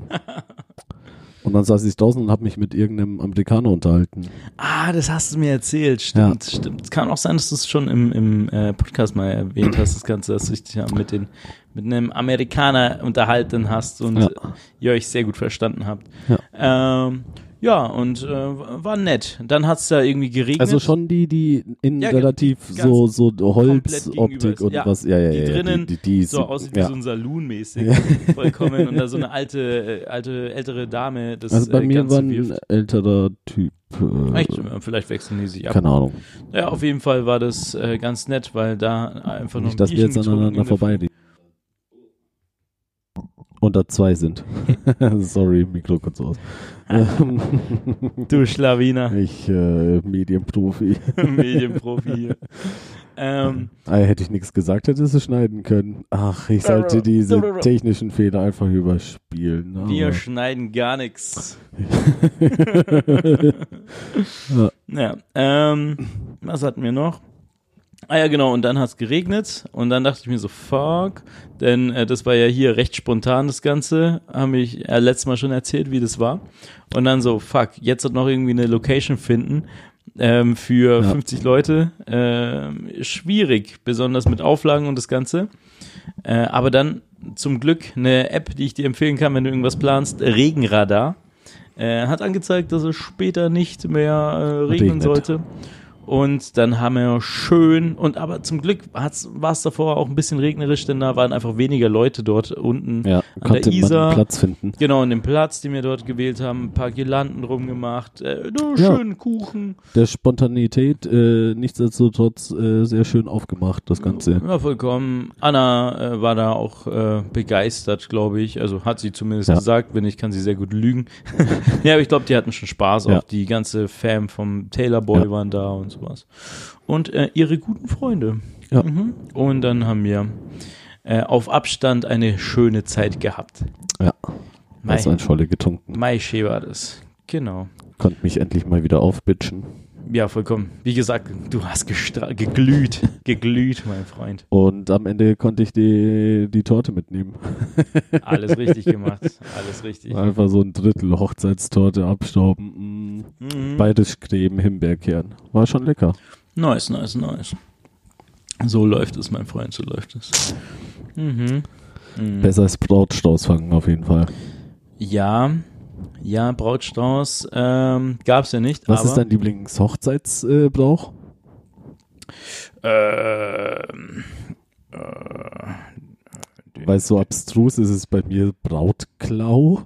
[SPEAKER 3] Und dann saß ich draußen und habe mich mit irgendeinem Amerikaner unterhalten.
[SPEAKER 1] ah, das hast du mir erzählt. Stimmt, stimmt. Es kann auch sein, dass du es schon im, im äh, Podcast mal erwähnt hast, das Ganze, dass du dich ja mit, den, mit einem Amerikaner unterhalten hast und
[SPEAKER 3] Ja.
[SPEAKER 1] äh, ihr euch sehr gut verstanden habt. Ähm, ja, und äh, war nett. Dann hat es da irgendwie geregnet.
[SPEAKER 3] Also schon die, die in
[SPEAKER 1] Ja, ge-
[SPEAKER 3] relativ
[SPEAKER 1] ganz
[SPEAKER 3] so, so
[SPEAKER 1] gegenüber ist.
[SPEAKER 3] Holzoptik und
[SPEAKER 1] Ja,
[SPEAKER 3] was, ja, ja,
[SPEAKER 1] die
[SPEAKER 3] ja.
[SPEAKER 1] drinnen
[SPEAKER 3] die, die, die
[SPEAKER 1] so aussieht wie
[SPEAKER 3] ja.
[SPEAKER 1] so ein Saloon-mäßig.
[SPEAKER 3] Ja.
[SPEAKER 1] Vollkommen. Und da so eine alte, äh, alte, ältere Dame das
[SPEAKER 3] Also bei
[SPEAKER 1] äh,
[SPEAKER 3] mir
[SPEAKER 1] Ganze
[SPEAKER 3] war ein
[SPEAKER 1] wirft.
[SPEAKER 3] älterer Typ. Äh,
[SPEAKER 1] Echt, äh, vielleicht wechseln die sich ab.
[SPEAKER 3] keine Ahnung.
[SPEAKER 1] Ja, auf jeden Fall war das äh, ganz nett, weil da einfach noch
[SPEAKER 3] Nicht, dass wir jetzt aneinander vorbeireden. Und da zwei sind. Sorry, Mikro kurz aus. Ähm,
[SPEAKER 1] Ah. Du Schlawiner,
[SPEAKER 3] ich, äh, Medienprofi.
[SPEAKER 1] Medienprofi hier. Ähm,
[SPEAKER 3] Ah, hätte ich nichts gesagt, hätte es schneiden können. Ach, ich sollte diese technischen Fehler einfach überspielen. aber-
[SPEAKER 1] wir schneiden gar nichts. Ja, ähm, was hatten wir noch? Ah ja, genau, und dann hat es geregnet und dann dachte ich mir so, fuck, denn äh, das war ja hier recht spontan das Ganze, habe ich äh, letztes Mal schon erzählt, wie das war. Und dann so, fuck, jetzt hat noch irgendwie eine Location finden ähm, für
[SPEAKER 3] Ja.
[SPEAKER 1] 50 Leute. Ähm, schwierig, besonders mit Auflagen und das Ganze. Äh, aber dann zum Glück eine App, die ich dir empfehlen kann, wenn du irgendwas planst, Regenradar. Äh, hat angezeigt, dass es später nicht mehr äh, regnen
[SPEAKER 3] Regnet.
[SPEAKER 1] sollte. Und dann haben wir schön, und aber zum Glück war es davor auch ein bisschen regnerisch, denn da waren einfach weniger Leute dort unten
[SPEAKER 3] Ja,
[SPEAKER 1] an der
[SPEAKER 3] konnte man
[SPEAKER 1] Isar.
[SPEAKER 3] einen Platz finden.
[SPEAKER 1] Genau, an dem Platz, den wir dort gewählt haben, ein paar Girlanden rumgemacht, äh, nur
[SPEAKER 3] Ja.
[SPEAKER 1] schönen Kuchen.
[SPEAKER 3] Der Spontanität äh, nichtsdestotrotz äh, sehr schön aufgemacht, das Ganze.
[SPEAKER 1] Ja, vollkommen. Anna äh, war da auch äh, begeistert, glaube ich. Also hat sie zumindest
[SPEAKER 3] Ja.
[SPEAKER 1] gesagt, wenn nicht, kann sie sehr gut lügen. ja, aber ich glaube, die hatten schon Spaß.
[SPEAKER 3] Ja.
[SPEAKER 1] Auch die ganze Fam vom Taylor Boy
[SPEAKER 3] Ja.
[SPEAKER 1] waren da und sowas. Und äh, ihre guten Freunde.
[SPEAKER 3] Ja.
[SPEAKER 1] Mhm. Und dann haben wir äh, auf Abstand eine schöne Zeit gehabt.
[SPEAKER 3] Ja.
[SPEAKER 1] Mai,
[SPEAKER 3] Hast ein Scholle getrunken.
[SPEAKER 1] Mai Shea war das. Genau.
[SPEAKER 3] Konnte mich endlich mal wieder aufbitschen.
[SPEAKER 1] Ja, vollkommen. Wie gesagt, du hast gestra- geglüht. geglüht, mein Freund.
[SPEAKER 3] Und am Ende konnte ich die, die Torte mitnehmen.
[SPEAKER 1] Alles richtig gemacht. Alles richtig.
[SPEAKER 3] Einfach so ein Drittel Hochzeitstorte abstauben. Mm.
[SPEAKER 1] Mhm.
[SPEAKER 3] Beides Creme, Himbeerkern. War schon lecker.
[SPEAKER 1] Nice, nice, nice. So läuft es, mein Freund, so läuft es. Mhm. Mhm.
[SPEAKER 3] Besser als Brautstrauß fangen auf jeden Fall.
[SPEAKER 1] Ja, ja, Brautstrauß ähm, gab es ja nicht.
[SPEAKER 3] Was
[SPEAKER 1] aber,
[SPEAKER 3] ist dein Lieblingshochzeitsbrauch? Äh, Brauch?
[SPEAKER 1] Ähm,
[SPEAKER 3] Weil so abstrus ist es bei mir Brautklau.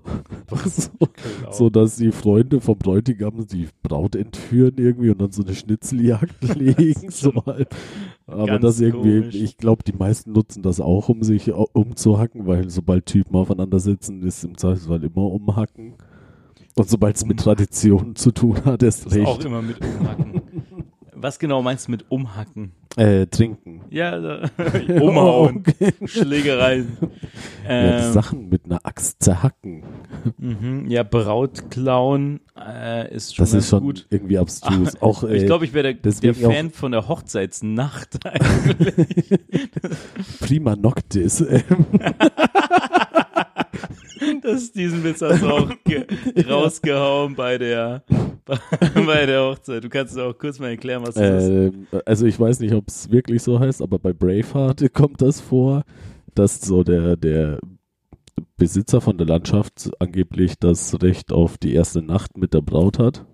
[SPEAKER 3] so, so dass die Freunde vom Bräutigam die Braut entführen irgendwie und dann so eine Schnitzeljagd legen. so halb. Aber
[SPEAKER 1] Ganz
[SPEAKER 3] das irgendwie,
[SPEAKER 1] komisch.
[SPEAKER 3] ich glaube, die meisten nutzen das auch, um sich au- umzuhacken, weil sobald Typen aufeinander sitzen, ist im Zweifelsfall immer umhacken. Und sobald es mit Tradition zu tun hat, ist
[SPEAKER 1] Mhm. das auch
[SPEAKER 3] recht.
[SPEAKER 1] immer mit umhacken. Was genau meinst du mit umhacken?
[SPEAKER 3] Äh, trinken.
[SPEAKER 1] Ja, da, umhauen,
[SPEAKER 3] Okay.
[SPEAKER 1] Schlägereien.
[SPEAKER 3] Ja, die
[SPEAKER 1] Ähm,
[SPEAKER 3] Sachen mit einer Axt zerhacken.
[SPEAKER 1] mhm, ja, Brautklauen äh, ist schon
[SPEAKER 3] Das
[SPEAKER 1] ganz
[SPEAKER 3] ist schon
[SPEAKER 1] gut.
[SPEAKER 3] irgendwie abstrus. Auch, äh,
[SPEAKER 1] ich glaube, ich wäre der, der
[SPEAKER 3] deswegen auch-
[SPEAKER 1] Fan von der Hochzeitsnacht.
[SPEAKER 3] Prima Noctis. Äh,
[SPEAKER 1] das, diesen Witz hast du auch ge- rausgehauen bei der, bei der Hochzeit. Du kannst es auch kurz mal erklären, was das ist.
[SPEAKER 3] Ähm, also ich weiß nicht, ob es wirklich so heißt, aber bei Braveheart kommt das vor, dass so der, der Besitzer von der Landschaft angeblich das Recht auf die erste Nacht mit der Braut hat.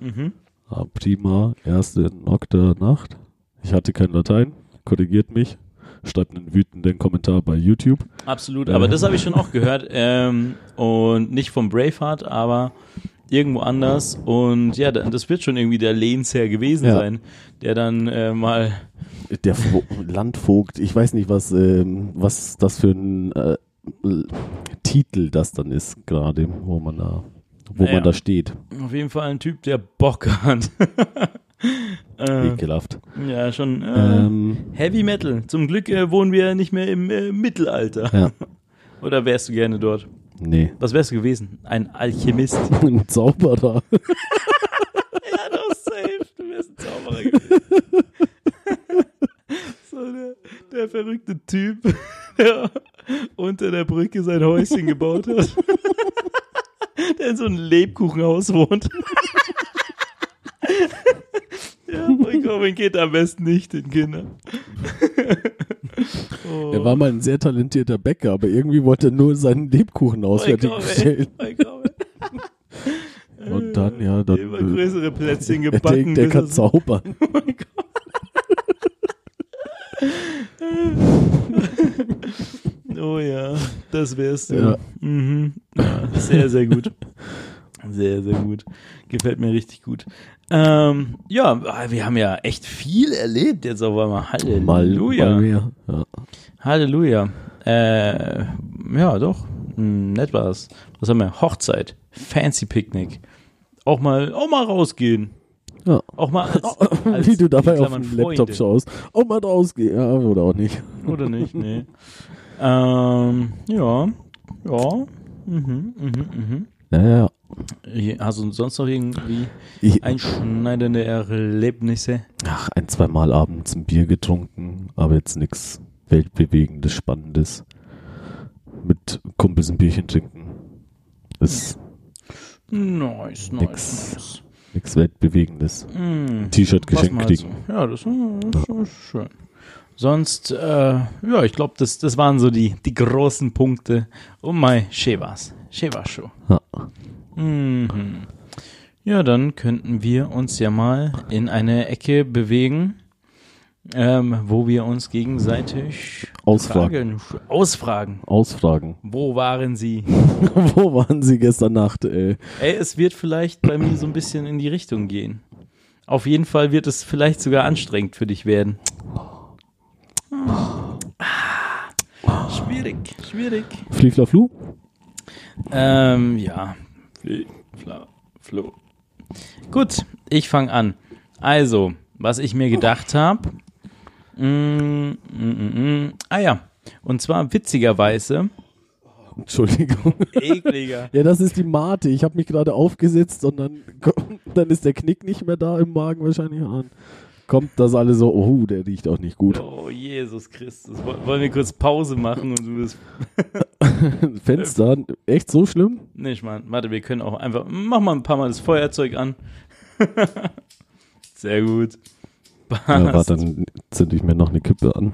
[SPEAKER 1] Mhm.
[SPEAKER 3] Ah, prima, erste Nocta Nacht. Ich hatte kein Latein, korrigiert mich. Schreibt einen wütenden Kommentar bei YouTube.
[SPEAKER 1] Absolut, aber das habe ich schon auch gehört. Ähm, und nicht vom Braveheart, aber irgendwo anders. Und ja, da- das wird schon irgendwie der Lehnsherr gewesen
[SPEAKER 3] Ja.
[SPEAKER 1] sein, der dann äh, mal
[SPEAKER 3] Der Vo Landvogt, ich weiß nicht, was, ähm, was das für ein äh, l- Titel das dann ist, gerade, wo man da, wo
[SPEAKER 1] Naja.
[SPEAKER 3] man da steht.
[SPEAKER 1] auf jeden Fall ein Typ, der Bock hat. äh,
[SPEAKER 3] Ekelhaft.
[SPEAKER 1] ja, schon. Äh,
[SPEAKER 3] Ähm,
[SPEAKER 1] Heavy Metal. Zum Glück äh, wohnen wir nicht mehr im äh, Mittelalter.
[SPEAKER 3] ja,
[SPEAKER 1] Oder wärst du gerne dort?
[SPEAKER 3] nee.
[SPEAKER 1] Was wärst du gewesen? Ein Alchemist.
[SPEAKER 3] Ein Zauberer.
[SPEAKER 1] ja, doch, safe. Du wärst ein Zauberer gewesen. so der, der verrückte Typ, der unter der Brücke sein Häuschen gebaut hat. der in so einem Lebkuchenhaus wohnt. ja, vollkommen geht am besten nicht den Kindern. oh.
[SPEAKER 3] Er war mal ein sehr talentierter Bäcker, aber irgendwie wollte er nur seinen Lebkuchen
[SPEAKER 1] Oh
[SPEAKER 3] auswärtig
[SPEAKER 1] Vollkommen,
[SPEAKER 3] bestellen.
[SPEAKER 1] vollkommen.
[SPEAKER 3] Und dann, ja, dann.
[SPEAKER 1] Immer
[SPEAKER 3] äh,
[SPEAKER 1] größere Plätzchen
[SPEAKER 3] Er
[SPEAKER 1] gebacken.
[SPEAKER 3] denkt, er
[SPEAKER 1] bis
[SPEAKER 3] kann
[SPEAKER 1] es-
[SPEAKER 3] zaubern.
[SPEAKER 1] Oh ja, das wärst du.
[SPEAKER 3] Ja.
[SPEAKER 1] Mhm. Ja, sehr, sehr gut. Sehr, sehr gut. Gefällt mir richtig gut. Ähm, ja, wir haben ja echt viel erlebt jetzt auf einmal.
[SPEAKER 3] Mal,
[SPEAKER 1] Halleluja.
[SPEAKER 3] mal mehr. Ja.
[SPEAKER 1] Halleluja. Äh, ja, doch. Hm, nett war's. Was haben wir? Hochzeit. Fancy Picknick. Auch mal, auch mal rausgehen.
[SPEAKER 3] Ja.
[SPEAKER 1] Auch mal als, als
[SPEAKER 3] Wie du dabei
[SPEAKER 1] in
[SPEAKER 3] auf
[SPEAKER 1] Klammern
[SPEAKER 3] dem
[SPEAKER 1] Freunde.
[SPEAKER 3] Laptop schaust. Oh, mal rausgehen. Ja, oder auch nicht.
[SPEAKER 1] Oder nicht, nee. ähm, ja. Ja. Mhm, mhm, mhm.
[SPEAKER 3] Ja, ja.
[SPEAKER 1] Je- Hast du sonst noch irgendwie
[SPEAKER 3] Ich,
[SPEAKER 1] einschneidende Erlebnisse?
[SPEAKER 3] Ach, ein, zweimal abends ein Bier getrunken, aber jetzt nichts weltbewegendes, spannendes. Mit Kumpels ein Bierchen trinken. Ist
[SPEAKER 1] Nice, nice,
[SPEAKER 3] Nix.
[SPEAKER 1] nice.
[SPEAKER 3] nichts weltbewegendes.
[SPEAKER 1] Mm,
[SPEAKER 3] T-Shirt
[SPEAKER 1] passt
[SPEAKER 3] geschenkt
[SPEAKER 1] mal halt so.
[SPEAKER 3] kriegen.
[SPEAKER 1] Ja, das, das ist schön. Sonst, äh, ja, ich glaube, das, das waren so die, die großen Punkte. Und mein Shevas. Shevas Show.
[SPEAKER 3] Ja.
[SPEAKER 1] Mhm. Ja, dann könnten wir uns ja mal in eine Ecke bewegen, ähm, wo wir uns gegenseitig
[SPEAKER 3] Ausfragen.
[SPEAKER 1] Fragen- ausfragen.
[SPEAKER 3] Ausfragen.
[SPEAKER 1] Wo waren Sie?
[SPEAKER 3] Wo waren Sie gestern Nacht, äh, ey?
[SPEAKER 1] Ey, es wird vielleicht bei mir so ein bisschen in die Richtung gehen. Auf jeden Fall wird es vielleicht sogar anstrengend für dich werden. Hm. Ah, Schwierig, schwierig.
[SPEAKER 3] Flieflaflu?
[SPEAKER 1] Ähm, ja. Fli- Fla- Flo. Gut, ich fange an. Also, was ich mir gedacht habe. Mm, mm, mm, mm. Ah ja. Und zwar witzigerweise.
[SPEAKER 3] Entschuldigung.
[SPEAKER 1] Ekliger.
[SPEAKER 3] Ja, das ist die Mate. Ich habe mich gerade aufgesetzt und dann, kommt- dann ist der Knick nicht mehr da im Magen wahrscheinlich an. Kommt das alle so, oh, der riecht auch nicht gut.
[SPEAKER 1] Oh, Jesus Christus. Woll- Wollen wir kurz Pause machen und du bist.
[SPEAKER 3] Fenster, echt so schlimm?
[SPEAKER 1] Nee, ich meine, warte, wir können auch einfach. Mach mal ein paar Mal das Feuerzeug an. Sehr gut.
[SPEAKER 3] Ja, warte, dann zünd ich mir noch eine Kippe an.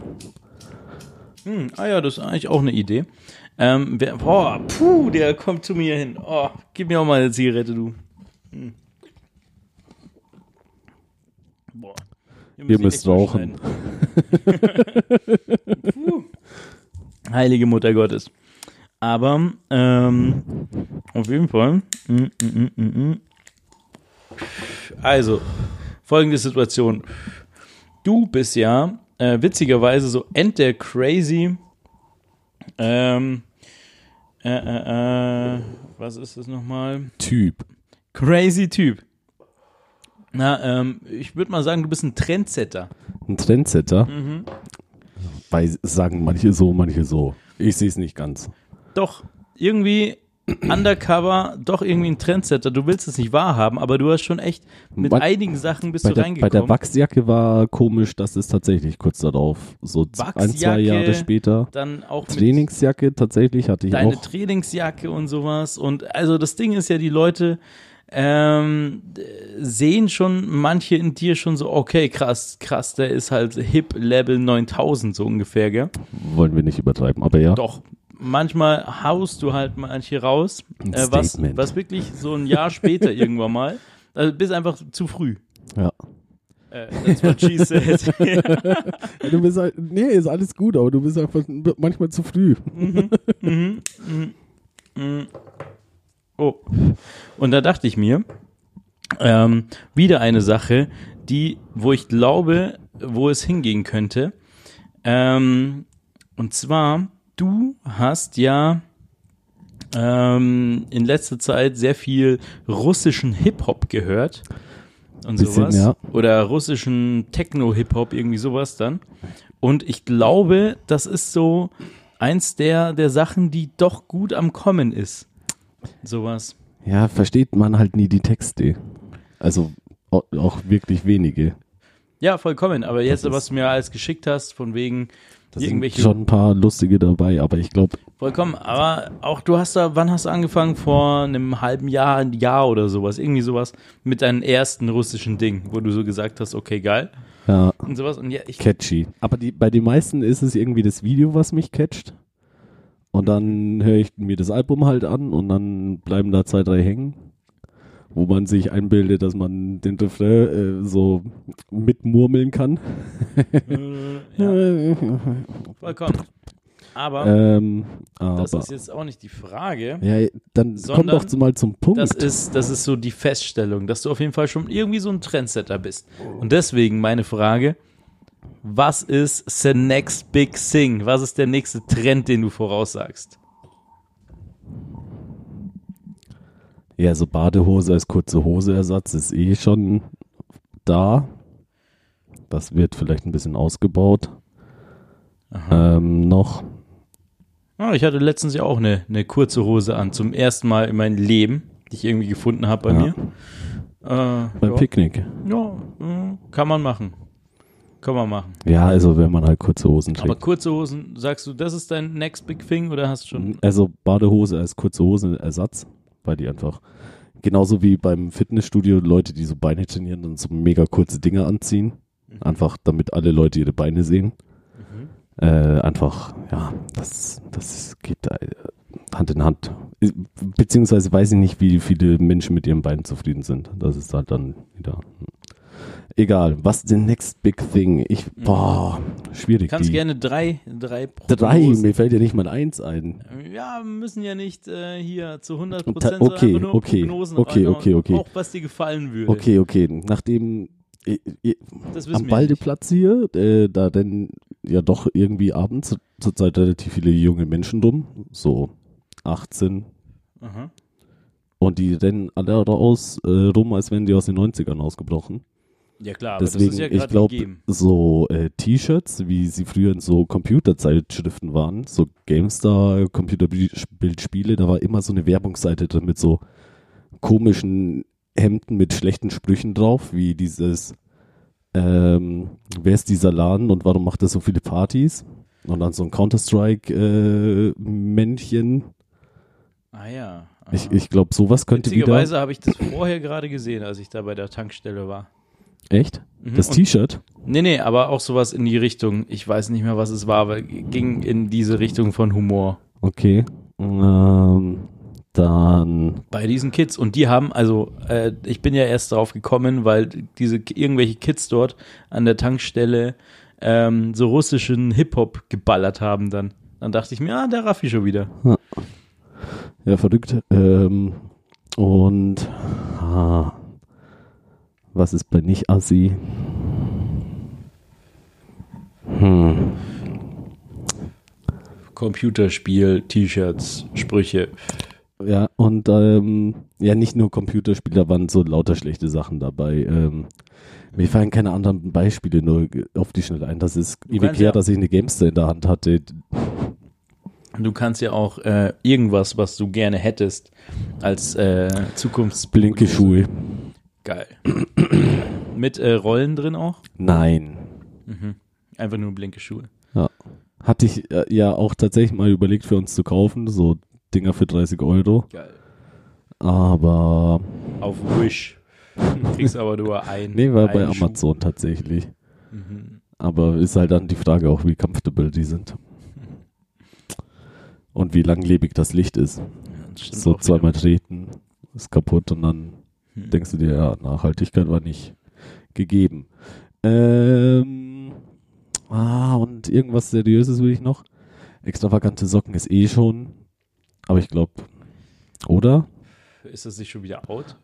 [SPEAKER 1] Hm, ah ja, das ist eigentlich auch eine Idee. Ähm, wer, boah, puh, der kommt zu mir hin. Oh, gib mir auch mal eine Zigarette, du. Hm. Boah.
[SPEAKER 3] Ihr
[SPEAKER 1] die
[SPEAKER 3] müsst
[SPEAKER 1] echt mal
[SPEAKER 3] rauchen.
[SPEAKER 1] schneiden. Puh. Heilige Mutter Gottes. Aber, ähm, auf jeden Fall. Mm, mm, mm, mm, mm. Also, folgende Situation. Du bist ja äh, witzigerweise so end der crazy. Ähm, äh, äh, äh, was ist das nochmal?
[SPEAKER 3] Typ.
[SPEAKER 1] Crazy Typ. Na, ähm, ich würde mal sagen, du bist ein Trendsetter.
[SPEAKER 3] Ein Trendsetter?
[SPEAKER 1] Mhm.
[SPEAKER 3] Weil sagen manche so, manche so. Ich sehe es nicht ganz.
[SPEAKER 1] Doch, irgendwie undercover, doch irgendwie ein Trendsetter. Du willst es nicht wahrhaben, aber du hast schon echt mit
[SPEAKER 3] Bei-
[SPEAKER 1] einigen Sachen bist
[SPEAKER 3] Bei
[SPEAKER 1] du
[SPEAKER 3] der, bei
[SPEAKER 1] reingekommen.
[SPEAKER 3] der Wachsjacke war komisch, dass es tatsächlich kurz darauf, so z- ein, zwei
[SPEAKER 1] Wachsjacke,
[SPEAKER 3] Jahre später.
[SPEAKER 1] Dann auch mit
[SPEAKER 3] Trainingsjacke tatsächlich hatte ich
[SPEAKER 1] deine
[SPEAKER 3] auch.
[SPEAKER 1] Trainingsjacke und sowas. Und also das Ding ist ja, die Leute ähm, d- sehen schon manche in dir schon so, okay, krass, krass, der ist halt Hip Level 9000 so ungefähr, gell?
[SPEAKER 3] Wollen wir nicht übertreiben, aber ja.
[SPEAKER 1] Doch. Manchmal haust du halt manche raus,
[SPEAKER 3] Ein
[SPEAKER 1] äh, was,
[SPEAKER 3] Statement.
[SPEAKER 1] was wirklich so ein Jahr später irgendwann mal, also bist einfach zu früh.
[SPEAKER 3] Ja.
[SPEAKER 1] Äh, that's what she said.
[SPEAKER 3] Du bist halt, nee, ist alles gut, aber du bist einfach manchmal zu früh.
[SPEAKER 1] Oh. Und da dachte ich mir, ähm, wieder eine Sache, die, wo ich glaube, wo es hingehen könnte. Ähm, und zwar, du hast ja ähm, in letzter Zeit sehr viel russischen Hip-Hop gehört. Und
[SPEAKER 3] Bisschen,
[SPEAKER 1] sowas.
[SPEAKER 3] ja.
[SPEAKER 1] Oder russischen Techno-Hip-Hop, irgendwie sowas dann. Und ich glaube, das ist so eins der, der Sachen, die doch gut am Kommen ist. Sowas.
[SPEAKER 3] Ja, versteht man halt nie die Texte. Also au- auch wirklich wenige.
[SPEAKER 1] Ja, vollkommen. Aber jetzt,
[SPEAKER 3] ist-
[SPEAKER 1] was du mir alles geschickt hast, von wegen
[SPEAKER 3] Da sind
[SPEAKER 1] irgendwelche.
[SPEAKER 3] schon ein paar lustige dabei, aber ich glaube,
[SPEAKER 1] Vollkommen. Aber auch du hast da, wann hast du angefangen? Vor einem halben Jahr, ein Jahr oder sowas. Irgendwie sowas mit deinem ersten russischen Ding, wo du so gesagt hast, okay, geil.
[SPEAKER 3] ja,
[SPEAKER 1] Und sowas. Und ja, ich.
[SPEAKER 3] catchy. Aber die, bei den meisten ist es irgendwie das Video, was mich catcht. Und dann höre ich mir das Album halt an und dann bleiben da zwei, drei hängen. Wo man sich einbildet, dass man den Refrain äh, so mitmurmeln kann.
[SPEAKER 1] Äh, Ja, vollkommen. Aber
[SPEAKER 3] Ähm, aber,
[SPEAKER 1] das ist jetzt auch nicht die Frage.
[SPEAKER 3] ja, dann komm
[SPEAKER 1] Sondern
[SPEAKER 3] doch zu- mal zum Punkt.
[SPEAKER 1] Das ist, das ist so die Feststellung, dass du auf jeden Fall schon irgendwie so ein Trendsetter bist. Und deswegen meine Frage: Was ist the next big thing? Was ist der nächste Trend, den du voraussagst?
[SPEAKER 3] ja, so Badehose als kurze Hoseersatz ist eh schon da. Das wird vielleicht ein bisschen ausgebaut. Ähm, noch.
[SPEAKER 1] Ah, ich hatte letztens ja auch eine, eine kurze Hose an, zum ersten Mal in meinem Leben, die ich irgendwie gefunden habe bei
[SPEAKER 3] Ja.
[SPEAKER 1] mir. Äh,
[SPEAKER 3] Beim
[SPEAKER 1] ja.
[SPEAKER 3] Picknick.
[SPEAKER 1] Ja, mm, kann man machen. Kann man machen.
[SPEAKER 3] Ja, also wenn man halt kurze Hosen
[SPEAKER 1] Aber
[SPEAKER 3] trägt.
[SPEAKER 1] kurze Hosen, sagst du, das ist dein next big thing oder hast du schon.
[SPEAKER 3] Also Badehose als kurze Hosenersatz, weil die einfach. Genauso wie beim Fitnessstudio Leute, die so Beine trainieren und so mega kurze Dinge anziehen.
[SPEAKER 1] Mhm.
[SPEAKER 3] Einfach damit alle Leute ihre
[SPEAKER 1] Mhm.
[SPEAKER 3] Beine sehen. Äh, einfach, ja, das, das geht äh, Hand in Hand. Beziehungsweise weiß ich nicht, wie viele Menschen mit ihren Beinen zufrieden sind. Das ist halt dann wieder. Egal, was the next big thing? Ich, boah, schwierig.
[SPEAKER 1] Mhm. Kannst
[SPEAKER 3] die.
[SPEAKER 1] gerne drei, drei
[SPEAKER 3] Drei,
[SPEAKER 1] Prognosen.
[SPEAKER 3] mir fällt ja nicht mal eins ein.
[SPEAKER 1] Ja, müssen ja nicht äh, hier zu 100
[SPEAKER 3] Und ta-
[SPEAKER 1] Prozent,
[SPEAKER 3] okay, okay,
[SPEAKER 1] Prognosen
[SPEAKER 3] okay,
[SPEAKER 1] reinhauen,
[SPEAKER 3] okay, okay.
[SPEAKER 1] auch was dir gefallen würde.
[SPEAKER 3] Okay, okay, nachdem äh, äh,
[SPEAKER 1] Das wissen
[SPEAKER 3] am
[SPEAKER 1] wir nicht.
[SPEAKER 3] Waldeplatz hier, äh, da denn ja doch irgendwie abends zurzeit relativ viele junge Menschen rum, so 18,
[SPEAKER 1] Aha.
[SPEAKER 3] Und die rennen alle raus äh, rum, als wären die aus den 90ern ausgebrochen.
[SPEAKER 1] Ja klar, aber
[SPEAKER 3] Deswegen,
[SPEAKER 1] das ist ja
[SPEAKER 3] ich
[SPEAKER 1] gerade
[SPEAKER 3] glaube,
[SPEAKER 1] gegeben.
[SPEAKER 3] so äh, T-Shirts, wie sie früher in so Computerzeitschriften waren, so GameStar, Computerbildspiele, da war immer so eine Werbungsseite drin mit so komischen Hemden mit schlechten Sprüchen drauf, wie dieses ähm, Wer ist dieser Laden und warum macht er so viele Partys? Und dann so ein äh, Counter-Strike-Männchen.
[SPEAKER 1] Ah ja. aha.
[SPEAKER 3] ich ich glaube, sowas könnte wieder...
[SPEAKER 1] Witzigerweise habe ich das vorher gerade gesehen, als ich da bei der Tankstelle war.
[SPEAKER 3] Echt?
[SPEAKER 1] Mhm.
[SPEAKER 3] Das
[SPEAKER 1] Und-
[SPEAKER 3] T-Shirt?
[SPEAKER 1] Nee, nee, aber auch sowas in die Richtung. Ich weiß nicht mehr, was es war, aber ging in diese Richtung von Humor.
[SPEAKER 3] Okay. Ähm, dann.
[SPEAKER 1] Bei diesen Kids. Und die haben, also, äh, ich bin ja erst drauf gekommen, weil diese K- irgendwelche Kids dort an der Tankstelle ähm, so russischen Hip-Hop geballert haben dann. Dann dachte ich mir, ah, der Raffi schon wieder.
[SPEAKER 3] Ja, verrückt. Ähm, und. Ah, was ist bei nicht Assi? Hm.
[SPEAKER 1] Computerspiel, T-Shirts, Sprüche.
[SPEAKER 3] Ja, und ähm, ja, nicht nur Computerspieler waren so lauter schlechte Sachen dabei. Ähm, mir fallen keine anderen Beispiele nur auf die Schnelle ein. Das ist ewig
[SPEAKER 1] kannst
[SPEAKER 3] her,
[SPEAKER 1] ja-
[SPEAKER 3] dass ich eine Gamester in der Hand hatte.
[SPEAKER 1] Du kannst ja auch äh, irgendwas, was du gerne hättest, als äh, Zukunftsprognose.
[SPEAKER 3] Blinke Schuhe.
[SPEAKER 1] Geil. Mit äh, Rollen drin auch?
[SPEAKER 3] Nein. Mhm.
[SPEAKER 1] Einfach nur blinke Schuhe.
[SPEAKER 3] Ja. Hatte ich äh, ja auch tatsächlich mal überlegt, für uns zu kaufen, so Dinger für 30 Euro.
[SPEAKER 1] Geil.
[SPEAKER 3] Aber
[SPEAKER 1] Auf Wish. Kriegst aber nur ein. Mhm.
[SPEAKER 3] nee, war
[SPEAKER 1] ein
[SPEAKER 3] bei
[SPEAKER 1] Schuh.
[SPEAKER 3] Amazon tatsächlich. Aber ist halt dann die Frage auch, wie comfortable die sind. Und wie langlebig das Licht ist.
[SPEAKER 1] Das stimmt
[SPEAKER 3] So
[SPEAKER 1] auch
[SPEAKER 3] zweimal treten, ist kaputt und dann
[SPEAKER 1] Hm.
[SPEAKER 3] denkst du dir, ja, Nachhaltigkeit war nicht gegeben. Ähm, ah, und irgendwas Seriöses will ich noch. Extravagante Socken ist eh schon, aber ich glaube, oder?
[SPEAKER 1] wieder. Ist das nicht schon wieder out?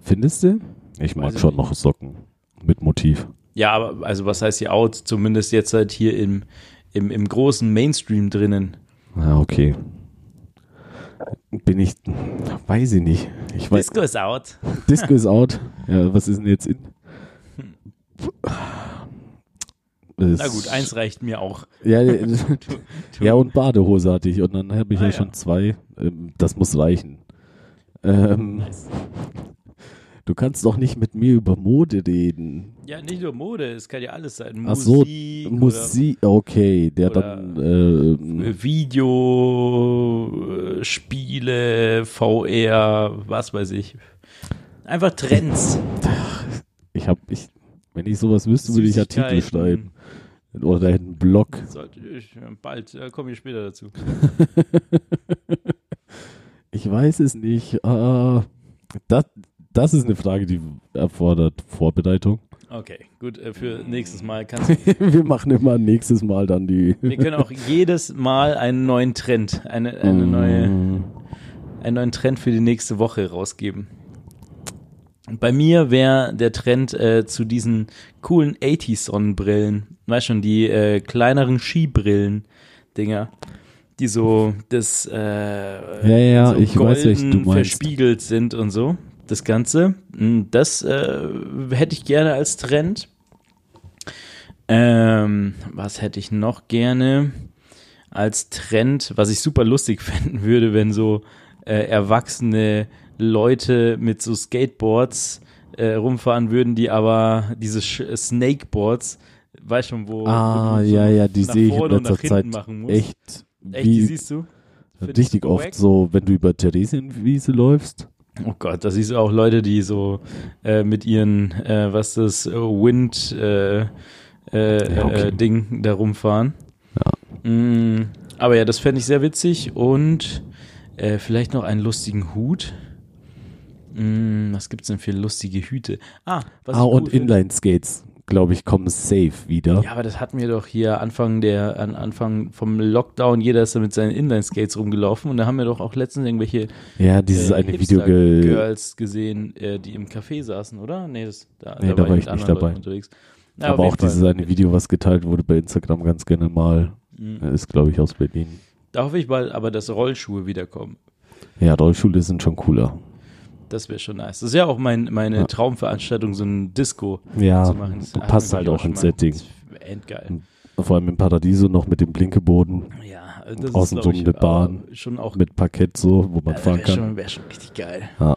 [SPEAKER 3] Findest du? Ich mag
[SPEAKER 1] ich
[SPEAKER 3] schon
[SPEAKER 1] nicht.
[SPEAKER 3] noch Socken mit Motiv.
[SPEAKER 1] Ja, aber also was heißt hier out? Zumindest jetzt halt hier im, im, im großen Mainstream drinnen.
[SPEAKER 3] Ja, Ah, okay. Bin ich, weiß ich nicht. Ich weiß,
[SPEAKER 1] Disco ist out.
[SPEAKER 3] Disco ist out. Ja, was ist denn jetzt in?
[SPEAKER 1] Hm. Na gut, eins reicht mir auch.
[SPEAKER 3] Ja, ja, und Badehose hatte ich. Und dann habe ich
[SPEAKER 1] Ah,
[SPEAKER 3] ja,
[SPEAKER 1] ja.
[SPEAKER 3] schon zwei. Ähm, Das muss reichen. Ähm,
[SPEAKER 1] Nice.
[SPEAKER 3] Du kannst doch nicht mit mir über Mode reden.
[SPEAKER 1] Ja, nicht nur Mode, es kann ja alles sein.
[SPEAKER 3] Ach so,
[SPEAKER 1] Musik,
[SPEAKER 3] Musik, okay, der
[SPEAKER 1] oder-
[SPEAKER 3] dann ähm,
[SPEAKER 1] Oder Video, äh, Spiele, VR, was weiß ich. Einfach Trends.
[SPEAKER 3] ich habe ich wenn ich sowas wüsste, würde ich Artikel
[SPEAKER 1] Süßigkeiten.
[SPEAKER 3] schreiben oder einen Blog.
[SPEAKER 1] Sollte ich, äh, bald, äh, komme ich später dazu.
[SPEAKER 3] Ich weiß es nicht. Ah, das, das ist eine Frage, die erfordert Vorbereitung.
[SPEAKER 1] Okay, gut, äh, für nächstes Mal kannst du.
[SPEAKER 3] Wir machen immer nächstes Mal dann die
[SPEAKER 1] Wir können auch jedes Mal einen neuen Trend, eine,
[SPEAKER 3] Mm.
[SPEAKER 1] eine neue, einen neuen Trend für die nächste Woche rausgeben. Und Bei mir wäre der Trend äh, zu diesen coolen 80-Sonnenbrillen. Weißt schon, die äh, kleineren Skibrillen-Dinger, die so das äh,
[SPEAKER 3] Ja, ja,
[SPEAKER 1] so
[SPEAKER 3] ich weiß, welche du
[SPEAKER 1] golden
[SPEAKER 3] meinst.
[SPEAKER 1] verspiegelt sind und so. Das Ganze, mh, das äh, hätte ich gerne als Trend. Ähm, was hätte ich noch gerne als Trend, was ich super lustig finden würde, wenn so äh, erwachsene Leute mit so Skateboards äh, rumfahren würden, die aber diese Sch Snakeboards, weißt schon, wo, wo
[SPEAKER 3] Ah,
[SPEAKER 1] du so
[SPEAKER 3] ja, ja, die
[SPEAKER 1] nach
[SPEAKER 3] sehe ich in
[SPEAKER 1] vorne und
[SPEAKER 3] letzter
[SPEAKER 1] nach
[SPEAKER 3] Zeit
[SPEAKER 1] hinten machen musst.
[SPEAKER 3] echt,
[SPEAKER 1] Echt, die
[SPEAKER 3] wie,
[SPEAKER 1] siehst du? Findest
[SPEAKER 3] richtig
[SPEAKER 1] du
[SPEAKER 3] oft
[SPEAKER 1] wack?
[SPEAKER 3] so, wenn du über Theresienwiese läufst.
[SPEAKER 1] Oh Gott, da siehst du auch Leute, die so äh, mit ihren, äh, was das, äh, Wind äh, äh,
[SPEAKER 3] Ja, okay.
[SPEAKER 1] äh, Ding da rumfahren.
[SPEAKER 3] Ja.
[SPEAKER 1] Mm, aber ja, das fände ich sehr witzig und Äh, vielleicht noch einen lustigen Hut. Mm, was gibt's denn für lustige Hüte? Ah, was
[SPEAKER 3] ah,
[SPEAKER 1] ich
[SPEAKER 3] und
[SPEAKER 1] cool finde-
[SPEAKER 3] Inline-Skates, glaube ich, kommen safe wieder.
[SPEAKER 1] Ja, aber das hatten wir doch hier Anfang der, an Anfang vom Lockdown, jeder ist da mit seinen Inline-Skates rumgelaufen und da haben wir doch auch letztens irgendwelche
[SPEAKER 3] Ja, dieses
[SPEAKER 1] äh,
[SPEAKER 3] eine Video ge
[SPEAKER 1] Hipster-Girls gesehen, äh, die im Café saßen, oder? Nee, das, da,
[SPEAKER 3] Nee, da war
[SPEAKER 1] mit
[SPEAKER 3] ich nicht
[SPEAKER 1] anderen
[SPEAKER 3] dabei.
[SPEAKER 1] Leuten unterwegs. Ja,
[SPEAKER 3] aber
[SPEAKER 1] auf jeden
[SPEAKER 3] auch
[SPEAKER 1] Fall.
[SPEAKER 3] dieses eine Video, was geteilt wurde bei Instagram ganz gerne mal.
[SPEAKER 1] Mhm.
[SPEAKER 3] Ist, glaube ich, aus Berlin.
[SPEAKER 1] Da hoffe ich bald aber, dass Rollschuhe wiederkommen.
[SPEAKER 3] Ja, Rollschule sind schon cooler.
[SPEAKER 1] Das wäre schon nice. Das ist ja auch mein, meine
[SPEAKER 3] Ja.
[SPEAKER 1] Traumveranstaltung, so ein Disco
[SPEAKER 3] Ja,
[SPEAKER 1] zu machen. Das hat
[SPEAKER 3] passt
[SPEAKER 1] mir
[SPEAKER 3] halt
[SPEAKER 1] Bock
[SPEAKER 3] auch ins
[SPEAKER 1] gemacht.
[SPEAKER 3] Setting.
[SPEAKER 1] Das wär Endgeil.
[SPEAKER 3] Vor allem im Paradiso noch mit dem Blinkeboden,
[SPEAKER 1] Ja, das
[SPEAKER 3] Außen
[SPEAKER 1] ist,
[SPEAKER 3] so
[SPEAKER 1] glaub ich,
[SPEAKER 3] eine Bahn.
[SPEAKER 1] aber schon auch
[SPEAKER 3] mit Parkett so, wo man
[SPEAKER 1] Also
[SPEAKER 3] fahren
[SPEAKER 1] wär
[SPEAKER 3] kann.
[SPEAKER 1] schon, wär schon richtig geil.
[SPEAKER 3] Ja.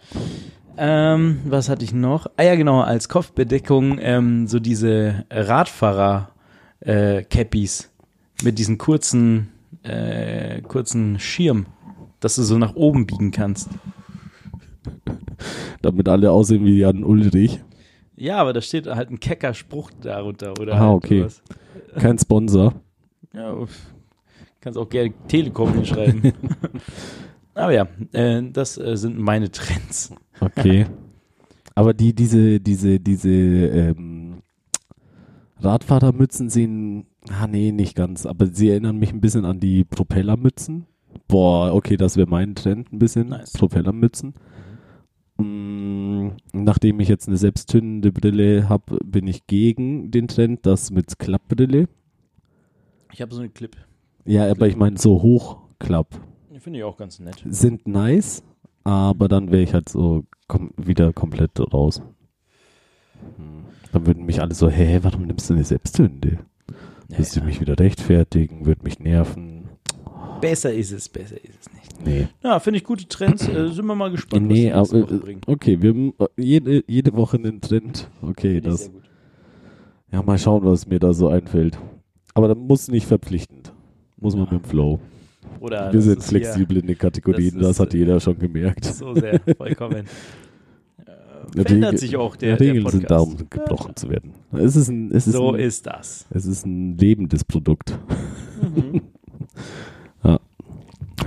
[SPEAKER 1] Ähm, was hatte ich noch? Ah ja, genau, als Kopfbedeckung ähm, so diese Radfahrer-Cappies äh, mit diesen kurzen, äh, kurzen Schirm, dass du so nach oben biegen kannst.
[SPEAKER 3] Damit alle aussehen wie Jan Ulrich.
[SPEAKER 1] Ja, aber da steht halt ein kecker Spruch darunter. Oder
[SPEAKER 3] Ah,
[SPEAKER 1] halt
[SPEAKER 3] okay.
[SPEAKER 1] sowas.
[SPEAKER 3] Kein Sponsor.
[SPEAKER 1] Ja, uff. kannst auch gerne Telekom hinschreiben. aber ja, äh, das äh, sind meine Trends.
[SPEAKER 3] Okay. Aber die, diese, diese, diese ähm, Radfahrermützen sehen, ah nee, nicht ganz, aber sie erinnern mich ein bisschen an die Propellermützen. Boah, okay, das wäre mein Trend ein bisschen.
[SPEAKER 1] Nice.
[SPEAKER 3] Propellermützen. Mm, Nachdem ich jetzt eine selbsttönende Brille habe, bin ich gegen den Trend, das mit Klappbrille.
[SPEAKER 1] Ich habe so einen Clip.
[SPEAKER 3] Ja, aber ich meine, so Hochklapp
[SPEAKER 1] Den Finde ich auch ganz nett.
[SPEAKER 3] sind nice, aber dann wäre ich halt so kom wieder komplett raus. Hm. Dann würden mich alle so, hä, warum nimmst du eine Selbstsünde? Müsste ich mich wieder rechtfertigen, würde mich nerven.
[SPEAKER 1] Besser ist es, besser ist es nicht.
[SPEAKER 3] Nee.
[SPEAKER 1] Ja, finde ich gute Trends. Äh, sind wir mal gespannt,
[SPEAKER 3] nee,
[SPEAKER 1] was die nächste
[SPEAKER 3] aber, äh,
[SPEAKER 1] Woche bringen.
[SPEAKER 3] okay, wir haben jede, jede Woche einen Trend. Okay,
[SPEAKER 1] Finde ich sehr
[SPEAKER 3] das.
[SPEAKER 1] gut.
[SPEAKER 3] Ja, mal schauen, was mir da so einfällt. Aber dann muss nicht verpflichtend. Muss man
[SPEAKER 1] Ja.
[SPEAKER 3] mit dem Flow.
[SPEAKER 1] Oder
[SPEAKER 3] wir
[SPEAKER 1] das
[SPEAKER 3] sind
[SPEAKER 1] ist
[SPEAKER 3] flexibel in den Kategorien,
[SPEAKER 1] das
[SPEAKER 3] das,
[SPEAKER 1] ist,
[SPEAKER 3] hat
[SPEAKER 1] äh,
[SPEAKER 3] jeder schon gemerkt.
[SPEAKER 1] Hier so sehr, vollkommen. Äh,
[SPEAKER 3] Regel-
[SPEAKER 1] verändert sich auch der, der
[SPEAKER 3] Regeln
[SPEAKER 1] Podcast.
[SPEAKER 3] sind da, um gebrochen zu werden. Es ist ein, es ist
[SPEAKER 1] So
[SPEAKER 3] ein,
[SPEAKER 1] ist das.
[SPEAKER 3] Es ist ein lebendes Produkt.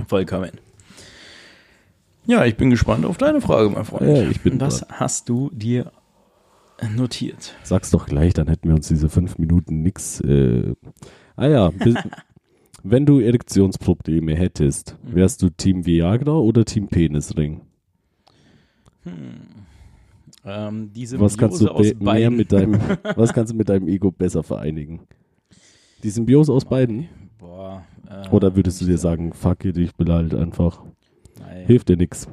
[SPEAKER 1] Vollkommen. Ja, ich bin gespannt auf deine Frage, mein Freund.
[SPEAKER 3] Ja, ich bin
[SPEAKER 1] Was hast du dir notiert?
[SPEAKER 3] Sag's doch gleich, dann hätten wir uns diese fünf Minuten nix. Äh, ah ja, bis, wenn du Erektionsprobleme hättest, wärst du Team Viagra oder Team Penisring?
[SPEAKER 1] Ähm, diese
[SPEAKER 3] Was kannst du
[SPEAKER 1] Symbiose aus
[SPEAKER 3] be- mehr
[SPEAKER 1] beiden.
[SPEAKER 3] mit deinem, was kannst du mit deinem Ego besser vereinigen? Die Symbiose aus beiden?
[SPEAKER 1] Boah, äh,
[SPEAKER 3] Oder würdest du dir sagen, fuck it, ich bin halt einfach,
[SPEAKER 1] nein.
[SPEAKER 3] hilft dir nix?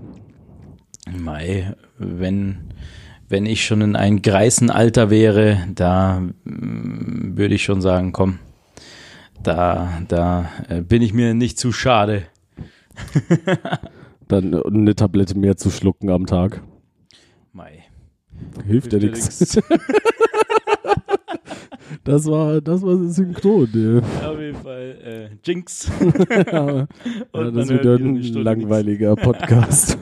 [SPEAKER 1] Mei, wenn, wenn ich schon in einem greisen Alter wäre, da mm, würde ich schon sagen, komm, da, da äh, bin ich mir nicht zu schade.
[SPEAKER 3] Dann eine Tablette mehr zu schlucken am Tag,
[SPEAKER 1] Mei.
[SPEAKER 3] hilft dir nix. Das war, das war synchron. ja.
[SPEAKER 1] Auf jeden Fall äh, Jinx.
[SPEAKER 3] Ja,
[SPEAKER 1] dann hört
[SPEAKER 3] das wird
[SPEAKER 1] ihr eine
[SPEAKER 3] ein
[SPEAKER 1] Stunde
[SPEAKER 3] langweiliger Podcast.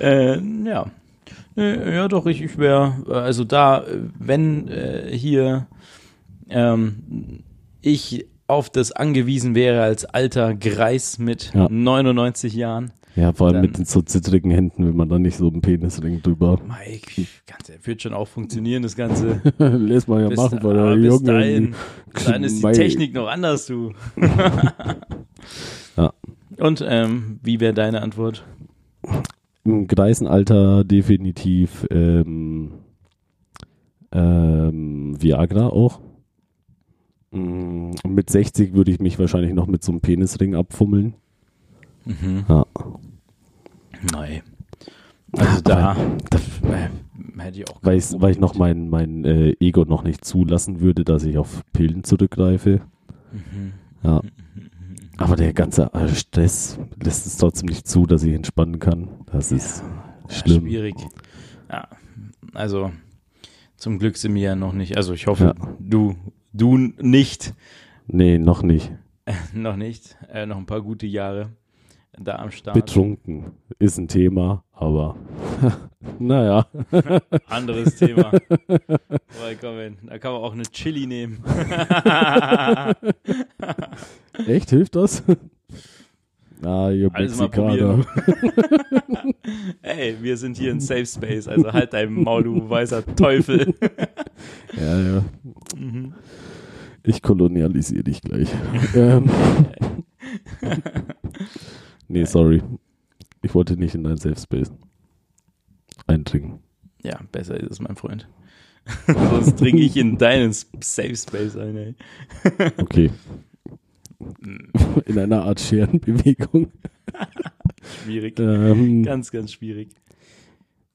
[SPEAKER 1] Äh, ja. Äh, Ja, doch, ich, ich wäre, also da, äh, wenn äh, hier ähm, ich auf das angewiesen wäre als alter Greis mit
[SPEAKER 3] Ja.
[SPEAKER 1] 99 Jahren,
[SPEAKER 3] ja, vor allem mit
[SPEAKER 1] Dann-
[SPEAKER 3] den so zittrigen händen, wenn man da nicht so einen Penisring drüber.
[SPEAKER 1] Mike, ganz, wird schon auch funktionieren, das Ganze.
[SPEAKER 3] Lässt man ja
[SPEAKER 1] Bis
[SPEAKER 3] machen, weil
[SPEAKER 1] da-
[SPEAKER 3] der
[SPEAKER 1] bis
[SPEAKER 3] Junge.
[SPEAKER 1] dahin, bis dahin ist die
[SPEAKER 3] Mei.
[SPEAKER 1] Technik noch anders, du.
[SPEAKER 3] Ja.
[SPEAKER 1] Und ähm, wie wäre deine Antwort?
[SPEAKER 3] Im Greisenalter definitiv ähm, ähm, Viagra auch. Mm, Und mit 60 würde ich mich wahrscheinlich noch mit so einem Penisring abfummeln. Ja.
[SPEAKER 1] Nein. Also da, äh, hätte ich auch
[SPEAKER 3] Weil, ich- weil ich noch mein, mein äh, Ego noch nicht zulassen würde, dass ich auf Pillen zurückgreife.
[SPEAKER 1] Mhm.
[SPEAKER 3] Ja. Aber der ganze äh, Stress lässt es trotzdem nicht zu, dass ich entspannen kann. Das ist schlimm.
[SPEAKER 1] schwierig. Ja, also zum Glück sind wir ja noch nicht, also ich hoffe,
[SPEAKER 3] Ja.
[SPEAKER 1] du, du nicht,
[SPEAKER 3] Nee, noch nicht.
[SPEAKER 1] noch nicht, äh, noch ein paar gute Jahre da am Start.
[SPEAKER 3] Betrunken ist ein Thema, aber naja.
[SPEAKER 1] Anderes Thema. Willkommen. Da kann man auch eine Chili nehmen.
[SPEAKER 3] Echt, hilft das? Ah, ihr
[SPEAKER 1] Alles mal
[SPEAKER 3] Mexikaner.
[SPEAKER 1] Ey, wir sind hier in Safe Space, also halt dein Maul, du weißer Teufel.
[SPEAKER 3] Ja, ja.
[SPEAKER 1] Mhm.
[SPEAKER 3] Ich kolonialisiere dich gleich. ähm. nee, sorry. Ich wollte nicht in dein Safe Space eindringen.
[SPEAKER 1] Ja, besser ist es, mein Freund. Sonst trinke ich in deinen Safe Space ein, ey.
[SPEAKER 3] Okay. In einer Art Scherenbewegung.
[SPEAKER 1] Schwierig.
[SPEAKER 3] Ähm,
[SPEAKER 1] Ganz, ganz schwierig.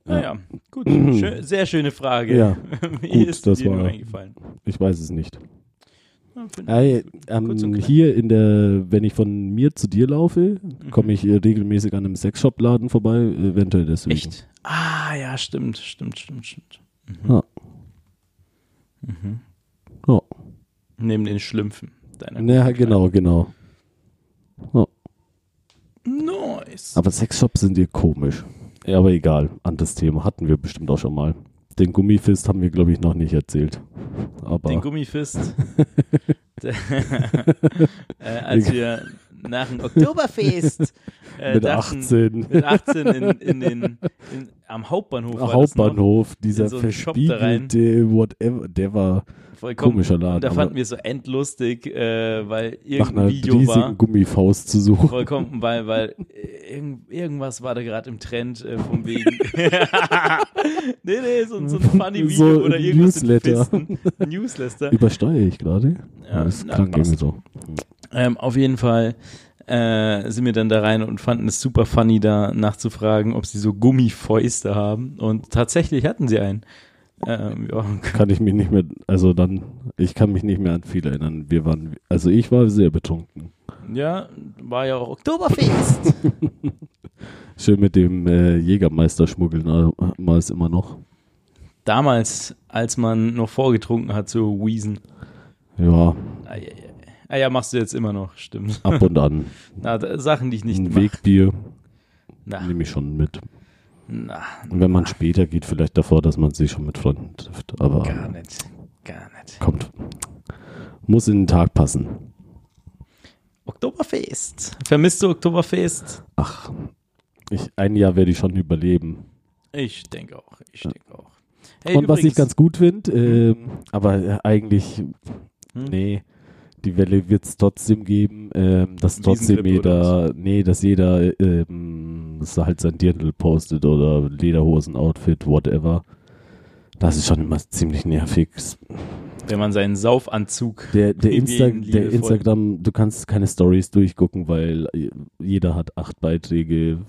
[SPEAKER 3] Ja. Mhm.
[SPEAKER 1] Naja, gut. Schö sehr schöne Frage.
[SPEAKER 3] Ja,
[SPEAKER 1] Wie
[SPEAKER 3] gut,
[SPEAKER 1] ist
[SPEAKER 3] das
[SPEAKER 1] dir nur
[SPEAKER 3] war- Äh,
[SPEAKER 1] eingefallen?
[SPEAKER 3] ich weiß es nicht.
[SPEAKER 1] Ja, find-
[SPEAKER 3] Ey,
[SPEAKER 1] Kurz und
[SPEAKER 3] ähm,
[SPEAKER 1] knapp.
[SPEAKER 3] hier in der, wenn ich von mir zu dir laufe,
[SPEAKER 1] Mhm.
[SPEAKER 3] komme ich äh, regelmäßig an einem Sexshop-Laden vorbei, eventuell deswegen.
[SPEAKER 1] Echt? Ah, ja, stimmt, stimmt, stimmt, stimmt.
[SPEAKER 3] Ja. Ja.
[SPEAKER 1] Neben den Schlümpfen deiner.
[SPEAKER 3] Ja, genau, genau.
[SPEAKER 1] Nice.
[SPEAKER 3] Aber Sexshops sind dir komisch. Ja, aber egal, anderes Thema hatten wir bestimmt auch schon mal. Den Gummifist haben wir, glaube ich, noch nicht erzählt. Aber
[SPEAKER 1] Den Gummifist. Der- äh, als wir nach dem Oktoberfest äh,
[SPEAKER 3] mit
[SPEAKER 1] dachten,
[SPEAKER 3] 18
[SPEAKER 1] mit 18 in, in den, in, am Hauptbahnhof war das ne? noch.
[SPEAKER 3] Hauptbahnhof, dieser
[SPEAKER 1] in so einen Shop da rein.
[SPEAKER 3] verspiegelte whatever, der war
[SPEAKER 1] Vollkommen.
[SPEAKER 3] Komischer Laden,
[SPEAKER 1] Und da
[SPEAKER 3] aber-
[SPEAKER 1] fanden wir es so endlustig, äh, weil
[SPEAKER 3] nach
[SPEAKER 1] irgendein
[SPEAKER 3] einer
[SPEAKER 1] Video
[SPEAKER 3] riesigen
[SPEAKER 1] war.
[SPEAKER 3] Gummifaust zu suchen.
[SPEAKER 1] Vollkommen, weil, weil äh, irgend, irgendwas war da gerade im Trend äh, vom Wegen. nee, nee, so, ein- so ein funny Video
[SPEAKER 3] So
[SPEAKER 1] oder
[SPEAKER 3] ein
[SPEAKER 1] irgendwas
[SPEAKER 3] Newsletter.
[SPEAKER 1] Mit Fisten. Newsletter.
[SPEAKER 3] Übersteuere ich gerade?
[SPEAKER 1] Ja,
[SPEAKER 3] das
[SPEAKER 1] na,
[SPEAKER 3] klang
[SPEAKER 1] passt.
[SPEAKER 3] irgendwie so.
[SPEAKER 1] Ähm, auf jeden Fall äh, sind wir dann da rein und fanden es super funny, da nachzufragen, ob sie so Gummifäuste haben. Und tatsächlich hatten sie einen. Ähm, ja,
[SPEAKER 3] Kann ich mich nicht mehr, also dann, ich kann mich nicht mehr an viel erinnern. Wir waren, also ich war sehr betrunken.
[SPEAKER 1] ja, war ja auch Oktoberfest.
[SPEAKER 3] Schön mit dem äh, Jägermeister schmuggeln, damals immer noch.
[SPEAKER 1] Damals, als man noch vorgetrunken hat, so Wiesen.
[SPEAKER 3] Ja,
[SPEAKER 1] Ah, ja, ja. ah ja, machst du jetzt immer noch, stimmt.
[SPEAKER 3] ab und an.
[SPEAKER 1] Na, da, Sachen, die ich nicht
[SPEAKER 3] Ein
[SPEAKER 1] mach.
[SPEAKER 3] Wegbier
[SPEAKER 1] Na,
[SPEAKER 3] nehme ich schon mit.
[SPEAKER 1] na,
[SPEAKER 3] Und wenn man später geht, vielleicht davor, dass man sich schon mit Freunden trifft. Aber
[SPEAKER 1] gar nicht. Gar nicht.
[SPEAKER 3] kommt. Muss in den Tag passen.
[SPEAKER 1] Oktoberfest. Vermisst du Oktoberfest?
[SPEAKER 3] Ach, ich, ein Jahr werde ich schon überleben.
[SPEAKER 1] Ich denke auch. Ich denke auch. Hey,
[SPEAKER 3] und was ich
[SPEAKER 1] übrigens- Hm?
[SPEAKER 3] ganz gut finde, ähm, aber äh, eigentlich, nee, die Welle wird es trotzdem geben, ähm, dass
[SPEAKER 1] Ein
[SPEAKER 3] trotzdem
[SPEAKER 1] Wiesenclip oder
[SPEAKER 3] jeder, nee, dass jeder ähm, dass er halt sein Dirndl postet oder Lederhosen-Outfit, whatever. Das ist schon immer ziemlich nervig.
[SPEAKER 1] Wenn man seinen Saufanzug.
[SPEAKER 3] Der, der,
[SPEAKER 1] Wie wir
[SPEAKER 3] Insta
[SPEAKER 1] ihn liebevoll-
[SPEAKER 3] der Instagram, du kannst keine Stories durchgucken, weil jeder hat acht Beiträge,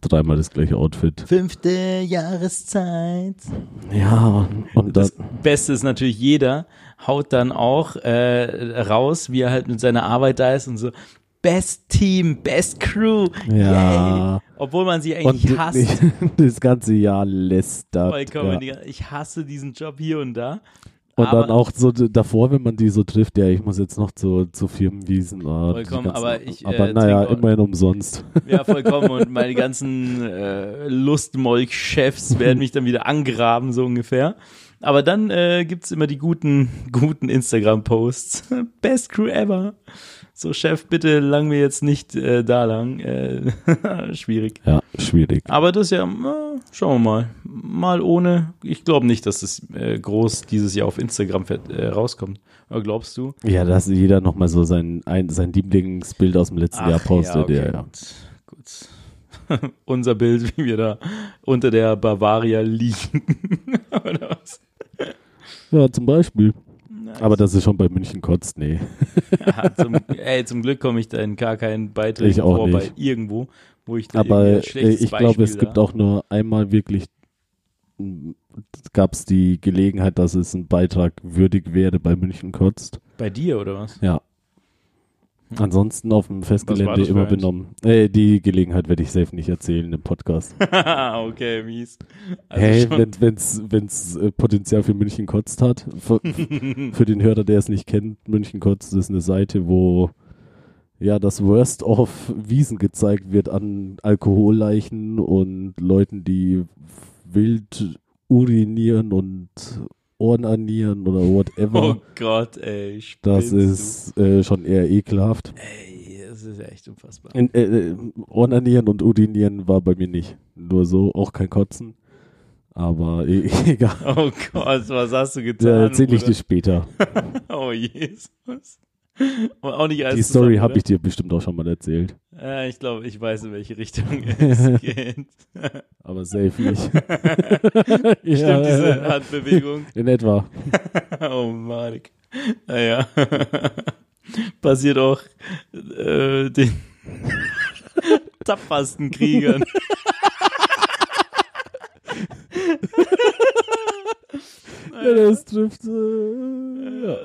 [SPEAKER 3] dreimal das gleiche Outfit.
[SPEAKER 1] Fünfte Jahreszeit.
[SPEAKER 3] Ja, und das,
[SPEAKER 1] Das Beste ist natürlich, jeder haut dann auch äh, raus, wie er halt mit seiner Arbeit da ist und so. Best Team, Best Crew.
[SPEAKER 3] Ja.
[SPEAKER 1] Yay. Obwohl man sie
[SPEAKER 3] und
[SPEAKER 1] eigentlich hasst.
[SPEAKER 3] das ganze Jahr lästert.
[SPEAKER 1] Vollkommen.
[SPEAKER 3] Ja.
[SPEAKER 1] Ich hasse diesen Job hier und da.
[SPEAKER 3] Und
[SPEAKER 1] aber-
[SPEAKER 3] dann auch so d- davor, wenn man die so trifft, ja, ich muss jetzt noch zu, zu Firmenwiesen. ah, die
[SPEAKER 1] Vollkommen,
[SPEAKER 3] ganzen-
[SPEAKER 1] aber ich, äh,
[SPEAKER 3] aber naja,
[SPEAKER 1] trinke auch-
[SPEAKER 3] immerhin umsonst.
[SPEAKER 1] Ja, vollkommen. Und meine ganzen äh, Lustmolch-Chefs werden mich dann wieder angraben, so ungefähr. Aber dann äh, gibt's immer die guten, guten Instagram-Posts. Best Crew ever. So, Chef, bitte lang mir jetzt nicht äh, da lang. Äh, schwierig.
[SPEAKER 3] Ja, schwierig.
[SPEAKER 1] Aber das ist ja, äh, schauen wir mal. Mal ohne. Ich glaube nicht, dass das äh, groß dieses Jahr auf Instagram fährt, äh, rauskommt. Oder glaubst du?
[SPEAKER 3] Ja, dass jeder nochmal so sein, ein, sein Lieblingsbild aus dem letzten Jahr postet. Ja, ja,
[SPEAKER 1] Gut. gut. Unser Bild, wie wir da unter der Bavaria liegen. Oder was?
[SPEAKER 3] Ja, zum Beispiel. Aber das ist schon bei München kotzt, nee.
[SPEAKER 1] Ja, zum, ey, zum Glück komme ich da in gar keinen Beitrag
[SPEAKER 3] Ich auch
[SPEAKER 1] vor bei
[SPEAKER 3] nicht.
[SPEAKER 1] irgendwo, wo ich da
[SPEAKER 3] Aber
[SPEAKER 1] irgendwie
[SPEAKER 3] äh,
[SPEAKER 1] ein schlechtes
[SPEAKER 3] ich
[SPEAKER 1] Beispiel
[SPEAKER 3] glaube, es gibt
[SPEAKER 1] da.
[SPEAKER 3] auch nur einmal wirklich, gab es die Gelegenheit, dass es ein Beitrag würdig wäre bei München kotzt.
[SPEAKER 1] Bei dir, oder was?
[SPEAKER 3] Ja. Ansonsten auf dem
[SPEAKER 1] Was war
[SPEAKER 3] Festgelände
[SPEAKER 1] das für
[SPEAKER 3] immer
[SPEAKER 1] eins?
[SPEAKER 3] benommen. Äh, die Gelegenheit werde ich safe nicht erzählen im Podcast.
[SPEAKER 1] okay, mies. Also
[SPEAKER 3] hey,
[SPEAKER 1] schon,
[SPEAKER 3] wenn wenn's, wenn's äh, Potenzial für München kotzt hat. Für, für den Hörer, der es nicht kennt, München kotzt ist eine Seite, wo ja das Worst of Wiesen gezeigt wird an Alkoholleichen und Leuten, die wild urinieren und ornanieren oder
[SPEAKER 1] oh
[SPEAKER 3] whatever.
[SPEAKER 1] Gott, ey.
[SPEAKER 3] das
[SPEAKER 1] spinnst
[SPEAKER 3] ist äh, schon eher ekelhaft.
[SPEAKER 1] Du? Ey, das ist ja echt unfassbar.
[SPEAKER 3] In, äh, äh, Onanieren und Urinieren war bei mir nicht. Nur so, auch kein Kotzen. Aber e egal.
[SPEAKER 1] Oh Gott, was hast du getan?
[SPEAKER 3] Da erzähle ich
[SPEAKER 1] Bruder?
[SPEAKER 3] dir später.
[SPEAKER 1] Oh Jesus. Und auch nicht alles
[SPEAKER 3] Die Story
[SPEAKER 1] zusammen,
[SPEAKER 3] habe
[SPEAKER 1] oder?
[SPEAKER 3] ich dir bestimmt auch schon mal erzählt.
[SPEAKER 1] Ja, Äh, ich glaube, ich weiß, in welche Richtung es geht.
[SPEAKER 3] Aber safe nicht.
[SPEAKER 1] Stimmt, diese Handbewegung.
[SPEAKER 3] In etwa.
[SPEAKER 1] Oh Marek. Naja. Passiert auch äh, den tapfersten Kriegern.
[SPEAKER 3] Ja, das trifft. Äh, ja.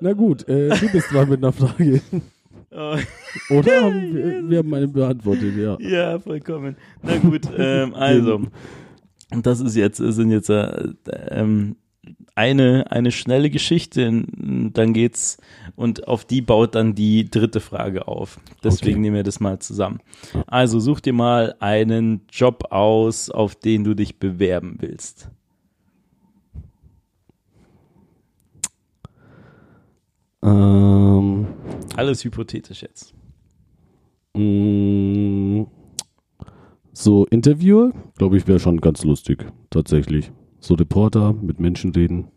[SPEAKER 3] Na gut, äh, du bist dran mit einer Frage.
[SPEAKER 1] Oh,
[SPEAKER 3] Oder? Haben wir, wir haben eine beantwortet, ja.
[SPEAKER 1] ja, vollkommen. Na gut, ähm, also. Und das ist jetzt, sind jetzt äh, ähm, eine, eine schnelle Geschichte. Dann geht's und auf die baut dann die dritte Frage auf. Deswegen
[SPEAKER 3] Okay.
[SPEAKER 1] nehmen wir das mal zusammen. Also such dir mal einen Job aus, auf den du dich bewerben willst.
[SPEAKER 3] Ähm,
[SPEAKER 1] Alles hypothetisch jetzt.
[SPEAKER 3] mh, mm, so, Interviewer, glaube ich, wäre schon ganz lustig. Tatsächlich. So Reporter, mit Menschen reden.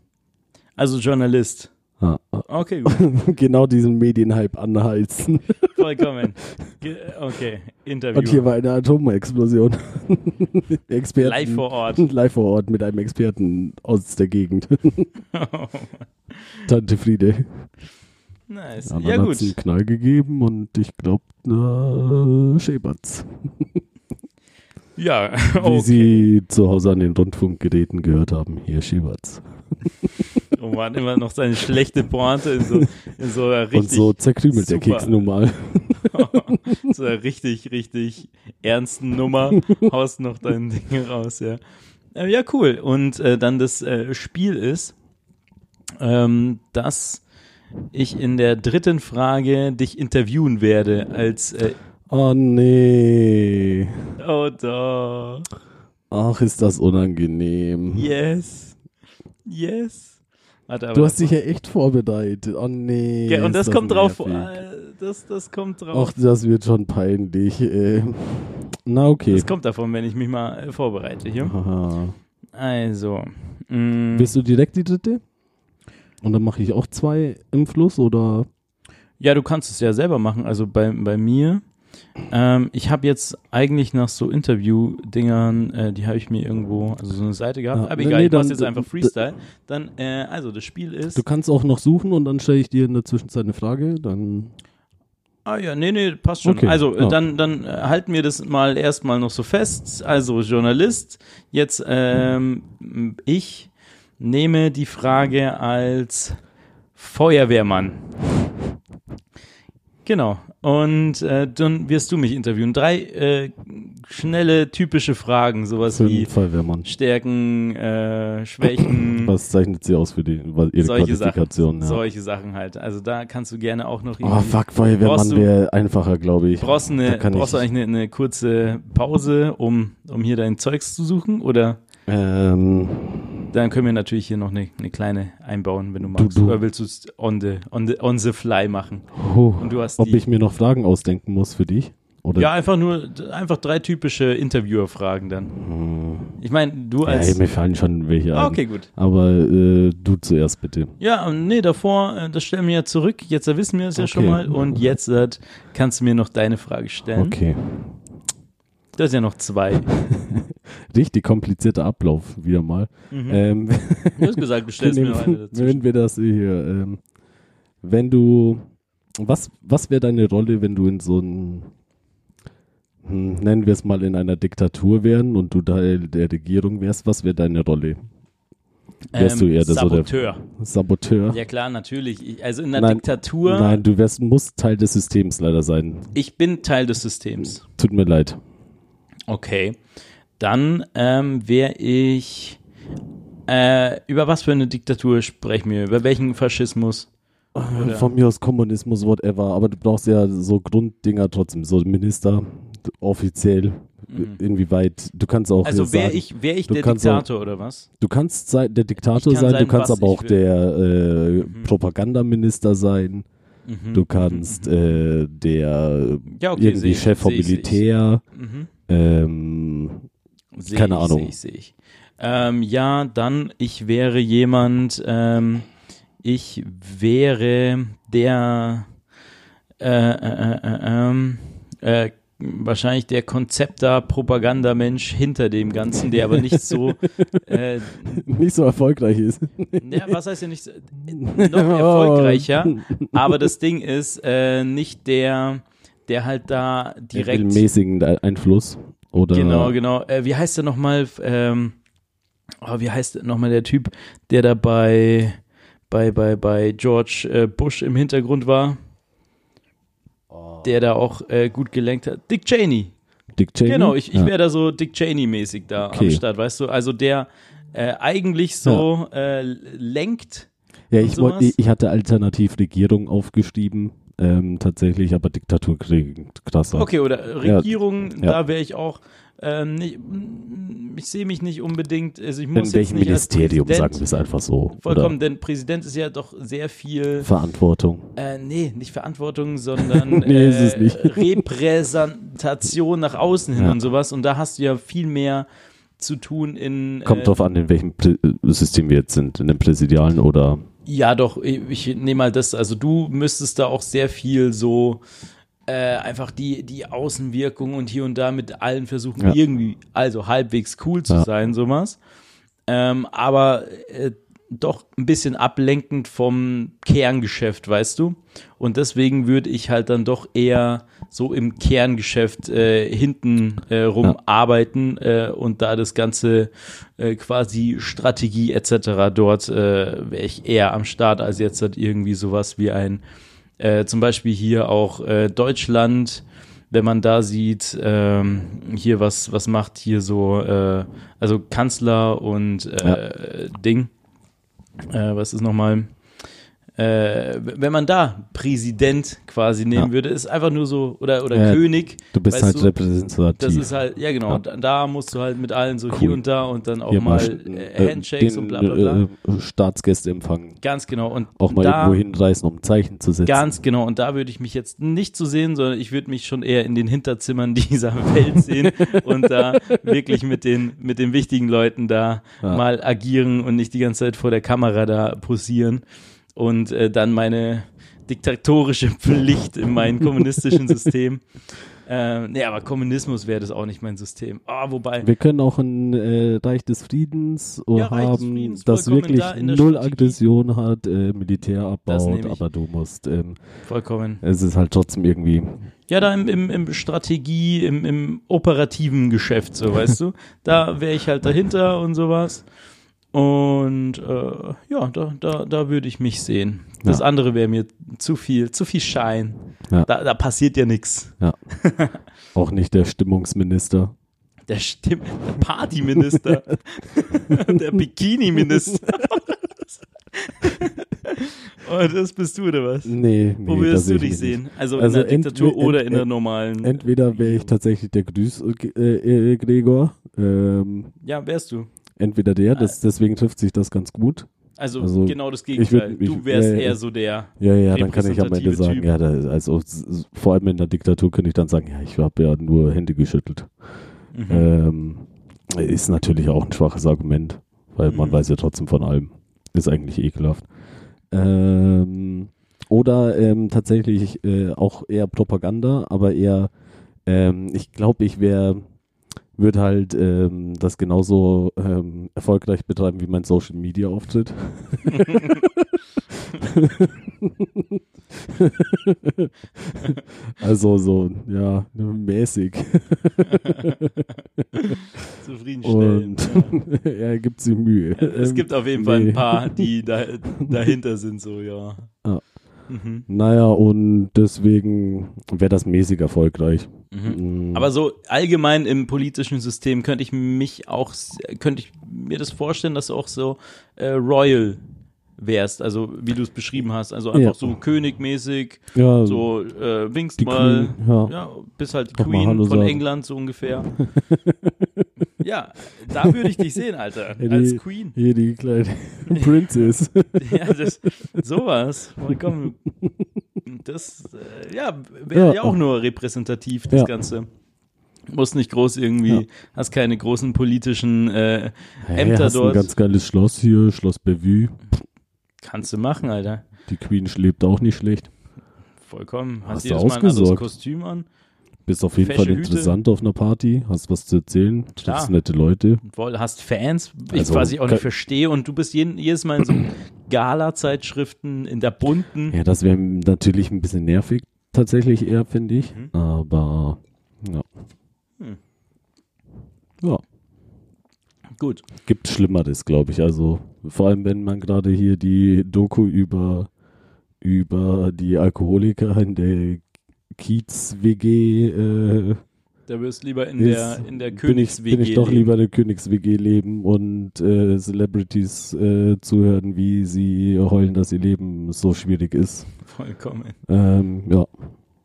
[SPEAKER 1] Also Journalist.
[SPEAKER 3] Ah, ah,
[SPEAKER 1] Okay, gut.
[SPEAKER 3] genau diesen Medienhype anheizen.
[SPEAKER 1] Vollkommen. Ge- Okay, Interview.
[SPEAKER 3] Und hier war eine Atomexplosion. Experten.
[SPEAKER 1] Live vor Ort.
[SPEAKER 3] Live vor Ort mit einem Experten aus der Gegend. Tante Friede.
[SPEAKER 1] nice.
[SPEAKER 3] Ja, dann
[SPEAKER 1] Ja,
[SPEAKER 3] hat's
[SPEAKER 1] gut.
[SPEAKER 3] einen Knall gegeben und ich glaube, na, Scheberts.
[SPEAKER 1] Ja, oh.
[SPEAKER 3] Wie
[SPEAKER 1] okay.
[SPEAKER 3] sie zu Hause an den Rundfunkgeräten gehört haben, hier Scheberts.
[SPEAKER 1] Und man hat Oh immer noch seine schlechte Pointe in so, in so einer richtig,
[SPEAKER 3] Und so zerkrümelt der
[SPEAKER 1] super.
[SPEAKER 3] Keks nun mal.
[SPEAKER 1] so einer richtig, richtig ernsten Nummer haust noch dein Ding raus, ja. Äh, ja, cool. Und äh, dann das äh, Spiel ist, ähm, dass ich in der dritten Frage dich interviewen werde als äh,
[SPEAKER 3] Oh nee.
[SPEAKER 1] Oh doch.
[SPEAKER 3] Ach, ist das unangenehm.
[SPEAKER 1] Yes. Yes. Warte, aber
[SPEAKER 3] Du
[SPEAKER 1] das-
[SPEAKER 3] hast dich ja echt vorbereitet. Oh nee.
[SPEAKER 1] Ja, und
[SPEAKER 3] ist
[SPEAKER 1] das kommt drauf.
[SPEAKER 3] nervig.
[SPEAKER 1] äh, Das, das kommt drauf.
[SPEAKER 3] Ach, das wird schon peinlich. Äh, na, okay.
[SPEAKER 1] Das kommt davon, wenn ich mich mal äh, vorbereite hier.
[SPEAKER 3] Aha.
[SPEAKER 1] Also. mm,
[SPEAKER 3] Bist du direkt die dritte? Und dann mache ich auch zwei im Fluss oder
[SPEAKER 1] Ja, du kannst es ja selber machen. Also bei, bei mir. Ähm, ich habe jetzt eigentlich nach so Interview-Dingern, äh, die habe ich mir irgendwo, also so eine Seite gehabt.
[SPEAKER 3] Ah,
[SPEAKER 1] aber
[SPEAKER 3] nee,
[SPEAKER 1] egal,
[SPEAKER 3] nee,
[SPEAKER 1] ich mach's
[SPEAKER 3] dann-
[SPEAKER 1] jetzt einfach
[SPEAKER 3] d-
[SPEAKER 1] Freestyle. Dann, äh, also das Spiel ist.
[SPEAKER 3] Du kannst auch noch suchen und dann stelle ich dir in der Zwischenzeit eine Frage. Dann
[SPEAKER 1] Ah ja, nee, nee, passt schon.
[SPEAKER 3] Okay,
[SPEAKER 1] Also äh,
[SPEAKER 3] ja.
[SPEAKER 1] dann, dann äh, halten wir das mal erstmal noch so fest. Also Journalist, jetzt ähm, ich nehme die Frage als Feuerwehrmann. Genau. Und äh, dann wirst du mich interviewen. Drei äh, schnelle, typische Fragen, sowas
[SPEAKER 3] für den
[SPEAKER 1] wie
[SPEAKER 3] Feuerwehrmann.
[SPEAKER 1] Stärken, äh, Schwächen,
[SPEAKER 3] Was zeichnet sie aus für die, weil ihre
[SPEAKER 1] solche Sachen.
[SPEAKER 3] Qualifikation? Ja.
[SPEAKER 1] Solche Sachen halt. Also da kannst du gerne auch noch
[SPEAKER 3] Oh
[SPEAKER 1] irgendwie-
[SPEAKER 3] fuck,
[SPEAKER 1] Brauchst
[SPEAKER 3] Feuerwehrmann
[SPEAKER 1] du-
[SPEAKER 3] wäre einfacher, glaube ich.
[SPEAKER 1] Brauchst,
[SPEAKER 3] Da
[SPEAKER 1] eine,
[SPEAKER 3] kann
[SPEAKER 1] brauchst du
[SPEAKER 3] ich-
[SPEAKER 1] eigentlich eine, eine kurze Pause, um, um hier dein Zeugs zu suchen? Oder
[SPEAKER 3] Ähm,
[SPEAKER 1] dann können wir natürlich hier noch eine, eine kleine einbauen, wenn du magst.
[SPEAKER 3] du-
[SPEAKER 1] Oder willst du es on the, on, the, on the fly machen?
[SPEAKER 3] oh,
[SPEAKER 1] Und du hast
[SPEAKER 3] ob
[SPEAKER 1] die-
[SPEAKER 3] ich mir noch Fragen ausdenken muss für dich? Oder
[SPEAKER 1] Ja, einfach nur einfach drei typische Interviewer-Fragen dann. Ich meine, du
[SPEAKER 3] Hm. Ja,
[SPEAKER 1] als.
[SPEAKER 3] ey, mir fallen schon welche ein.
[SPEAKER 1] ah, okay, gut.
[SPEAKER 3] Aber äh, du zuerst bitte.
[SPEAKER 1] Ja, ähm, nee, davor, äh, das stellen wir ja zurück. Jetzt wissen wir es ja schon
[SPEAKER 3] Okay.
[SPEAKER 1] mal. Und jetzt äh, kannst du mir noch deine Frage stellen.
[SPEAKER 3] Okay.
[SPEAKER 1] Das ist ja noch zwei.
[SPEAKER 3] Richtig komplizierter Ablauf wieder mal.
[SPEAKER 1] Mhm.
[SPEAKER 3] Ähm,
[SPEAKER 1] Du hast gesagt, du
[SPEAKER 3] Wir
[SPEAKER 1] stellst mir noch eine
[SPEAKER 3] nehmen-
[SPEAKER 1] dazu.
[SPEAKER 3] wenn wir das hier, ähm, wenn du, was, was wäre deine Rolle, wenn du in so einem, hm, nennen wir es mal in einer Diktatur wären und du Teil der Regierung wärst, was wäre deine Rolle? Wärst du eher das oder-
[SPEAKER 1] Ähm, Saboteur.
[SPEAKER 3] Saboteur?
[SPEAKER 1] Ja klar, natürlich. Ich, also in einer
[SPEAKER 3] Nein,
[SPEAKER 1] Diktatur,
[SPEAKER 3] Nein, du wärst, musst Teil des Systems leider sein.
[SPEAKER 1] ich bin Teil des Systems.
[SPEAKER 3] Tut mir leid.
[SPEAKER 1] Okay. Dann ähm, wäre ich. Äh, über was für eine Diktatur sprechen wir? Über welchen Faschismus?
[SPEAKER 3] Von mir aus Kommunismus, whatever, aber du brauchst ja so Grunddinger trotzdem, so Minister, offiziell, inwieweit, du kannst auch
[SPEAKER 1] Mhm. Also
[SPEAKER 3] hier
[SPEAKER 1] wäre
[SPEAKER 3] sagen-
[SPEAKER 1] ich, wär ich
[SPEAKER 3] du
[SPEAKER 1] der
[SPEAKER 3] kannst auch-
[SPEAKER 1] Diktator oder was?
[SPEAKER 3] Du kannst sei- der Diktator
[SPEAKER 1] Ich kann
[SPEAKER 3] sein,
[SPEAKER 1] sein,
[SPEAKER 3] du kannst
[SPEAKER 1] was
[SPEAKER 3] aber
[SPEAKER 1] ich
[SPEAKER 3] auch
[SPEAKER 1] will.
[SPEAKER 3] der äh, Propagandaminister sein.
[SPEAKER 1] Mhm.
[SPEAKER 3] Du kannst äh, der
[SPEAKER 1] Ja, okay, seh
[SPEAKER 3] irgendwie
[SPEAKER 1] ich,
[SPEAKER 3] Chef vom
[SPEAKER 1] seh ich, seh ich.
[SPEAKER 3] Militär,
[SPEAKER 1] Mhm.
[SPEAKER 3] ähm,
[SPEAKER 1] Seh
[SPEAKER 3] Keine
[SPEAKER 1] ich,
[SPEAKER 3] Ahnung.
[SPEAKER 1] Seh ich, seh ich. Ähm, ja, dann, ich wäre jemand, ähm, ich wäre der, äh, äh, äh, ähm, äh, wahrscheinlich der Konzepter, Propagandamensch hinter dem Ganzen, der aber nicht so, äh,
[SPEAKER 3] nicht so erfolgreich ist.
[SPEAKER 1] ja, was heißt ja nicht so, noch
[SPEAKER 3] Oh.
[SPEAKER 1] erfolgreicher, aber das Ding ist, äh, nicht der, der halt da direkt
[SPEAKER 3] Regelmäßigen Einfluss. Oder
[SPEAKER 1] Genau, genau. Äh, wie heißt der nochmal? f- Ähm, oh, wie heißt nochmal der Typ, der da bei, bei, bei, bei George äh, Bush im Hintergrund war? Der da auch äh, gut gelenkt hat. Dick Cheney.
[SPEAKER 3] Dick Cheney.
[SPEAKER 1] Genau, ich, ich
[SPEAKER 3] Ja.
[SPEAKER 1] wäre da so Dick Cheney-mäßig da am
[SPEAKER 3] Okay.
[SPEAKER 1] Start, weißt du? Also der äh, eigentlich so äh, lenkt.
[SPEAKER 3] Ja,
[SPEAKER 1] und
[SPEAKER 3] ich, wollt,
[SPEAKER 1] sowas?
[SPEAKER 3] ich, ich hatte alternativ Regierung aufgeschrieben, ähm, tatsächlich, aber Diktatur klingt krasser.
[SPEAKER 1] Okay, oder
[SPEAKER 3] Ja.
[SPEAKER 1] Regierung,
[SPEAKER 3] Ja.
[SPEAKER 1] da wäre ich auch. Ähm, nicht, ich sehe mich nicht unbedingt, also ich muss
[SPEAKER 3] In
[SPEAKER 1] jetzt
[SPEAKER 3] welchem
[SPEAKER 1] nicht als
[SPEAKER 3] Ministerium,
[SPEAKER 1] Präsident-
[SPEAKER 3] sagen wir es einfach so.
[SPEAKER 1] Vollkommen, denn Präsident ist ja doch sehr viel,
[SPEAKER 3] Oder Verantwortung.
[SPEAKER 1] äh, nee, nicht Verantwortung, sondern
[SPEAKER 3] Nee, ist es
[SPEAKER 1] äh,
[SPEAKER 3] nicht.
[SPEAKER 1] Repräsentation nach außen hin
[SPEAKER 3] Ja.
[SPEAKER 1] und sowas. Und da hast du ja viel mehr zu tun in.
[SPEAKER 3] Kommt
[SPEAKER 1] äh,
[SPEAKER 3] drauf an, in welchem Prä System wir jetzt sind, in dem Präsidialen oder
[SPEAKER 1] Ja, doch, ich, ich nehme mal das. Also, du müsstest da auch sehr viel so. Äh, einfach die, die Außenwirkung und hier und da mit allen versuchen,
[SPEAKER 3] Ja.
[SPEAKER 1] irgendwie, also halbwegs cool zu
[SPEAKER 3] Ja.
[SPEAKER 1] sein, sowas. Ähm, aber äh, doch ein bisschen ablenkend vom Kerngeschäft, weißt du? Und deswegen würde ich halt dann doch eher so im Kerngeschäft äh, hinten äh, rum
[SPEAKER 3] Ja.
[SPEAKER 1] arbeiten äh, und da das ganze äh, quasi Strategie etc. dort äh, wäre ich eher am Start als jetzt halt irgendwie sowas wie ein äh, zum Beispiel hier auch äh, Deutschland, wenn man da sieht, ähm, hier was, was macht hier so, äh, also Kanzler und äh, Ding, äh, was ist nochmal, äh, w- wenn man da Präsident quasi nehmen
[SPEAKER 3] Ja.
[SPEAKER 1] würde, ist einfach nur so, oder, oder
[SPEAKER 3] Ja,
[SPEAKER 1] König.
[SPEAKER 3] du bist
[SPEAKER 1] weißt
[SPEAKER 3] halt
[SPEAKER 1] du,
[SPEAKER 3] repräsentativ.
[SPEAKER 1] das ist halt, ja genau,
[SPEAKER 3] Ja.
[SPEAKER 1] da- da musst du halt mit allen so
[SPEAKER 3] Cool.
[SPEAKER 1] hier und da und dann auch
[SPEAKER 3] Hier
[SPEAKER 1] mal
[SPEAKER 3] sch-
[SPEAKER 1] äh, Handshakes
[SPEAKER 3] den,
[SPEAKER 1] und bla bla bla.
[SPEAKER 3] Äh, Staatsgäste empfangen.
[SPEAKER 1] Ganz genau. Und
[SPEAKER 3] Auch mal
[SPEAKER 1] da,
[SPEAKER 3] irgendwo hinreißen, um ein Zeichen zu setzen.
[SPEAKER 1] Ganz genau, und da würde ich mich jetzt nicht so sehen, sondern ich würde mich schon eher in den Hinterzimmern dieser Welt sehen und da wirklich mit den, mit den wichtigen Leuten da
[SPEAKER 3] Ja.
[SPEAKER 1] mal agieren und nicht die ganze Zeit vor der Kamera da posieren und äh, dann meine diktatorische Pflicht in meinem kommunistischen System. Ähm, nee, aber Kommunismus wäre das auch nicht mein System. Ah, wobei,
[SPEAKER 3] Wir können auch ein äh, Reich des Friedens äh,
[SPEAKER 1] Ja, Reich des
[SPEAKER 3] haben,
[SPEAKER 1] Friedens,
[SPEAKER 3] das
[SPEAKER 1] vollkommen
[SPEAKER 3] wirklich
[SPEAKER 1] da in der
[SPEAKER 3] null
[SPEAKER 1] Strategie.
[SPEAKER 3] Aggression hat, äh, Militär abbaut,
[SPEAKER 1] nehme ich.
[SPEAKER 3] aber du musst, ähm,
[SPEAKER 1] vollkommen.
[SPEAKER 3] es ist halt trotzdem irgendwie,
[SPEAKER 1] Ja, da im, im, im Strategie, im, im operativen Geschäft, so weißt du. Da wäre ich halt dahinter und sowas. Und äh, ja, da, da, da würde ich mich sehen. Das
[SPEAKER 3] Ja.
[SPEAKER 1] andere wäre mir zu viel, zu viel Schein.
[SPEAKER 3] Ja.
[SPEAKER 1] Da, da passiert ja nichts.
[SPEAKER 3] auch nicht der Stimmungsminister.
[SPEAKER 1] Der, Stimm der Partyminister, der Bikini-Minister. und das bist du oder was?
[SPEAKER 3] Nee, nee
[SPEAKER 1] Wo
[SPEAKER 3] da
[SPEAKER 1] würdest
[SPEAKER 3] sehe
[SPEAKER 1] du dich
[SPEAKER 3] ich mich
[SPEAKER 1] sehen? Also,
[SPEAKER 3] Also
[SPEAKER 1] in der
[SPEAKER 3] ent-
[SPEAKER 1] Diktatur
[SPEAKER 3] ent-
[SPEAKER 1] oder in der
[SPEAKER 3] ent-
[SPEAKER 1] normalen?
[SPEAKER 3] nicht. Entweder wäre ich tatsächlich der Grüß äh, äh, Gregor, ähm,
[SPEAKER 1] ja, wärst du.
[SPEAKER 3] entweder der, das, deswegen trifft sich das ganz gut.
[SPEAKER 1] Also,
[SPEAKER 3] Also,
[SPEAKER 1] genau das
[SPEAKER 3] würd
[SPEAKER 1] Gegenteil.
[SPEAKER 3] mich- äh,
[SPEAKER 1] du wärst
[SPEAKER 3] ja, ja.
[SPEAKER 1] eher so der.
[SPEAKER 3] Ja, ja, dann kann ich am Ende
[SPEAKER 1] Repräsentative
[SPEAKER 3] sagen,
[SPEAKER 1] Typ.
[SPEAKER 3] ja, da, also s- s- vor allem in der Diktatur könnte ich dann sagen, ja, ich habe ja nur Hände geschüttelt.
[SPEAKER 1] Mhm.
[SPEAKER 3] Ähm, ist natürlich auch ein schwaches Argument, weil man
[SPEAKER 1] Mhm.
[SPEAKER 3] weiß ja trotzdem von allem. Ist eigentlich ekelhaft. Ähm, oder ähm, tatsächlich äh, auch eher Propaganda, aber eher, ähm, ich glaube, ich wäre, würde halt ähm, das genauso ähm, erfolgreich betreiben wie mein Social Media Auftritt. also so, ja, mäßig.
[SPEAKER 1] Zufriedenstellend.
[SPEAKER 3] Und er gibt sie Mühe.
[SPEAKER 1] es
[SPEAKER 3] Ähm,
[SPEAKER 1] gibt auf jeden Fall
[SPEAKER 3] nee.
[SPEAKER 1] ein paar, die da, dahinter sind, so, ja.
[SPEAKER 3] Ja.
[SPEAKER 1] Mhm.
[SPEAKER 3] Naja, und deswegen wäre das mäßig erfolgreich.
[SPEAKER 1] Mhm.
[SPEAKER 3] Mm,
[SPEAKER 1] Aber so allgemein im politischen System könnte ich mich auch, s- könnte ich mir das vorstellen, dass du auch so äh, royal wärst, also wie du es beschrieben hast, also einfach
[SPEAKER 3] Ja.
[SPEAKER 1] so königmäßig,
[SPEAKER 3] ja,
[SPEAKER 1] so äh, winkst
[SPEAKER 3] Also die
[SPEAKER 1] mal,
[SPEAKER 3] Queen, ja.
[SPEAKER 1] ja, bist halt
[SPEAKER 3] Doch mal
[SPEAKER 1] Queen
[SPEAKER 3] Hallo
[SPEAKER 1] von
[SPEAKER 3] sagen.
[SPEAKER 1] England so ungefähr. ja, da würde ich dich sehen, Alter,
[SPEAKER 3] Ja, die-
[SPEAKER 1] als Queen.
[SPEAKER 3] Hier die kleine Princess.
[SPEAKER 1] Ja, das, sowas. Vollkommen Das äh, ja, wäre ja.
[SPEAKER 3] Ja.
[SPEAKER 1] auch nur repräsentativ, das
[SPEAKER 3] Ja.
[SPEAKER 1] Ganze. Muss nicht groß irgendwie,
[SPEAKER 3] Ja.
[SPEAKER 1] hast keine großen politischen äh,
[SPEAKER 3] Hey,
[SPEAKER 1] Ämter
[SPEAKER 3] hast
[SPEAKER 1] dort.
[SPEAKER 3] ein ganz geiles Schloss hier, Schloss Bellevue.
[SPEAKER 1] Kannst du machen, Alter.
[SPEAKER 3] Die Queen schläbt auch nicht schlecht.
[SPEAKER 1] Vollkommen. Hast,
[SPEAKER 3] Hast du
[SPEAKER 1] jedes Mal ein anderes
[SPEAKER 3] ausgesorgt.
[SPEAKER 1] Kostüm an.
[SPEAKER 3] Bist auf jeden
[SPEAKER 1] Fesche
[SPEAKER 3] Fall
[SPEAKER 1] Hüte.
[SPEAKER 3] interessant auf einer Party, hast was zu erzählen,
[SPEAKER 1] Klar.
[SPEAKER 3] triffst nette Leute.
[SPEAKER 1] Voll, hast Fans, ich
[SPEAKER 3] Also,
[SPEAKER 1] quasi auch
[SPEAKER 3] kann-
[SPEAKER 1] nicht verstehe. Und du bist jeden, jedes Mal in so Gala-Zeitschriften, in der bunten.
[SPEAKER 3] Ja, das wäre natürlich ein bisschen nervig, tatsächlich eher, finde ich.
[SPEAKER 1] Mhm.
[SPEAKER 3] Aber ja.
[SPEAKER 1] Hm.
[SPEAKER 3] Ja,
[SPEAKER 1] Gut.
[SPEAKER 3] gibt Schlimmeres, glaube ich. Also vor allem, wenn man gerade hier die Doku über, über die Alkoholiker in der Kiez-WG äh,
[SPEAKER 1] Da wirst du lieber in
[SPEAKER 3] ist,
[SPEAKER 1] der, in der
[SPEAKER 3] bin ich,
[SPEAKER 1] Königs-WG.
[SPEAKER 3] bin ich doch
[SPEAKER 1] leben.
[SPEAKER 3] lieber in der Königs-WG leben und äh, Celebrities äh, zuhören, wie sie heulen, dass ihr Leben so schwierig ist.
[SPEAKER 1] Vollkommen.
[SPEAKER 3] Ähm, ja.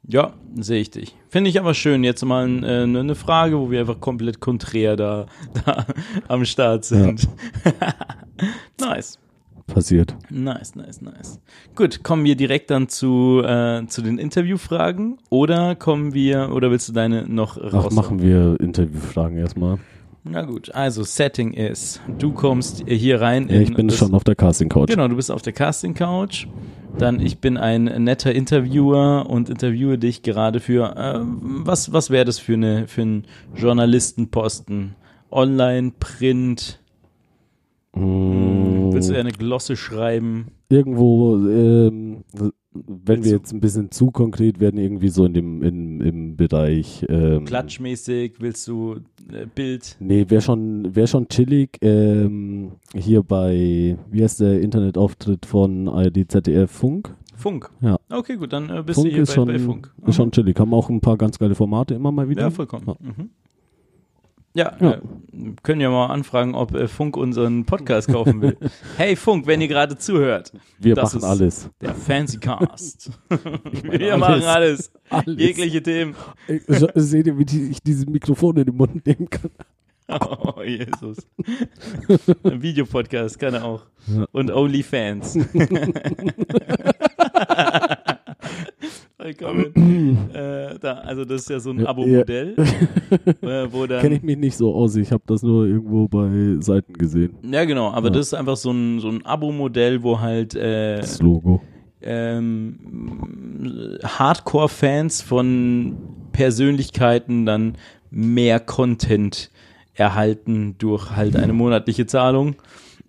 [SPEAKER 1] Ja, sehe ich dich. Finde ich aber schön. Jetzt mal äh, ne- eine Frage, wo wir einfach komplett konträr da, da am Start sind. nice.
[SPEAKER 3] passiert.
[SPEAKER 1] Nice, nice, nice. Gut, kommen wir direkt dann zu, äh, zu den Interviewfragen oder kommen wir, oder willst du deine noch
[SPEAKER 3] Ach,
[SPEAKER 1] raus?
[SPEAKER 3] machen wir Interviewfragen erstmal.
[SPEAKER 1] Na gut, also Setting ist, du kommst hier rein.
[SPEAKER 3] Ja, ich bin
[SPEAKER 1] das-
[SPEAKER 3] schon auf der Casting Couch.
[SPEAKER 1] Genau, du bist auf der Casting Couch. Dann ich bin ein netter Interviewer und interviewe dich gerade für äh, was was wäre das für eine für einen Journalistenposten? Online, Print,
[SPEAKER 3] Mm,
[SPEAKER 1] willst du eher eine Glosse schreiben?
[SPEAKER 3] irgendwo, ähm, wenn
[SPEAKER 1] Willst du-
[SPEAKER 3] wir jetzt ein bisschen zu konkret werden, irgendwie so in dem in, im Bereich ähm,
[SPEAKER 1] Klatschmäßig, willst du äh, Bild?
[SPEAKER 3] Nee, wäre schon, wär schon chillig. Ähm, hier bei, wie heißt der Internetauftritt von ARD ZDF Funk?
[SPEAKER 1] Funk.
[SPEAKER 3] Ja.
[SPEAKER 1] Okay, gut, dann äh, bist
[SPEAKER 3] Funk
[SPEAKER 1] du hier
[SPEAKER 3] ist
[SPEAKER 1] bei,
[SPEAKER 3] schon,
[SPEAKER 1] bei Funk. Mhm.
[SPEAKER 3] ist schon chillig. Haben auch ein paar ganz geile Formate immer mal wieder.
[SPEAKER 1] Ja, vollkommen.
[SPEAKER 3] Ja.
[SPEAKER 1] Mhm. Ja,
[SPEAKER 3] Ja.
[SPEAKER 1] Äh, können ja mal anfragen, ob äh, Funk unseren Podcast kaufen will. hey Funk, wenn ihr gerade zuhört,
[SPEAKER 3] Wir
[SPEAKER 1] Das
[SPEAKER 3] machen
[SPEAKER 1] ist-
[SPEAKER 3] alles.
[SPEAKER 1] der Fancycast. Wir
[SPEAKER 3] alles.
[SPEAKER 1] machen alles,
[SPEAKER 3] Alles.
[SPEAKER 1] jegliche Themen.
[SPEAKER 3] Ich, seht ihr, wie die, ich dieses Mikrofon in den Mund nehmen kann?
[SPEAKER 1] Oh, Jesus. Ein Videopodcast kann er auch. Und OnlyFans. Vollkommen. äh, da, also das ist ja so ein
[SPEAKER 3] Ja,
[SPEAKER 1] Abo-Modell, äh, wo dann
[SPEAKER 3] Kenne ich mich nicht so aus. Ich habe das nur irgendwo bei Seiten gesehen.
[SPEAKER 1] Ja, genau, aber
[SPEAKER 3] Ja.
[SPEAKER 1] das ist einfach so ein, so ein Abo-Modell, wo halt äh,
[SPEAKER 3] Das Logo.
[SPEAKER 1] ähm, Hardcore-Fans von Persönlichkeiten dann mehr Content erhalten durch halt eine monatliche Zahlung.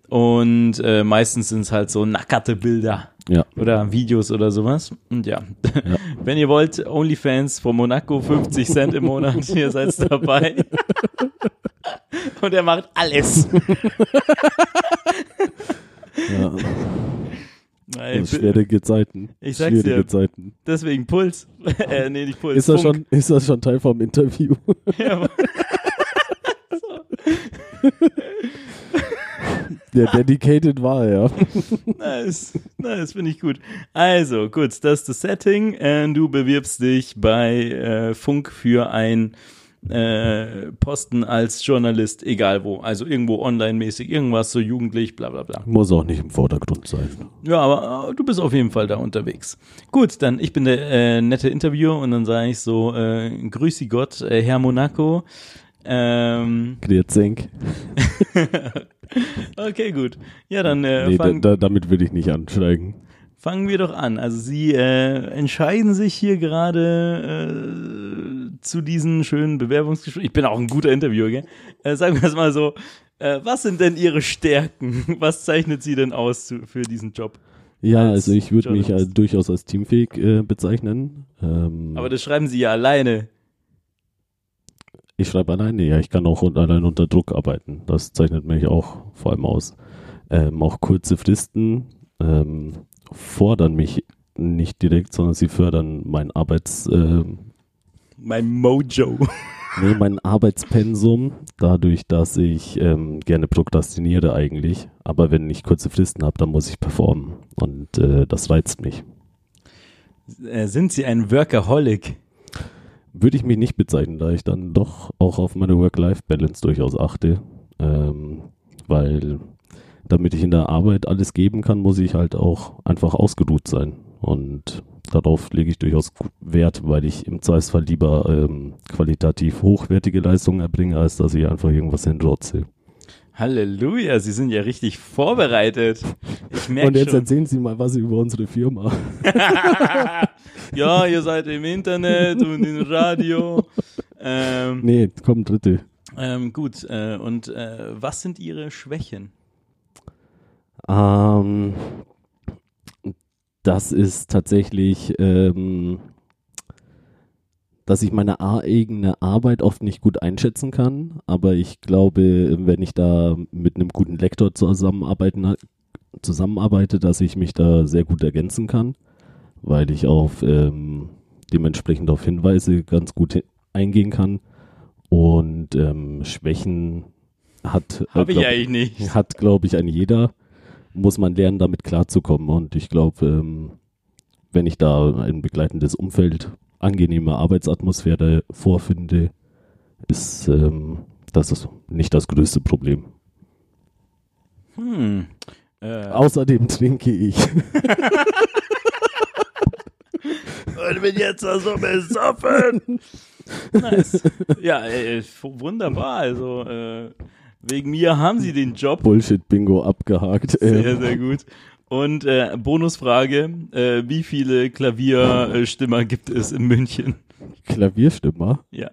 [SPEAKER 1] Und äh, meistens sind es halt so nackerte Bilder
[SPEAKER 3] Ja.
[SPEAKER 1] oder Videos oder sowas. Und ja, wenn ihr wollt, OnlyFans von Monaco, 50 Cent im Monat, ihr seid dabei. Und er macht alles.
[SPEAKER 3] ja.
[SPEAKER 1] Ey,
[SPEAKER 3] Das ist schwierige Zeiten.
[SPEAKER 1] Ich sag's dir.
[SPEAKER 3] schwierige Zeiten.
[SPEAKER 1] Deswegen Puls. äh, nee, nicht Puls.
[SPEAKER 3] Ist das,
[SPEAKER 1] Funk.
[SPEAKER 3] schon, ist das schon Teil vom Interview?
[SPEAKER 1] Ja,
[SPEAKER 3] Der dedicated war er, ja.
[SPEAKER 1] nice. Nice, finde ich gut. Also, gut, das ist das Setting. Äh, du bewirbst dich bei äh, Funk für ein äh, Posten als Journalist, egal wo. Also irgendwo online-mäßig, irgendwas so jugendlich, bla bla bla.
[SPEAKER 3] Muss auch nicht im Vordergrund sein.
[SPEAKER 1] Ja, aber äh, du bist auf jeden Fall da unterwegs. Gut, dann ich bin der äh, nette Interviewer und dann sage ich so, äh, grüßi Gott, äh, Herr Monaco. Ähm,
[SPEAKER 3] Klirzenk.
[SPEAKER 1] okay, gut. Ja, dann äh,
[SPEAKER 3] Nee, da,
[SPEAKER 1] fang,
[SPEAKER 3] da, damit will ich nicht ansteigen.
[SPEAKER 1] Fangen wir doch an. Also Sie äh, entscheiden sich hier gerade äh, zu diesen schönen Bewerbungsgesprächen. Ich bin auch ein guter Interviewer, gell? Äh, sagen wir es mal so. Äh, was sind denn Ihre Stärken? Was zeichnet Sie denn aus zu, für diesen Job?
[SPEAKER 3] Ja,
[SPEAKER 1] Als
[SPEAKER 3] also ich würde mich
[SPEAKER 1] Journalist.
[SPEAKER 3] äh, durchaus als teamfähig äh, bezeichnen. Ähm,
[SPEAKER 1] Aber das schreiben Sie ja alleine.
[SPEAKER 3] ich schreibe alleine, ja, ich kann auch un allein unter Druck arbeiten. Das zeichnet mich auch vor allem aus. Ähm, auch kurze Fristen ähm, fordern mich nicht direkt, sondern sie fördern mein Arbeits, ähm,
[SPEAKER 1] Mein Mojo.
[SPEAKER 3] Nee, mein Arbeitspensum, dadurch, dass ich ähm, gerne prokrastiniere eigentlich. Aber wenn ich kurze Fristen habe, dann muss ich performen. Und äh, das reizt mich.
[SPEAKER 1] Äh, sind Sie ein Workaholic?
[SPEAKER 3] Würde ich mich nicht bezeichnen, da ich dann doch auch auf meine Work-Life-Balance durchaus achte. Ähm, weil damit ich in der Arbeit alles geben kann, muss ich halt auch einfach ausgeruht sein. Und darauf lege ich durchaus gu- Wert, weil ich im Zweifelsfall lieber ähm, qualitativ hochwertige Leistungen erbringe, als dass ich einfach irgendwas hinrotze.
[SPEAKER 1] Halleluja, Sie sind ja richtig vorbereitet. Ich merke
[SPEAKER 3] Und jetzt
[SPEAKER 1] schon.
[SPEAKER 3] erzählen Sie mal was über unsere Firma.
[SPEAKER 1] ja, ihr seid im Internet und im Radio. Ähm,
[SPEAKER 3] nee, komm, dritte.
[SPEAKER 1] ähm, gut, äh, und äh, was sind Ihre Schwächen?
[SPEAKER 3] Ähm, das ist tatsächlich, ähm, dass ich meine a- eigene Arbeit oft nicht gut einschätzen kann. Aber ich glaube, wenn ich da mit einem guten Lektor zusammenarbeiten, zusammenarbeite, dass ich mich da sehr gut ergänzen kann, weil ich auf ähm, dementsprechend auf Hinweise ganz gut hi- eingehen kann. Und ähm, Schwächen hat. äh,
[SPEAKER 1] Habe ich
[SPEAKER 3] glaub-
[SPEAKER 1] eigentlich nicht.
[SPEAKER 3] hat, glaube ich, ein jeder. Muss man lernen, damit klarzukommen. Und ich glaube, ähm, wenn ich da ein begleitendes Umfeld, angenehme Arbeitsatmosphäre vorfinde, ist ähm, das ist nicht das größte Problem.
[SPEAKER 1] Hm. Äh,
[SPEAKER 3] Außerdem trinke ich.
[SPEAKER 1] Ich bin jetzt so besoffen. Nice. Ja, äh, f- wunderbar. Also äh, wegen mir haben sie den Job.
[SPEAKER 3] Bullshit-Bingo abgehakt.
[SPEAKER 1] Sehr,
[SPEAKER 3] Ähm,
[SPEAKER 1] sehr gut. Und äh, Bonusfrage, äh, wie viele Klavierstimmer gibt es in München?
[SPEAKER 3] Klavierstimmer.
[SPEAKER 1] Ja.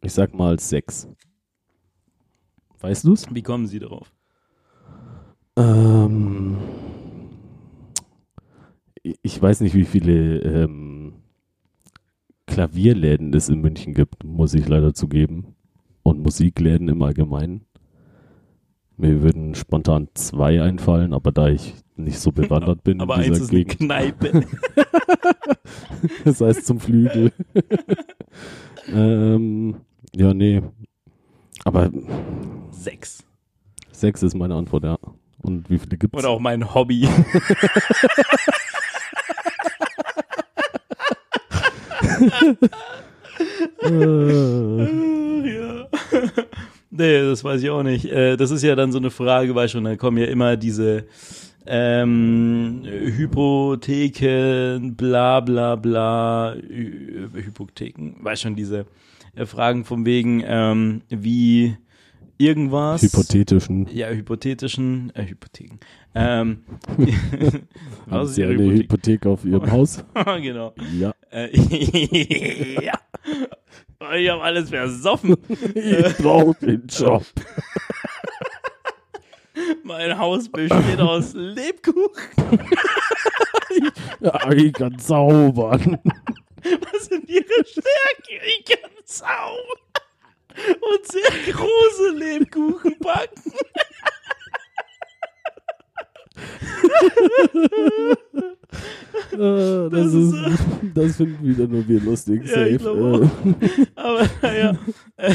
[SPEAKER 3] Ich sag mal sechs. Weißt du's?
[SPEAKER 1] Wie kommen Sie darauf?
[SPEAKER 3] Ähm, ich- ich weiß nicht, wie viele ähm, Klavierläden es in München gibt, muss ich leider zugeben. Und Musikläden im Allgemeinen. Mir würden spontan zwei einfallen, aber da ich nicht so bewandert bin
[SPEAKER 1] Aber
[SPEAKER 3] in dieser
[SPEAKER 1] eins ist eine
[SPEAKER 3] Gegend,
[SPEAKER 1] Kneipe.
[SPEAKER 3] das heißt zum Flügel. ähm, ja, nee. Aber
[SPEAKER 1] Sechs.
[SPEAKER 3] sechs ist meine Antwort, ja. Und wie viele gibt es?
[SPEAKER 1] Und auch mein Hobby.
[SPEAKER 3] Äh,
[SPEAKER 1] Ach, ja. nee, das weiß ich auch nicht. Äh, Das ist ja dann so eine Frage, weil schon, da kommen ja immer diese ähm, Hypotheken, bla bla bla, Hy Hypotheken, weiß schon, diese äh, Fragen von wegen, ähm, wie irgendwas.
[SPEAKER 3] Hypothetischen.
[SPEAKER 1] ja, hypothetischen, äh, Hypotheken. Ähm,
[SPEAKER 3] Haben
[SPEAKER 1] was ist Also
[SPEAKER 3] Sie
[SPEAKER 1] Ihre
[SPEAKER 3] eine
[SPEAKER 1] Hypothek? Oh.
[SPEAKER 3] Hypothek auf Ihrem Haus?
[SPEAKER 1] genau.
[SPEAKER 3] Ja.
[SPEAKER 1] Äh, ja. Ich habe alles versoffen.
[SPEAKER 3] Ich brauche den Job.
[SPEAKER 1] Mein Haus besteht aus Lebkuchen. Ah,
[SPEAKER 3] Ja, ich kann zaubern.
[SPEAKER 1] Was sind ihre Stärken? Ich kann zaubern. Und sehr große Lebkuchen backen.
[SPEAKER 3] Äh, Das, ist, das finden wieder nur wir lustig.
[SPEAKER 1] Ja, ich glaub
[SPEAKER 3] Safe. Äh,
[SPEAKER 1] Aber naja, äh,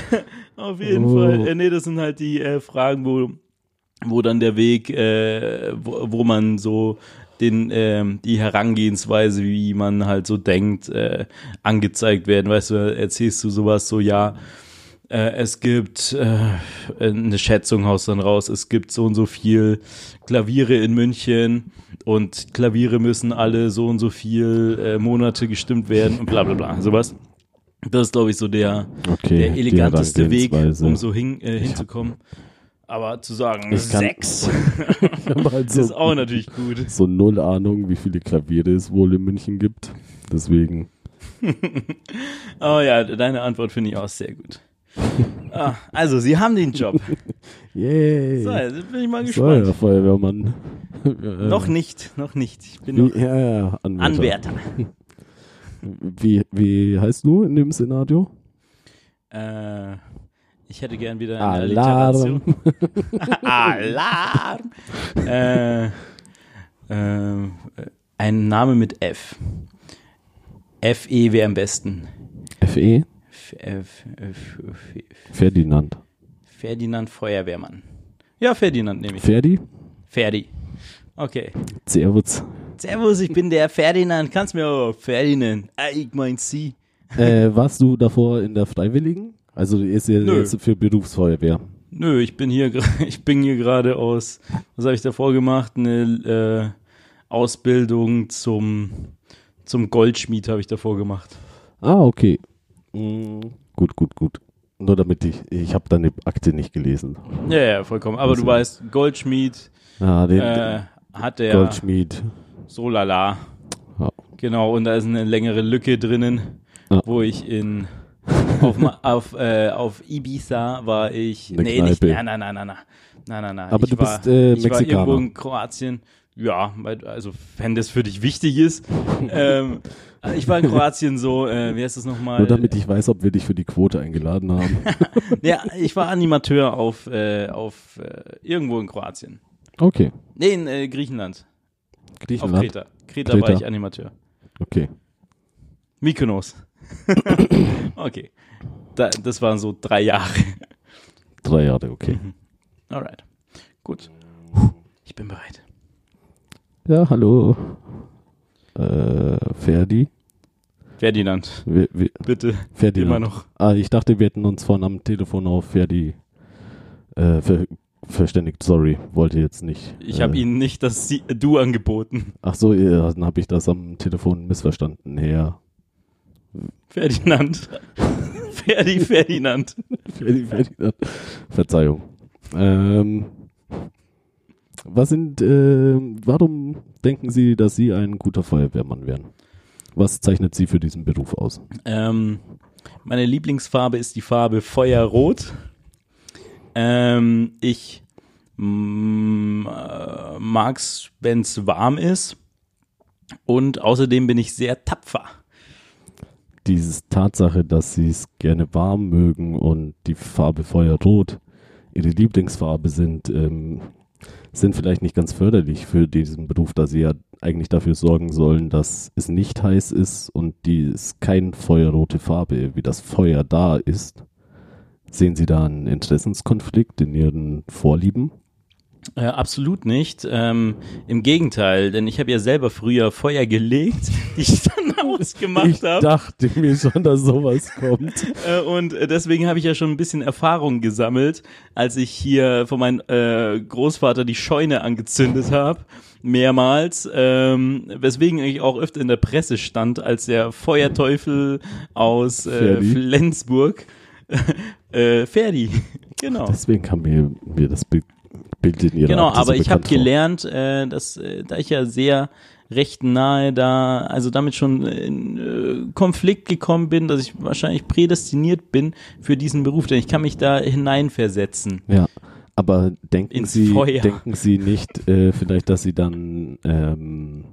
[SPEAKER 1] auf jeden
[SPEAKER 3] Oh.
[SPEAKER 1] Fall. Äh, nee, das sind halt die äh, Fragen, wo, wo dann der Weg, äh, wo, wo man so den, ähm, die Herangehensweise, wie man halt so denkt, äh, angezeigt werden. Weißt du, erzählst du sowas so, ja, äh, es gibt äh, eine Schätzung haust dann raus, es gibt so und so viel Klaviere in München und Klaviere müssen alle so und so viel äh, Monate gestimmt werden und bla bla bla, sowas. Das ist, glaube ich, so der,
[SPEAKER 3] Okay,
[SPEAKER 1] der
[SPEAKER 3] die
[SPEAKER 1] eleganteste Weg,
[SPEAKER 3] Herangehensweise.
[SPEAKER 1] um so hin, äh, hinzukommen. Aber zu sagen,
[SPEAKER 3] Ich kann-
[SPEAKER 1] sechs
[SPEAKER 3] Ich habe halt
[SPEAKER 1] ist
[SPEAKER 3] so,
[SPEAKER 1] auch natürlich gut.
[SPEAKER 3] so null Ahnung, wie viele Klaviere es wohl in München gibt. Deswegen.
[SPEAKER 1] Oh ja, deine Antwort finde ich auch sehr gut. Ah, also, sie haben den Job.
[SPEAKER 3] Yay.
[SPEAKER 1] So, jetzt bin ich mal
[SPEAKER 3] So, Herr
[SPEAKER 1] gespannt.
[SPEAKER 3] Feuerwehrmann. Äh,
[SPEAKER 1] Noch nicht, noch nicht. Ich bin noch
[SPEAKER 3] Wie, ja, ja,
[SPEAKER 1] Anwärter.
[SPEAKER 3] Anwärter. Wie, wie heißt du in dem Szenario?
[SPEAKER 1] Äh, ich hätte gern wieder eine Alliteration.
[SPEAKER 3] Alarm.
[SPEAKER 1] Alarm! äh, äh, ein Name mit F. F-E wäre am besten.
[SPEAKER 3] FE?
[SPEAKER 1] F F F F
[SPEAKER 3] Ferdinand.
[SPEAKER 1] Ferdinand Feuerwehrmann. Ja, Ferdinand nehme ich.
[SPEAKER 3] Ferdi?
[SPEAKER 1] Ferdi. Okay.
[SPEAKER 3] Servus.
[SPEAKER 1] Servus, ich bin der Ferdinand. Kannst mir aber Ferdinand. Ah, ich mein Sie.
[SPEAKER 3] äh, warst du davor in der Freiwilligen? Also du ist ja
[SPEAKER 1] Nö.
[SPEAKER 3] jetzt für Berufsfeuerwehr.
[SPEAKER 1] Nö, ich bin hier, gra- ich bin hier gerade aus, was habe ich davor gemacht? Eine äh, Ausbildung zum, zum Goldschmied habe ich davor gemacht.
[SPEAKER 3] Ah, okay. Mm,
[SPEAKER 1] Mhm.
[SPEAKER 3] Gut, gut, gut. Nur damit ich, ich habe deine Akte nicht gelesen.
[SPEAKER 1] Ja, ja, vollkommen. Aber du
[SPEAKER 3] Also-
[SPEAKER 1] weißt, Goldschmied
[SPEAKER 3] Ah, den
[SPEAKER 1] äh, hat der
[SPEAKER 3] Goldschmied.
[SPEAKER 1] so lala.
[SPEAKER 3] Ja.
[SPEAKER 1] Genau, und da ist eine längere Lücke drinnen,
[SPEAKER 3] Ja.
[SPEAKER 1] wo ich in auf, Ma- auf, äh, auf Ibiza war ich.
[SPEAKER 3] Eine
[SPEAKER 1] nee, nicht.
[SPEAKER 3] Kneipe.
[SPEAKER 1] Nein, nein, nein, nein, nein. nein, nein, nein.
[SPEAKER 3] Aber
[SPEAKER 1] ich
[SPEAKER 3] du
[SPEAKER 1] war,
[SPEAKER 3] bist, äh,
[SPEAKER 1] ich
[SPEAKER 3] Mexikaner.
[SPEAKER 1] War irgendwo in Kroatien. Ja, weil- also wenn das für dich wichtig ist. ähm, ich war in Kroatien so, äh, wie heißt das nochmal?
[SPEAKER 3] Nur damit ich weiß, ob wir dich für die Quote eingeladen haben.
[SPEAKER 1] Ja, ich war Animateur auf, äh, auf äh, irgendwo in Kroatien.
[SPEAKER 3] Okay.
[SPEAKER 1] Nee, in äh, Griechenland. Auf
[SPEAKER 3] Griechenland.
[SPEAKER 1] Kreta. Kreta.
[SPEAKER 3] Kreta.
[SPEAKER 1] war ich Animateur.
[SPEAKER 3] Okay.
[SPEAKER 1] Mykonos. okay. Da, das waren so drei Jahre.
[SPEAKER 3] Drei Jahre, okay.
[SPEAKER 1] Alright. Gut. Ich bin bereit. Mhm.
[SPEAKER 3] Ja, hallo. Äh, Ferdi.
[SPEAKER 1] Ferdinand,
[SPEAKER 3] Wir, wir,
[SPEAKER 1] bitte.
[SPEAKER 3] Ferdi.
[SPEAKER 1] Immer noch.
[SPEAKER 3] Ah, ich dachte, wir hätten uns vorhin am Telefon auf Ferdi äh, ver verständigt. Sorry, wollte jetzt nicht.
[SPEAKER 1] Ich
[SPEAKER 3] äh,
[SPEAKER 1] habe Ihnen nicht das Sie Du angeboten.
[SPEAKER 3] Ach so, ja, dann habe ich das am Telefon missverstanden. Herr.
[SPEAKER 1] Ferdinand. Ferdi, Ferdinand.
[SPEAKER 3] Ferdi, Ferdinand. Verzeihung. Ähm, was sind, äh, warum denken Sie, dass Sie ein guter Feuerwehrmann wären? Was zeichnet Sie für diesen Beruf aus?
[SPEAKER 1] Ähm, meine Lieblingsfarbe ist die Farbe Feuerrot. Ähm, ich mm, äh, mag's, wenn's warm ist. Und außerdem bin ich sehr tapfer.
[SPEAKER 3] Diese Tatsache, dass Sie es gerne warm mögen und die Farbe Feuerrot Ihre Lieblingsfarbe sind, ähm, sind vielleicht nicht ganz förderlich für diesen Beruf, da Sie ja eigentlich dafür sorgen sollen, dass es nicht heiß ist und die es keine feuerrote Farbe, wie das Feuer da ist. Sehen Sie da einen Interessenskonflikt in Ihren Vorlieben?
[SPEAKER 1] Äh, absolut nicht. Ähm, Im Gegenteil, denn ich habe ja selber früher Feuer gelegt, die ich dann ausgemacht habe.
[SPEAKER 3] dachte mir schon, dass sowas kommt.
[SPEAKER 1] Äh, und äh, deswegen habe ich ja schon ein bisschen Erfahrung gesammelt, als ich hier von meinem äh, Großvater die Scheune angezündet habe. Mehrmals, ähm, weswegen ich auch öfter in der Presse stand, als der Feuerteufel aus äh,
[SPEAKER 3] Ferdi.
[SPEAKER 1] Flensburg. äh, Ferdi, genau.
[SPEAKER 3] Deswegen kam mir, mir das Bild Bild in Ihrer
[SPEAKER 1] Genau,
[SPEAKER 3] Akte so
[SPEAKER 1] aber ich habe
[SPEAKER 3] bekannt
[SPEAKER 1] gelernt,
[SPEAKER 3] vor.
[SPEAKER 1] äh, dass äh, da ich ja sehr recht nahe da, also damit schon in äh, Konflikt gekommen bin, dass ich wahrscheinlich prädestiniert bin für diesen Beruf, denn ich kann mich da hineinversetzen.
[SPEAKER 3] Ja, aber denken
[SPEAKER 1] Ins
[SPEAKER 3] Sie,
[SPEAKER 1] Feuer.
[SPEAKER 3] denken Sie nicht äh, vielleicht, dass Sie dann ähm,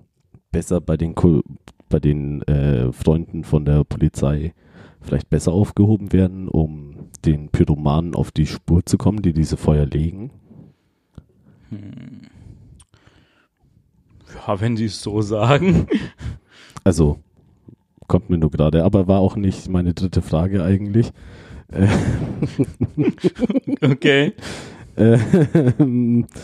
[SPEAKER 3] besser bei den Ko bei den äh, Freunden von der Polizei vielleicht besser aufgehoben werden, um den Pyromanen auf die Spur zu kommen, die diese Feuer legen?
[SPEAKER 1] Ja, wenn Sie es so sagen.
[SPEAKER 3] Also kommt mir nur gerade, aber war auch nicht meine dritte Frage eigentlich. Äh,
[SPEAKER 1] Okay.
[SPEAKER 3] Ähm, Äh,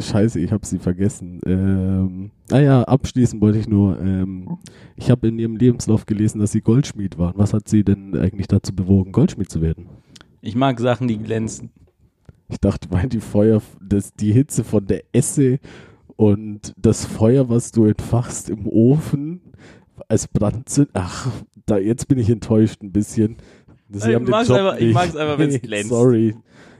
[SPEAKER 3] Scheiße, ich habe sie vergessen. Ähm, ah ja, abschließend wollte ich nur, ähm, ich habe in ihrem Lebenslauf gelesen, dass sie Goldschmied waren. Was hat sie denn eigentlich dazu bewogen, Goldschmied zu werden?
[SPEAKER 1] Ich mag Sachen, die glänzen.
[SPEAKER 3] Ich dachte, weil die Feuer, das, die Hitze von der Esse und das Feuer, was du entfachst im Ofen als Brandzünd. Ach, da, jetzt bin ich enttäuscht ein bisschen. Sie
[SPEAKER 1] Ich
[SPEAKER 3] haben den
[SPEAKER 1] mag's
[SPEAKER 3] Job
[SPEAKER 1] einfach- ich
[SPEAKER 3] nicht.
[SPEAKER 1] mag's einfach, wenn's glänzt.
[SPEAKER 3] Sorry.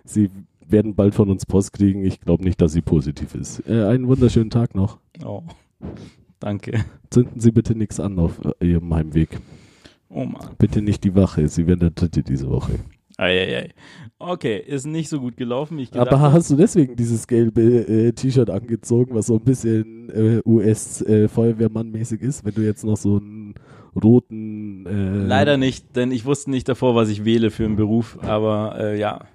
[SPEAKER 3] Sie werden bald von uns Post kriegen. Ich glaube nicht, dass sie positiv ist. Äh, einen wunderschönen Tag noch.
[SPEAKER 1] Oh. Danke.
[SPEAKER 3] Zünden Sie bitte nichts an auf äh, Ihrem Heimweg.
[SPEAKER 1] Oh Mann.
[SPEAKER 3] Bitte nicht die Wache. Sie werden der Dritte diese Woche.
[SPEAKER 1] Eieiei. Okay, ist nicht so gut gelaufen, wie ich gedacht
[SPEAKER 3] Aber
[SPEAKER 1] habe.
[SPEAKER 3] hast du deswegen dieses gelbe äh, T-Shirt angezogen, was so ein bisschen äh, US-Feuerwehrmann-mäßig ist, wenn du jetzt noch so einen roten. Äh,
[SPEAKER 1] Leider nicht, denn ich wusste nicht davor, was ich wähle für einen Beruf, aber äh, ja.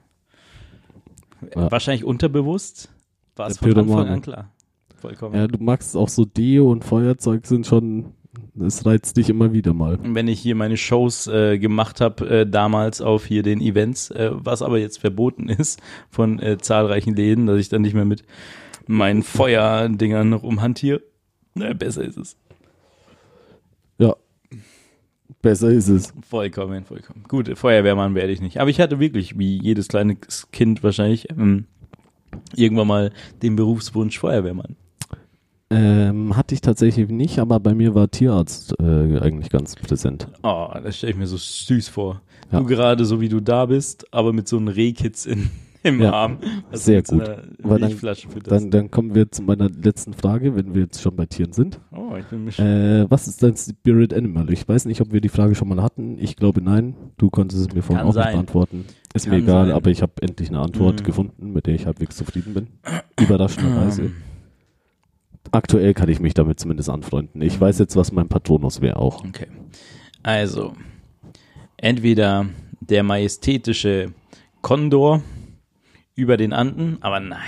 [SPEAKER 3] Ja.
[SPEAKER 1] Wahrscheinlich unterbewusst war es
[SPEAKER 3] Der
[SPEAKER 1] von Anfang
[SPEAKER 3] Pyromane.
[SPEAKER 1] an klar. Vollkommen.
[SPEAKER 3] Ja, du magst auch so Deo und Feuerzeug sind schon. Das reizt dich immer wieder mal.
[SPEAKER 1] Und Wenn ich hier meine Shows äh, gemacht habe, äh, damals auf hier den Events, äh, was aber jetzt verboten ist von äh, zahlreichen Läden, dass ich dann nicht mehr mit meinen Feuerdingern rumhantiere. Na, besser ist es.
[SPEAKER 3] Ja. Besser ist es.
[SPEAKER 1] Vollkommen, vollkommen. Gut, Feuerwehrmann werde ich nicht. Aber ich hatte wirklich, wie jedes kleine Kind wahrscheinlich, ähm, irgendwann mal den Berufswunsch Feuerwehrmann.
[SPEAKER 3] Ähm, hatte ich tatsächlich nicht, aber bei mir war Tierarzt äh, eigentlich ganz präsent.
[SPEAKER 1] Oh, das stelle ich mir so süß vor.
[SPEAKER 3] Ja.
[SPEAKER 1] Du gerade so wie du da bist, aber mit so einem Rehkitz in, im
[SPEAKER 3] Ja.
[SPEAKER 1] Arm. was
[SPEAKER 3] Sehr
[SPEAKER 1] du mit
[SPEAKER 3] gut.
[SPEAKER 1] So
[SPEAKER 3] Weil
[SPEAKER 1] einer
[SPEAKER 3] dann-
[SPEAKER 1] Milchflasche fütterst.
[SPEAKER 3] Dann, dann kommen wir zu meiner letzten Frage, wenn wir jetzt schon bei Tieren sind.
[SPEAKER 1] oh, ich bin mich.
[SPEAKER 3] Äh, was ist dein Spirit Animal? Ich weiß nicht, ob wir die Frage schon mal hatten. Ich glaube nein. Du konntest es mir vorhin
[SPEAKER 1] Kann
[SPEAKER 3] auch nicht
[SPEAKER 1] sein.
[SPEAKER 3] beantworten. Ist mir
[SPEAKER 1] Kann
[SPEAKER 3] egal,
[SPEAKER 1] sein.
[SPEAKER 3] aber ich habe endlich eine Antwort
[SPEAKER 1] Mhm.
[SPEAKER 3] gefunden, mit der ich halbwegs zufrieden bin. Überraschenderweise. Aktuell kann ich mich damit zumindest anfreunden. Ich weiß jetzt, was mein Patronus wäre auch.
[SPEAKER 1] Okay. Also, entweder der majestätische Kondor über den Anden, aber nein.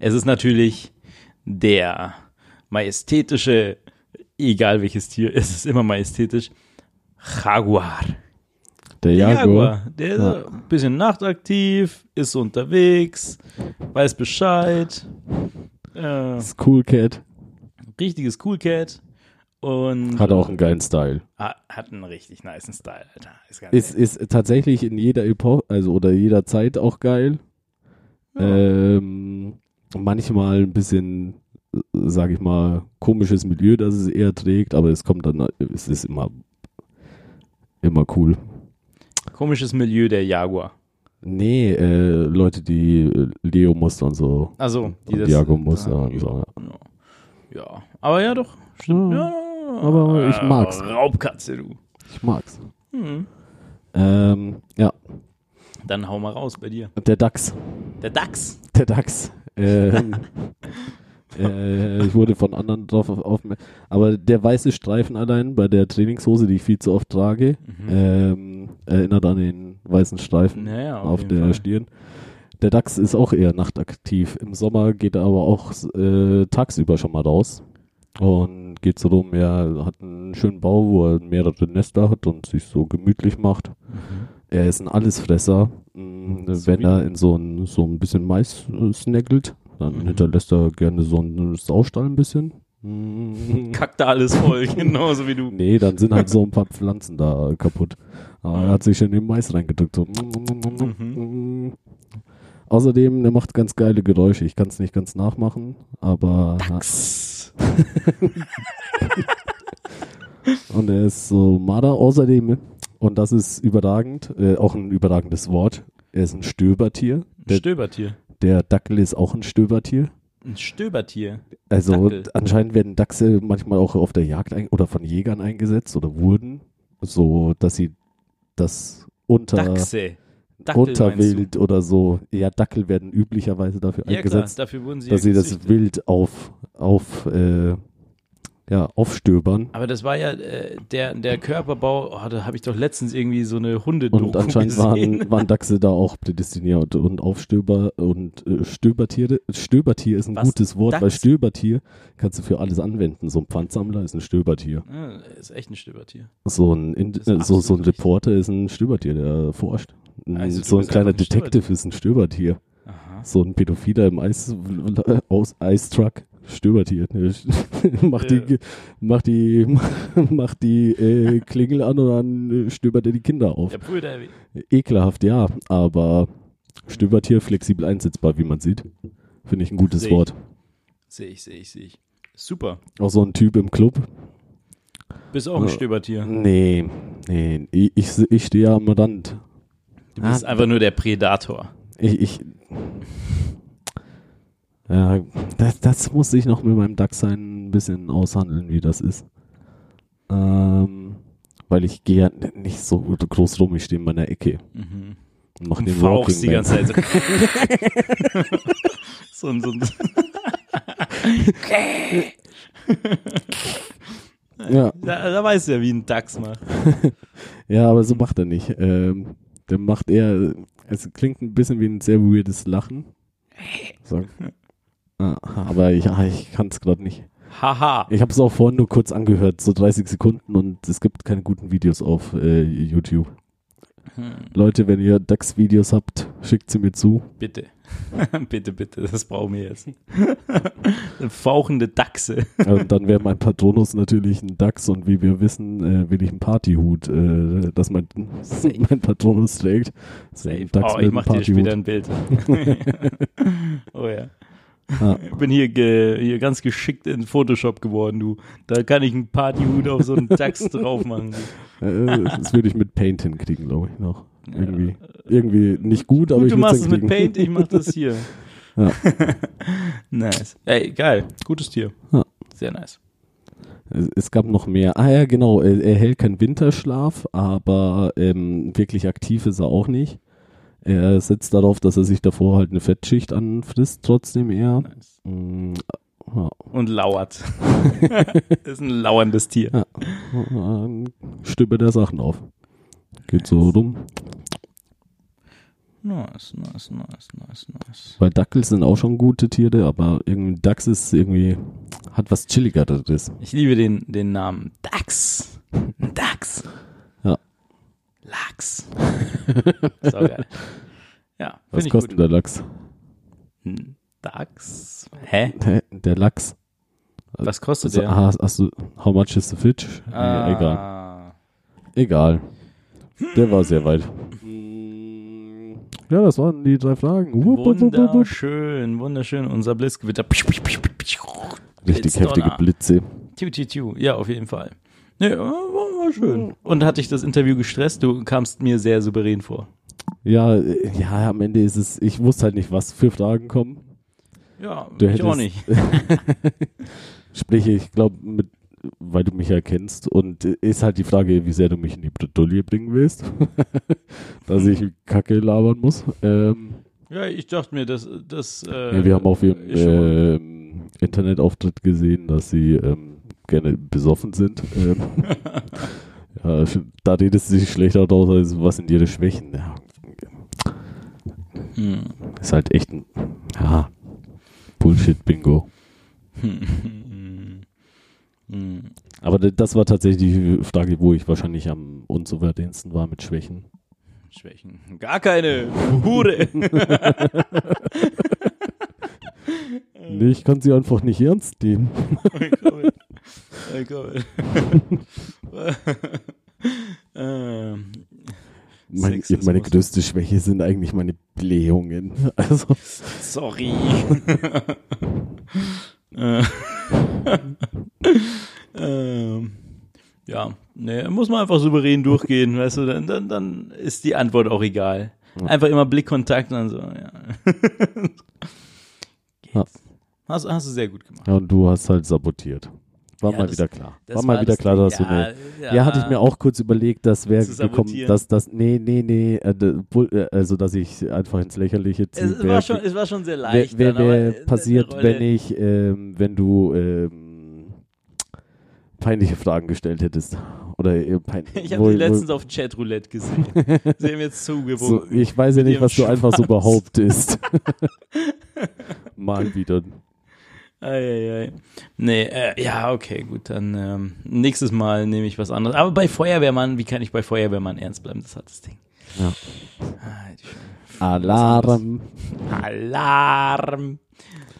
[SPEAKER 1] Es ist natürlich der majestätische, egal welches Tier, es ist immer majestätisch, Jaguar.
[SPEAKER 3] Der
[SPEAKER 1] Der
[SPEAKER 3] Jaguar.
[SPEAKER 1] Jaguar, der ist
[SPEAKER 3] Ja.
[SPEAKER 1] ein bisschen nachtaktiv, ist unterwegs, weiß Bescheid, äh,
[SPEAKER 3] ist Cool Cat.
[SPEAKER 1] richtiges Cool Cat und
[SPEAKER 3] Hat auch einen geilen Style.
[SPEAKER 1] Ha- hat einen richtig nicen Style, Alter. Ist ganz
[SPEAKER 3] Ist, ist tatsächlich in jeder Epoche, also oder jeder Zeit auch geil. Ähm, manchmal ein bisschen, äh, sag ich mal, komisches Milieu, das es eher trägt, aber es kommt dann, es ist immer, immer cool.
[SPEAKER 1] komisches Milieu der Jaguar.
[SPEAKER 3] Nee, äh, Leute, die äh, Leo-Muster und so.
[SPEAKER 1] Also, die
[SPEAKER 3] und
[SPEAKER 1] das.
[SPEAKER 3] Diago-Muster
[SPEAKER 1] da-
[SPEAKER 3] und so.
[SPEAKER 1] Ja. Aber ja, doch. Stimmt. Ja.
[SPEAKER 3] aber ich
[SPEAKER 1] Äh,
[SPEAKER 3] mag's.
[SPEAKER 1] Raubkatze, du.
[SPEAKER 3] Ich mag's.
[SPEAKER 1] Hm.
[SPEAKER 3] Ähm, ja,
[SPEAKER 1] Dann hau mal raus bei dir.
[SPEAKER 3] der Dachs.
[SPEAKER 1] Der Dachs.
[SPEAKER 3] Der Dachs. Ähm, äh, ich wurde von anderen drauf aufmerksam. Aber der weiße Streifen allein bei der Trainingshose, die ich viel zu oft trage,
[SPEAKER 1] Mhm.
[SPEAKER 3] ähm, erinnert an den weißen Streifen
[SPEAKER 1] Naja, auf,
[SPEAKER 3] auf,
[SPEAKER 1] jeden
[SPEAKER 3] der
[SPEAKER 1] Fall.
[SPEAKER 3] Stirn. Der Dachs ist auch eher nachtaktiv. Im Sommer geht er aber auch äh, tagsüber schon mal raus und geht so rum. Er hat einen schönen Bau, wo er mehrere Nester hat und sich so gemütlich macht.
[SPEAKER 1] Mhm.
[SPEAKER 3] Er ist ein Allesfresser. Mm,
[SPEAKER 1] So
[SPEAKER 3] Wenn
[SPEAKER 1] wie
[SPEAKER 3] er in so ein, so ein bisschen Mais äh, snaggelt, dann
[SPEAKER 1] Mhm.
[SPEAKER 3] hinterlässt er gerne so einen Saustall ein bisschen. Mm.
[SPEAKER 1] Kackt da alles voll, genauso wie du.
[SPEAKER 3] Nee, dann sind halt so ein paar Pflanzen da kaputt. Aber er hat sich schon in den Mais reingedrückt. So.
[SPEAKER 1] Mhm.
[SPEAKER 3] Außerdem, der macht ganz geile Geräusche. Ich kann es nicht ganz nachmachen, aber.
[SPEAKER 1] Dachs.
[SPEAKER 3] Und er ist so Marder. Außerdem, und das ist überragend, äh, auch ein überragendes Wort, er ist ein Stöbertier.
[SPEAKER 1] Ein
[SPEAKER 3] Der,
[SPEAKER 1] Stöbertier.
[SPEAKER 3] der Dackel ist auch ein Stöbertier.
[SPEAKER 1] Ein Stöbertier.
[SPEAKER 3] Also
[SPEAKER 1] Dackel.
[SPEAKER 3] anscheinend werden Dachse manchmal auch auf der Jagd ein oder von Jägern eingesetzt oder wurden, so dass sie das unter
[SPEAKER 1] Dachse. Dackel meinst
[SPEAKER 3] Unterwild oder so. Ja, Dackel werden üblicherweise dafür
[SPEAKER 1] du? Ja, klar,
[SPEAKER 3] eingesetzt,
[SPEAKER 1] dafür wurden sie
[SPEAKER 3] dass
[SPEAKER 1] ja
[SPEAKER 3] sie das
[SPEAKER 1] gezüchtet.
[SPEAKER 3] Wild auf, auf äh, ja, aufstöbern.
[SPEAKER 1] Aber das war ja äh, der, der Körperbau, oh, da habe ich doch letztens irgendwie so eine hunde
[SPEAKER 3] Und anscheinend
[SPEAKER 1] gesehen.
[SPEAKER 3] waren, waren Dachse da auch prädestiniert und Aufstöber und äh, Stöbertiere. Stöbertier ist ein
[SPEAKER 1] Was?
[SPEAKER 3] gutes Wort, weil
[SPEAKER 1] Dachs?
[SPEAKER 3] Stöbertier kannst du für alles anwenden. So ein Pfandsammler ist ein Stöbertier.
[SPEAKER 1] Ah, ist echt ein Stöbertier.
[SPEAKER 3] So ein, Ind
[SPEAKER 1] Das ist
[SPEAKER 3] äh, so, so ein
[SPEAKER 1] absolut richtig.
[SPEAKER 3] Reporter ist ein Stöbertier, der forscht. Ein-
[SPEAKER 1] Also du
[SPEAKER 3] so ein
[SPEAKER 1] bist
[SPEAKER 3] kleiner
[SPEAKER 1] einfach ein
[SPEAKER 3] Detective ist ein Stöbertier.
[SPEAKER 1] Aha.
[SPEAKER 3] So ein Pädophiler im Eis, äh, aus Eistruck, Stöbertier. macht,
[SPEAKER 1] Ja.
[SPEAKER 3] die, macht die, macht die äh, Klingel an und dann äh, stöbert er die Kinder auf.
[SPEAKER 1] Der Brüder. wie-
[SPEAKER 3] Ekelhaft, ja, aber Stöbertier flexibel einsetzbar, wie man sieht. Finde ich ein gutes
[SPEAKER 1] Sehe ich.
[SPEAKER 3] Wort.
[SPEAKER 1] Sehe ich, sehe ich, sehe ich. Super.
[SPEAKER 3] Auch so ein Typ im Club,
[SPEAKER 1] Bist auch ein
[SPEAKER 3] Ja.
[SPEAKER 1] Stöbertier.
[SPEAKER 3] Nee, nee, ich, ich, ich stehe ja am Rand.
[SPEAKER 1] Du bist
[SPEAKER 3] Ah.
[SPEAKER 1] einfach nur der Predator.
[SPEAKER 3] Ich, ich ja, das, das muss ich noch mit meinem Dachs ein bisschen aushandeln, wie das ist. Ähm, weil ich gehe ja nicht so groß rum, ich stehe in meiner Ecke
[SPEAKER 1] Mhm.
[SPEAKER 3] und mache
[SPEAKER 1] Und
[SPEAKER 3] den
[SPEAKER 1] fauchst die
[SPEAKER 3] Walking Man.
[SPEAKER 1] ganze Zeit so. so, ein- so ein-
[SPEAKER 3] Ja,
[SPEAKER 1] da, da weißt du ja, wie ein Dachs macht.
[SPEAKER 3] ja, aber so macht er nicht. Ähm, dann macht er, es klingt ein bisschen wie ein sehr weirdes Lachen. So. Ah, aber ich, ah, ich kann es gerade nicht.
[SPEAKER 1] Haha.
[SPEAKER 3] Ich habe es auch vorhin nur kurz angehört, so 30 Sekunden und es gibt keine guten Videos auf äh, YouTube.
[SPEAKER 1] Hm.
[SPEAKER 3] Leute, wenn ihr DAX-Videos habt, schickt sie mir zu.
[SPEAKER 1] Bitte. bitte, bitte, das brauchen wir jetzt. Fauchende Dachse.
[SPEAKER 3] Und Ähm, dann wäre mein Patronus natürlich ein DAX und wie wir wissen, äh, will ich einen Partyhut, äh, dass mein, mein Patronus trägt. Ein Dachs
[SPEAKER 1] Oh,
[SPEAKER 3] mit
[SPEAKER 1] ich
[SPEAKER 3] einem
[SPEAKER 1] mach dir
[SPEAKER 3] Partyhut.
[SPEAKER 1] später ein Bild. oh ja.
[SPEAKER 3] Ah.
[SPEAKER 1] Ich bin hier, ge, hier ganz geschickt in Photoshop geworden, du. Da kann ich einen Partyhut auf so einen Dachs drauf machen.
[SPEAKER 3] Äh, das würde ich mit Paint hinkriegen, glaube ich, noch. Irgendwie. Irgendwie nicht gut, aber ich
[SPEAKER 1] du
[SPEAKER 3] würde
[SPEAKER 1] machst
[SPEAKER 3] es
[SPEAKER 1] es mit
[SPEAKER 3] hinkriegen.
[SPEAKER 1] Paint, ich mach das hier.
[SPEAKER 3] Ja.
[SPEAKER 1] nice. Ey, geil. Gutes Tier.
[SPEAKER 3] Ja.
[SPEAKER 1] Sehr nice.
[SPEAKER 3] Es- Es gab noch mehr. Ah ja, genau. Er, er hält keinen Winterschlaf, aber ähm, wirklich aktiv ist er auch nicht. Er setzt darauf, dass er sich davor halt eine Fettschicht anfrisst, trotzdem eher.
[SPEAKER 1] nice.
[SPEAKER 3] Mm, ja,
[SPEAKER 1] Und lauert. ist ein lauerndes Tier.
[SPEAKER 3] Ja. Ähm, Stübe der Sachen auf. Geht so rum.
[SPEAKER 1] Nice, nice, nice, nice, nice.
[SPEAKER 3] Weil Dackel sind auch schon gute Tiere, aber irgendwie Dachs ist irgendwie, hat was chilligeres.
[SPEAKER 1] Ich liebe den, den Namen. Dax. Ein Dax.
[SPEAKER 3] Ja.
[SPEAKER 1] Lachs. so geil. Ja,
[SPEAKER 3] Was
[SPEAKER 1] finde ich
[SPEAKER 3] kostet
[SPEAKER 1] gut.
[SPEAKER 3] der Lachs?
[SPEAKER 1] Ein Dax. Hä?
[SPEAKER 3] Hä? Der Lachs.
[SPEAKER 1] Was kostet
[SPEAKER 3] Also,
[SPEAKER 1] der?
[SPEAKER 3] ah, hast du, how much is the fish? Nee, egal.
[SPEAKER 1] Ah.
[SPEAKER 3] Egal. Der war sehr weit. Ja, das waren die drei Fragen. Wupp, wupp, wupp, wupp, wupp.
[SPEAKER 1] Wunderschön, wunderschön. Unser Blitzgewitter. Piu, piu, piu, piu, piu.
[SPEAKER 3] Richtig heftige
[SPEAKER 1] Blitzdonner.
[SPEAKER 3] Blitze.
[SPEAKER 1] Tiu, tiu, tiu. Ja, auf jeden Fall. Nee, äh, war, war schön. Und hat dich das Interview gestresst? Du kamst mir sehr souverän vor.
[SPEAKER 3] Ja, äh, ja, am Ende ist es, ich wusste halt nicht, was für Fragen kommen.
[SPEAKER 1] Ja,
[SPEAKER 3] Du
[SPEAKER 1] ich auch nicht.
[SPEAKER 3] hättest- Sprich, ich glaube, mit weil du mich erkennst und äh, ist halt die Frage, wie sehr du mich in die Bredouille bringen willst, dass ich Kacke labern muss. Ähm,
[SPEAKER 1] Ja, ich dachte mir, das, das äh,
[SPEAKER 3] ja, wir haben auf ihrem
[SPEAKER 1] ist schon mal-
[SPEAKER 3] ähm, Internetauftritt gesehen, dass sie ähm, gerne besoffen sind. Ähm, ja, da redest du dich schlechter draus, als was sind ihre Schwächen. Ja,
[SPEAKER 1] Hm.
[SPEAKER 3] ist halt echt ein ja, Bullshit-Bingo.
[SPEAKER 1] Hm. Hm.
[SPEAKER 3] Aber d- das war tatsächlich die Frage, wo ich wahrscheinlich am unsouveränsten war mit Schwächen.
[SPEAKER 1] Schwächen. Gar keine. du Hure. Äh.
[SPEAKER 3] Nee, ich kann sie einfach nicht ernst nehmen.
[SPEAKER 1] mein Gott. Mein Gott. ähm,
[SPEAKER 3] Mein,
[SPEAKER 1] Sexismus.
[SPEAKER 3] meine größte Schwäche sind eigentlich meine Blähungen. Also,
[SPEAKER 1] sorry. Äh, ähm, ja, nee, muss man einfach souverän durchgehen, weißt du, dann, dann, dann ist die Antwort auch egal. Einfach immer Blickkontakt und dann so, ja.
[SPEAKER 3] Ja.
[SPEAKER 1] Geht's. Hast, hast du sehr gut gemacht.
[SPEAKER 3] ja, und du hast halt sabotiert. War
[SPEAKER 1] Ja,
[SPEAKER 3] mal
[SPEAKER 1] das-
[SPEAKER 3] wieder klar.
[SPEAKER 1] das
[SPEAKER 3] War mal
[SPEAKER 1] war
[SPEAKER 3] wieder
[SPEAKER 1] das
[SPEAKER 3] klar, dass
[SPEAKER 1] Ding.
[SPEAKER 3] du eine
[SPEAKER 1] Ja,
[SPEAKER 3] Ja, hatte ich mir auch kurz überlegt, dass wäre
[SPEAKER 1] Zu
[SPEAKER 3] gekommen,
[SPEAKER 1] sabotieren.
[SPEAKER 3] dass das, nee, nee, nee, äh, d- Bull- äh, also dass ich einfach ins Lächerliche
[SPEAKER 1] Es,
[SPEAKER 3] ziehe.
[SPEAKER 1] es, war schon, es war schon sehr
[SPEAKER 3] wär,
[SPEAKER 1] leicht.
[SPEAKER 3] wär,
[SPEAKER 1] dann,
[SPEAKER 3] wär
[SPEAKER 1] aber, äh,
[SPEAKER 3] passiert,
[SPEAKER 1] eine
[SPEAKER 3] wenn
[SPEAKER 1] Rolle-
[SPEAKER 3] ich, ähm, wenn du ähm, peinliche Fragen gestellt hättest. Oder äh, pein
[SPEAKER 1] Ich habe
[SPEAKER 3] wo-
[SPEAKER 1] die
[SPEAKER 3] wo-
[SPEAKER 1] letztens auf Chatroulette gesehen. Sie haben jetzt
[SPEAKER 3] so,
[SPEAKER 1] zugewunken.
[SPEAKER 3] Ich weiß ja
[SPEAKER 1] mit
[SPEAKER 3] nicht, was du
[SPEAKER 1] ihrem
[SPEAKER 3] einfach so
[SPEAKER 1] Schwanz.
[SPEAKER 3] behauptest. Mal wieder.
[SPEAKER 1] Eieiei. Nee, äh, ja, okay, gut. Dann ähm, nächstes Mal nehme ich was anderes. Aber bei Feuerwehrmann, wie kann ich bei Feuerwehrmann ernst bleiben? Das hat das Ding.
[SPEAKER 3] Ja.
[SPEAKER 1] Ah, die Scheiße.
[SPEAKER 3] Alarm.
[SPEAKER 1] Alarm!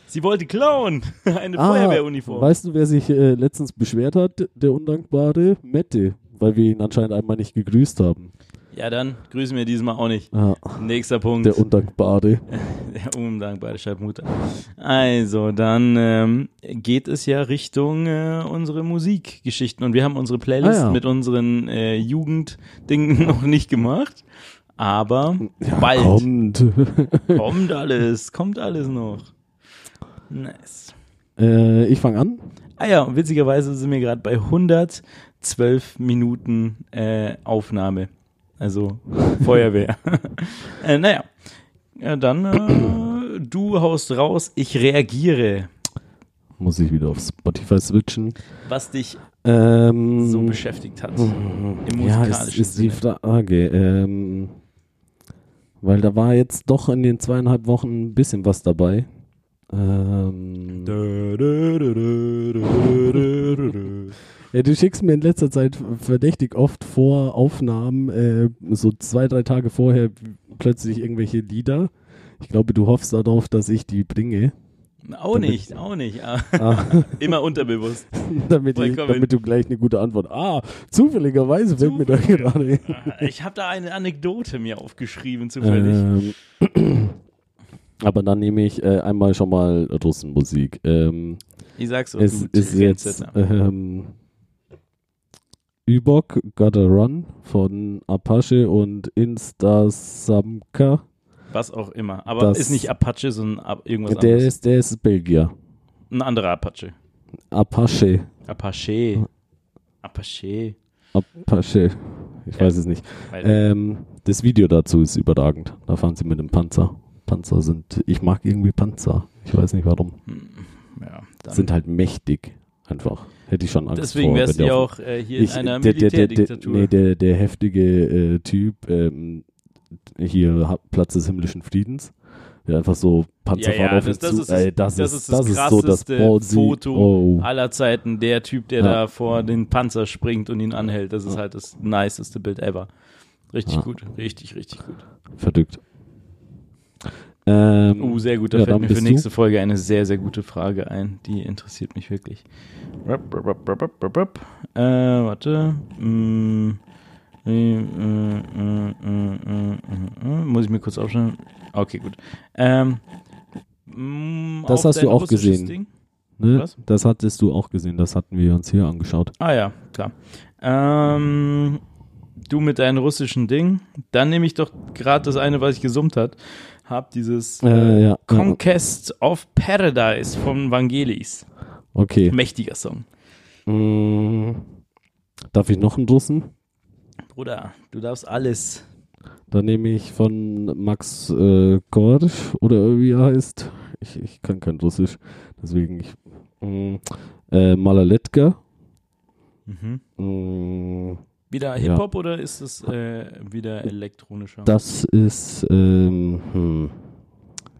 [SPEAKER 1] Sie wollte klauen! Eine Feuerwehruniform.
[SPEAKER 3] Ah, Weißt du, wer sich äh, letztens beschwert hat? Der undankbare Mette, weil wir ihn anscheinend einmal nicht gegrüßt haben.
[SPEAKER 1] Ja, dann grüßen wir diesmal auch nicht.
[SPEAKER 3] Ja.
[SPEAKER 1] Nächster Punkt.
[SPEAKER 3] Der undankbare.
[SPEAKER 1] Der undankbare Schallmutter. Also, dann ähm, geht es ja Richtung äh, unsere Musikgeschichten. Und wir haben unsere Playlist
[SPEAKER 3] Ah, ja.
[SPEAKER 1] mit unseren äh, Jugenddingen noch nicht gemacht. Aber bald
[SPEAKER 3] Kommt.
[SPEAKER 1] kommt alles, kommt alles noch. Nice.
[SPEAKER 3] äh, ich fange an.
[SPEAKER 1] Ah ja, und witzigerweise sind wir gerade bei 112 Minuten äh, Aufnahme. Also Feuerwehr. äh, naja, ja, dann äh, du haust raus, ich reagiere.
[SPEAKER 3] Muss ich wieder auf Spotify switchen.
[SPEAKER 1] Was dich
[SPEAKER 3] Ähm,
[SPEAKER 1] so beschäftigt hat. Im
[SPEAKER 3] ja,
[SPEAKER 1] musikalischen
[SPEAKER 3] ist, ist die
[SPEAKER 1] Sinne.
[SPEAKER 3] Frage. Ähm, weil da war jetzt doch in den zweieinhalb Wochen ein bisschen was dabei. Ähm, Ja, du schickst mir in letzter Zeit verdächtig oft vor Aufnahmen, äh, so zwei, drei Tage vorher plötzlich irgendwelche Lieder. Ich glaube, du hoffst darauf, dass ich die bringe,
[SPEAKER 1] Auch
[SPEAKER 3] Damit-
[SPEAKER 1] nicht, auch nicht. Ah,
[SPEAKER 3] ah,
[SPEAKER 1] Immer unterbewusst.
[SPEAKER 3] damit, ich,
[SPEAKER 1] Vollkommen.
[SPEAKER 3] damit du gleich eine gute Antwort. Ah, zufälligerweise fällt mir da gerade.
[SPEAKER 1] Ich habe da eine Anekdote mir aufgeschrieben, zufällig.
[SPEAKER 3] Ähm, aber dann nehme ich äh, einmal schon mal Russenmusik. Ähm,
[SPEAKER 1] ich sag's so.
[SPEAKER 3] es ist jetzt
[SPEAKER 1] ne?
[SPEAKER 3] ähm, Übok Gotta Run von Apache und Instasamka.
[SPEAKER 1] Was auch immer. Aber
[SPEAKER 3] Das-
[SPEAKER 1] ist nicht Apache, sondern ab- irgendwas
[SPEAKER 3] Der
[SPEAKER 1] anderes.
[SPEAKER 3] ist, der ist Belgier.
[SPEAKER 1] Ein anderer Apache.
[SPEAKER 3] Apache.
[SPEAKER 1] Apache. Apache.
[SPEAKER 3] Apache. Ich
[SPEAKER 1] Ja.
[SPEAKER 3] weiß es nicht.
[SPEAKER 1] Weiter.
[SPEAKER 3] Ähm, das Video dazu ist überragend. Da fahren sie mit dem Panzer. Panzer sind. Ich mag irgendwie Panzer. Ich weiß nicht warum.
[SPEAKER 1] ja, dann.
[SPEAKER 3] Sind halt mächtig. Einfach. Hätte ich schon Angst
[SPEAKER 1] Deswegen
[SPEAKER 3] vor.
[SPEAKER 1] wärst
[SPEAKER 3] wenn
[SPEAKER 1] du
[SPEAKER 3] die
[SPEAKER 1] ja
[SPEAKER 3] auf-
[SPEAKER 1] auch äh, hier
[SPEAKER 3] Ich-
[SPEAKER 1] in einer
[SPEAKER 3] der- der- der-
[SPEAKER 1] Militärdiktatur.
[SPEAKER 3] Der, nee, der, der heftige äh, Typ, ähm, hier Ha- Platz des himmlischen Friedens, der einfach so Panzerfahrt
[SPEAKER 1] Ja, ja,
[SPEAKER 3] auf ihn
[SPEAKER 1] das- das
[SPEAKER 3] zu.
[SPEAKER 1] ist-
[SPEAKER 3] ey, das,
[SPEAKER 1] das
[SPEAKER 3] ist,
[SPEAKER 1] ist das
[SPEAKER 3] ist so das
[SPEAKER 1] krasseste
[SPEAKER 3] ballsy-
[SPEAKER 1] Foto.
[SPEAKER 3] Oh.
[SPEAKER 1] aller Zeiten der Typ, der
[SPEAKER 3] Ja.
[SPEAKER 1] da vor den Panzer springt und ihn anhält. Das ist halt das niceste Bild ever. Richtig
[SPEAKER 3] Ja.
[SPEAKER 1] gut, richtig, richtig gut.
[SPEAKER 3] Verrückt. Ähm,
[SPEAKER 1] Uh, sehr gut. Da
[SPEAKER 3] Ja,
[SPEAKER 1] fällt
[SPEAKER 3] dann
[SPEAKER 1] mir für
[SPEAKER 3] bist du.
[SPEAKER 1] nächste Folge eine sehr, sehr gute Frage ein. Die interessiert mich wirklich. Rup, rup, rup, rup, rup, rup, rup. Äh, warte. Mm, äh, äh, äh, äh, äh, äh, äh. Muss ich mir kurz aufschreiben? Okay, gut. Ähm, mm,
[SPEAKER 3] Das
[SPEAKER 1] auf
[SPEAKER 3] hast du
[SPEAKER 1] dein
[SPEAKER 3] auch
[SPEAKER 1] russisches
[SPEAKER 3] gesehen.
[SPEAKER 1] Ding?
[SPEAKER 3] ne?
[SPEAKER 1] was?
[SPEAKER 3] Das hattest du auch gesehen, das hatten wir uns hier angeschaut.
[SPEAKER 1] Ah ja, klar. Ähm, du mit deinen russischen Ding. Dann nehme ich doch gerade das eine, was ich gesummt hat. Hab dieses
[SPEAKER 3] Äh, ja.
[SPEAKER 1] Conquest of Paradise von Vangelis.
[SPEAKER 3] Okay.
[SPEAKER 1] Mächtiger Song.
[SPEAKER 3] Mm, darf ich noch einen Russen?
[SPEAKER 1] Bruder, du darfst alles.
[SPEAKER 3] Dann nehme ich von Max äh, Gorsch oder wie er heißt. Ich, ich kann kein Russisch, deswegen ich. Mm, äh, Malaletka.
[SPEAKER 1] Mhm.
[SPEAKER 3] Mm,
[SPEAKER 1] Wieder Hip-Hop oder ist es äh, wieder elektronischer?
[SPEAKER 3] das ist ähm, hm,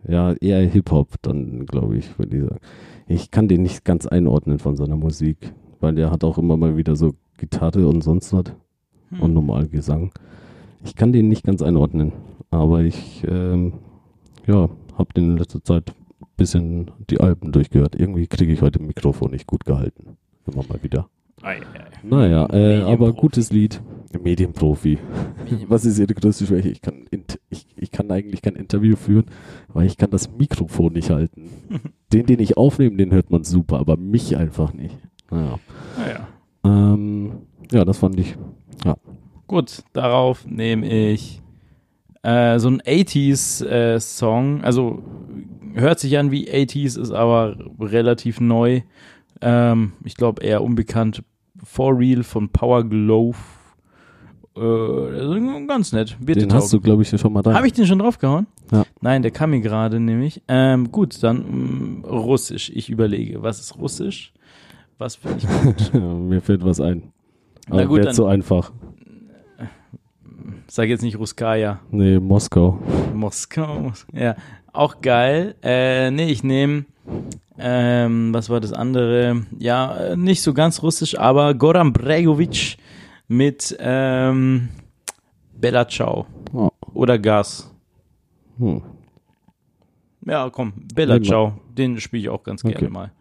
[SPEAKER 3] ja eher Hip-Hop, dann glaube ich, würde ich sagen. Ich kann den nicht ganz einordnen von seiner Musik, weil der hat auch immer mal wieder so Gitarre und sonst was
[SPEAKER 1] Hm.
[SPEAKER 3] und normal Gesang. Ich kann den nicht ganz einordnen, aber ich ähm, ja, habe den in letzter Zeit ein bisschen die Alben durchgehört. Irgendwie kriege ich heute Mikrofon nicht gut gehalten. Immer mal wieder.
[SPEAKER 1] Ei, ei.
[SPEAKER 3] Naja, äh, aber
[SPEAKER 1] Medienprofi.
[SPEAKER 3] gutes Lied. Medienprofi. Was ist Ihre größte Schwäche? Ich kann, int- ich, ich kann eigentlich kein Interview führen, weil ich kann das Mikrofon nicht halten. den, den ich aufnehme, den hört man super, aber mich einfach nicht. Naja.
[SPEAKER 1] Naja.
[SPEAKER 3] Ähm, ja, das fand ich.
[SPEAKER 1] Gut, darauf nehme ich äh, so einen 80s-Song. also hört sich an wie 80s, ist aber relativ neu. Ähm, ich glaube eher unbekannt. For Real von Power Glove. Äh, also ganz nett. Wird
[SPEAKER 3] Den hast du, glaube ich, ja schon mal da.
[SPEAKER 1] Habe ich den schon draufgehauen?
[SPEAKER 3] Ja.
[SPEAKER 1] Nein, der kam mir gerade nämlich. Ähm, gut, dann mh, Russisch. Ich überlege, was ist Russisch? Was finde ich gut?
[SPEAKER 3] Mir fällt was ein.
[SPEAKER 1] Na
[SPEAKER 3] Aber
[SPEAKER 1] gut,
[SPEAKER 3] wär
[SPEAKER 1] dann-
[SPEAKER 3] zu einfach.
[SPEAKER 1] Sag jetzt nicht Ruskaya.
[SPEAKER 3] Nee, Moskau.
[SPEAKER 1] Moskau. Mos- Ja, auch geil. Äh, nee, ich nehme, ähm, was war das andere? Ja, äh, nicht so ganz russisch, aber Goran Bregovic mit ähm, Bella Ciao
[SPEAKER 3] Oh,
[SPEAKER 1] oder Gas.
[SPEAKER 3] hm.
[SPEAKER 1] Ja, komm, Bella
[SPEAKER 3] Nehmen wir.
[SPEAKER 1] Ciao. Den spiele ich auch ganz gerne
[SPEAKER 3] Okay.
[SPEAKER 1] mal.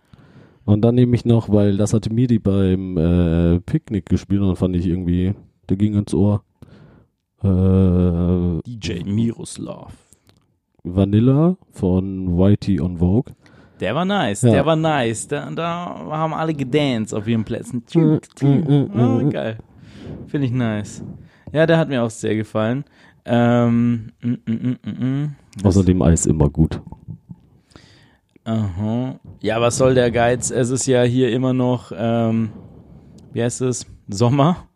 [SPEAKER 3] Und dann nehme ich noch, weil das hatte Miri beim äh, Picknick gespielt und dann fand ich irgendwie, der ging ins Ohr. Äh,
[SPEAKER 1] DJ Miroslav.
[SPEAKER 3] Vanilla von Whitey on Vogue.
[SPEAKER 1] Der war nice,
[SPEAKER 3] Ja.
[SPEAKER 1] der war nice. Da, da haben alle gedanced auf ihren Plätzen.
[SPEAKER 3] Mm, mm, mm,
[SPEAKER 1] Ah,
[SPEAKER 3] mm.
[SPEAKER 1] geil. Finde ich nice. Ja, der hat mir auch sehr gefallen. Ähm, mm, mm, mm, mm, mm.
[SPEAKER 3] Außerdem Eis immer gut.
[SPEAKER 1] Aha. Ja, was soll der Geiz? Es ist ja hier immer noch, ähm, wie heißt es? Sommer.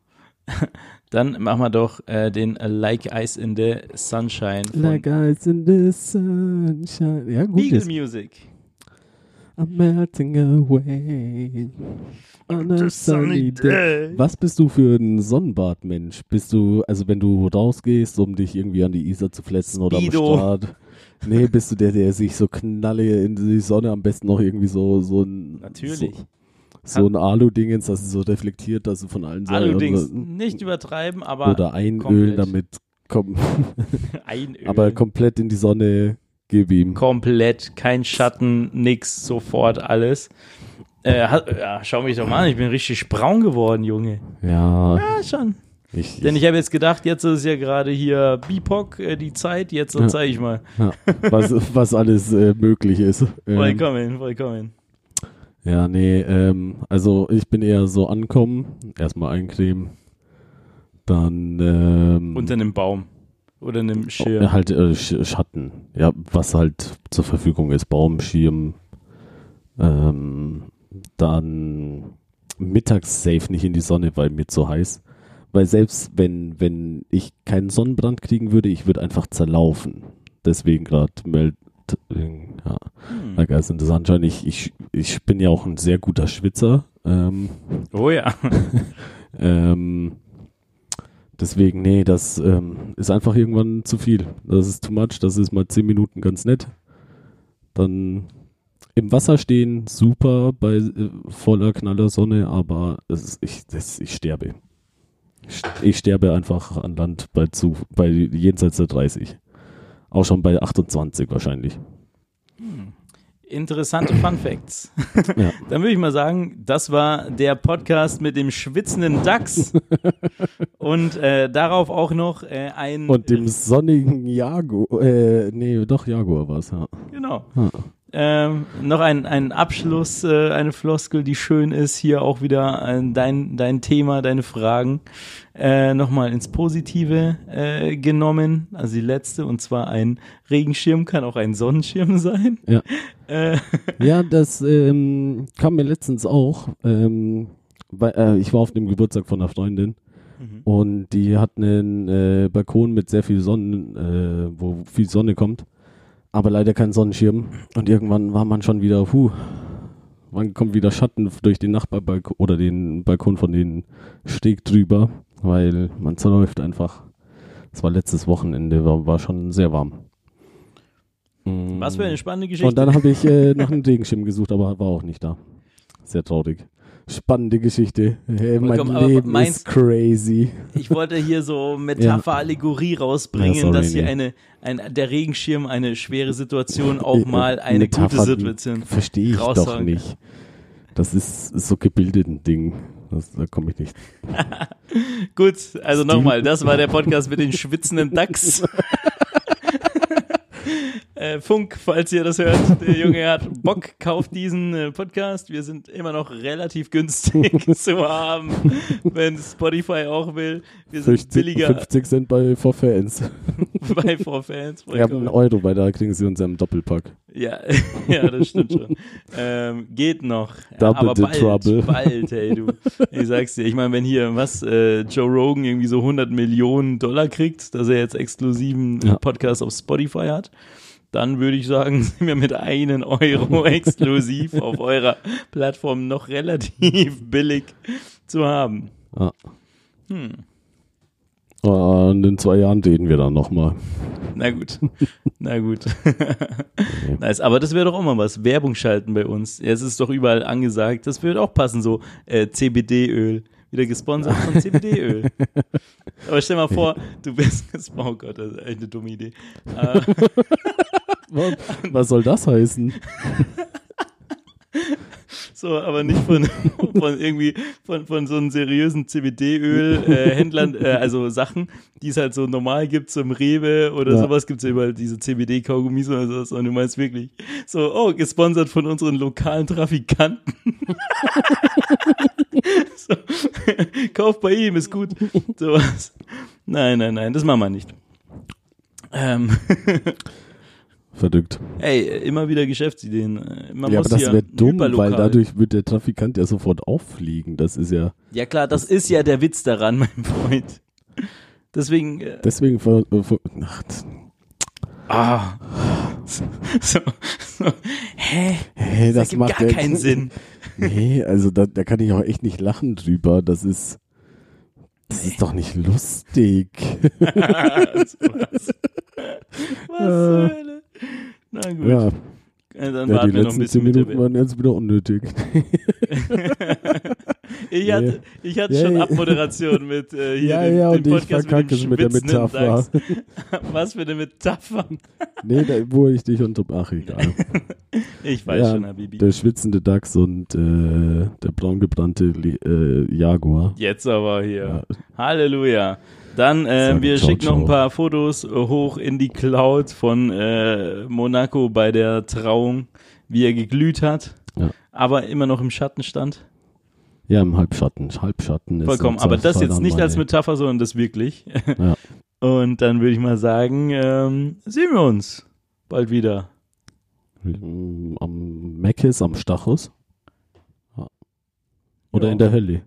[SPEAKER 1] Dann machen wir doch äh, den Like Ice in the Sunshine von
[SPEAKER 3] Eis in the sunshine. Ja, gut.
[SPEAKER 1] Beagle
[SPEAKER 3] Ist.
[SPEAKER 1] Music.
[SPEAKER 3] I'm melting away on a sunny day. Was bist du für ein Sonnenbadmensch? Bist du, also wenn du rausgehst, um dich irgendwie an die Isar zu fletzen oder
[SPEAKER 1] Speedo.
[SPEAKER 3] am Start? Nee, bist du der, der sich so knalle in die Sonne am besten noch irgendwie so, so ein.
[SPEAKER 1] Natürlich.
[SPEAKER 3] So, So ein Alu-Dingens, dass es so reflektiert, dass es von allen Seiten
[SPEAKER 1] Allerdings
[SPEAKER 3] oder,
[SPEAKER 1] nicht übertreiben, aber
[SPEAKER 3] oder einölen,
[SPEAKER 1] komplett.
[SPEAKER 3] damit komm,
[SPEAKER 1] einölen.
[SPEAKER 3] aber komplett in die Sonne gib ihm.
[SPEAKER 1] komplett, kein Schatten, nix, sofort alles. Äh, ha- ja, schau mich doch mal an, ich bin richtig braun geworden, Junge.
[SPEAKER 3] Ja,
[SPEAKER 1] Ja, schon.
[SPEAKER 3] ich,
[SPEAKER 1] Denn ich habe jetzt gedacht, jetzt ist ja gerade hier BIPOC, äh, die Zeit, jetzt
[SPEAKER 3] Ja.
[SPEAKER 1] zeige ich mal.
[SPEAKER 3] ja, was, was alles äh, möglich ist. Ähm,
[SPEAKER 1] Willkommen, willkommen.
[SPEAKER 3] ja, nee, ähm, also ich bin eher so ankommen, erstmal eincremen, dann ähm,
[SPEAKER 1] Unter einem Baum oder einem Schirm.
[SPEAKER 3] Ja, halt äh, Sch- Schatten. Ja, was halt zur Verfügung ist. Baum, Schirm. Ähm, dann mittags safe nicht in die Sonne, weil mir zu heiß. Weil selbst wenn, wenn ich keinen Sonnenbrand kriegen würde, ich würde einfach zerlaufen. Deswegen gerade meld. Ja,
[SPEAKER 1] Hm.
[SPEAKER 3] like, also interessant schon. Ich, ich, ich bin ja auch ein sehr guter Schwitzer. Ähm,
[SPEAKER 1] Oh ja.
[SPEAKER 3] ähm, deswegen, nee, das ähm, ist einfach irgendwann zu viel. Das ist too much. Das ist mal 10 Minuten ganz nett. Dann im Wasser stehen, super bei äh, voller knaller Sonne, aber es ist, ich, das, ich sterbe. Ich st- Ich sterbe einfach an Land bei, zu, bei jenseits der 30. Auch schon bei 28 wahrscheinlich.
[SPEAKER 1] Interessante Fun Facts.
[SPEAKER 3] Ja.
[SPEAKER 1] Dann würde ich mal sagen, das war der Podcast mit dem schwitzenden Dachs. Und äh, darauf auch noch äh, ein.
[SPEAKER 3] Und dem sonnigen Jaguar, äh, nee, doch Jaguar war es, ja.
[SPEAKER 1] Genau.
[SPEAKER 3] Hm.
[SPEAKER 1] Ähm, noch ein, ein Abschluss, äh, eine Floskel, die schön ist. Hier auch wieder ein, dein, dein Thema, deine Fragen äh, nochmal ins Positive äh, genommen. Also die letzte, und zwar ein Regenschirm kann auch ein Sonnenschirm sein.
[SPEAKER 3] Ja.
[SPEAKER 1] Äh,
[SPEAKER 3] Ja, das ähm, kam mir letztens auch. Ähm, weil, äh, ich war auf dem Geburtstag von einer Freundin
[SPEAKER 1] Mhm.
[SPEAKER 3] und die hat einen äh, Balkon mit sehr viel Sonnen, äh, wo viel Sonne kommt, aber leider kein Sonnenschirm. Und irgendwann war man schon wieder, puh, wann kommt wieder Schatten durch den Nachbarbalkon oder den Balkon von den Steg drüber, weil man zerläuft einfach. Es war letztes Wochenende, war, war schon sehr warm. Mm.
[SPEAKER 1] was für eine spannende
[SPEAKER 3] Und
[SPEAKER 1] Geschichte.
[SPEAKER 3] dann habe ich äh, nach einem Regenschirm gesucht, aber war auch nicht da. Sehr traurig. Spannende Geschichte. Hey, mein
[SPEAKER 1] Vollkommen, aber
[SPEAKER 3] Leben
[SPEAKER 1] meinst-
[SPEAKER 3] ist crazy.
[SPEAKER 1] Ich wollte hier so Metapher, Allegorie rausbringen,
[SPEAKER 3] Ja, sorry,
[SPEAKER 1] dass hier
[SPEAKER 3] nee.
[SPEAKER 1] eine, ein, der Regenschirm eine schwere Situation
[SPEAKER 3] Äh,
[SPEAKER 1] auch mal eine gute
[SPEAKER 3] Metaphern
[SPEAKER 1] Situation.
[SPEAKER 3] Verstehe ich doch
[SPEAKER 1] raussagen.
[SPEAKER 3] nicht. Das ist, ist so gebildet ein Ding. Das, da komme ich nicht.
[SPEAKER 1] Gut, also nochmal, das war der Podcast mit den schwitzenden Dachs. äh, Funk, falls ihr das hört, der Junge hat Bock, kauft diesen äh, Podcast. Wir sind immer noch relativ günstig zu haben, wenn Spotify auch will. Wir sind
[SPEAKER 3] 50,
[SPEAKER 1] billiger
[SPEAKER 3] 50 Cent bei For Fans.
[SPEAKER 1] bei Vorfans.
[SPEAKER 3] Wir haben einen Euro, weil da kriegen sie uns ja im Doppelpack.
[SPEAKER 1] Ja, ja, das stimmt schon. ähm, geht noch.
[SPEAKER 3] Double
[SPEAKER 1] Aber
[SPEAKER 3] the
[SPEAKER 1] bald,
[SPEAKER 3] trouble.
[SPEAKER 1] bald, hey du. Ich sag's dir. Ich meine, wenn hier, was, äh, Joe Rogan irgendwie so 100 Millionen Dollar kriegt, dass er jetzt exklusiven äh,
[SPEAKER 3] Ja.
[SPEAKER 1] Podcast auf Spotify hat, dann würde ich sagen, sind wir mit einem Euro exklusiv auf eurer Plattform noch relativ billig zu haben.
[SPEAKER 3] Ah.
[SPEAKER 1] Hm.
[SPEAKER 3] Und in zwei Jahren reden wir dann nochmal.
[SPEAKER 1] Na gut, na gut. nice, aber das wäre doch auch mal was. Werbung schalten bei uns. Ja, Es ist doch überall angesagt. Das würde auch passen, so äh, CBD-Öl. Wieder gesponsert von CBD-Öl. Aber stell mal vor, du bist. Oh Gott, das ist echt eine dumme Idee. Äh,
[SPEAKER 3] Was, was soll das heißen?
[SPEAKER 1] so, aber nicht von, von irgendwie von, von so einem seriösen CBD-Öl-Händlern, äh, also Sachen, die es halt so normal gibt, zum Rewe oder
[SPEAKER 3] Ja.
[SPEAKER 1] sowas gibt es ja überall diese CBD-Kaugummis oder sowas. Und du meinst wirklich so, oh, gesponsert von unseren lokalen Trafikanten. so, kauf bei ihm, ist gut. Sowas. Nein, nein, nein, das machen wir nicht. Ähm,
[SPEAKER 3] Verrückt.
[SPEAKER 1] ey, immer wieder Geschäftsideen. äh, Man
[SPEAKER 3] ja,
[SPEAKER 1] muss
[SPEAKER 3] aber das
[SPEAKER 1] hier
[SPEAKER 3] wäre dumm, weil
[SPEAKER 1] hyperlokal-
[SPEAKER 3] dadurch wird der Trafikant ja sofort auffliegen. Das ist ja.
[SPEAKER 1] Ja klar, das ist ja der Witz daran, mein Freund. Deswegen. Äh,
[SPEAKER 3] Deswegen ver, äh, ver, ach,
[SPEAKER 1] ah. So, so. Hä?
[SPEAKER 3] hey, das,
[SPEAKER 1] das gibt
[SPEAKER 3] macht
[SPEAKER 1] gar
[SPEAKER 3] ja-
[SPEAKER 1] keinen Sinn.
[SPEAKER 3] Nee, also da, da kann ich auch echt nicht lachen drüber. Das ist. Das ist doch nicht lustig.
[SPEAKER 1] Was zur Hölle? Na gut.
[SPEAKER 3] Ah. ja.
[SPEAKER 1] Äh, Dann
[SPEAKER 3] Ja,
[SPEAKER 1] warten
[SPEAKER 3] die
[SPEAKER 1] wir noch ein
[SPEAKER 3] letzten
[SPEAKER 1] bisschen
[SPEAKER 3] 10
[SPEAKER 1] mit der
[SPEAKER 3] Minuten
[SPEAKER 1] Werbung.
[SPEAKER 3] waren jetzt wieder unnötig.
[SPEAKER 1] Ich hatte, ich hatte
[SPEAKER 3] Ja,
[SPEAKER 1] schon
[SPEAKER 3] ja.
[SPEAKER 1] Abmoderation mit äh, hier
[SPEAKER 3] ja,
[SPEAKER 1] den,
[SPEAKER 3] ja,
[SPEAKER 1] den
[SPEAKER 3] und ich
[SPEAKER 1] Podcast
[SPEAKER 3] verkacke es mit der
[SPEAKER 1] schwitzenden
[SPEAKER 3] Metapher.
[SPEAKER 1] Dachs. Was für eine Metapher.
[SPEAKER 3] nee, da wurde ich dich unter... Ach, egal.
[SPEAKER 1] Ich weiß
[SPEAKER 3] Ja,
[SPEAKER 1] schon, Habibi.
[SPEAKER 3] Der schwitzende Dachs und äh, der braungebrannte Li- äh, Jaguar.
[SPEAKER 1] Jetzt aber hier. Halleluja. Dann, äh,
[SPEAKER 3] Sag
[SPEAKER 1] wir
[SPEAKER 3] ciao,
[SPEAKER 1] schicken noch ein
[SPEAKER 3] ciao.
[SPEAKER 1] paar Fotos äh, hoch in die Cloud von äh, Monaco bei der Trauung, wie er geglüht hat,
[SPEAKER 3] Ja.
[SPEAKER 1] aber immer noch im Schatten stand.
[SPEAKER 3] Ja, im Halbschatten. Halbschatten ist
[SPEAKER 1] Vollkommen.
[SPEAKER 3] unser
[SPEAKER 1] Aber das jetzt
[SPEAKER 3] Vater
[SPEAKER 1] nicht als
[SPEAKER 3] meine-
[SPEAKER 1] Metapher, sondern das wirklich.
[SPEAKER 3] Ja.
[SPEAKER 1] Und dann würde ich mal sagen, ähm, sehen wir uns bald wieder.
[SPEAKER 3] Mm, Am Meckes, am Stachus. Ja. Oder
[SPEAKER 1] Ja.
[SPEAKER 3] in der Hölle.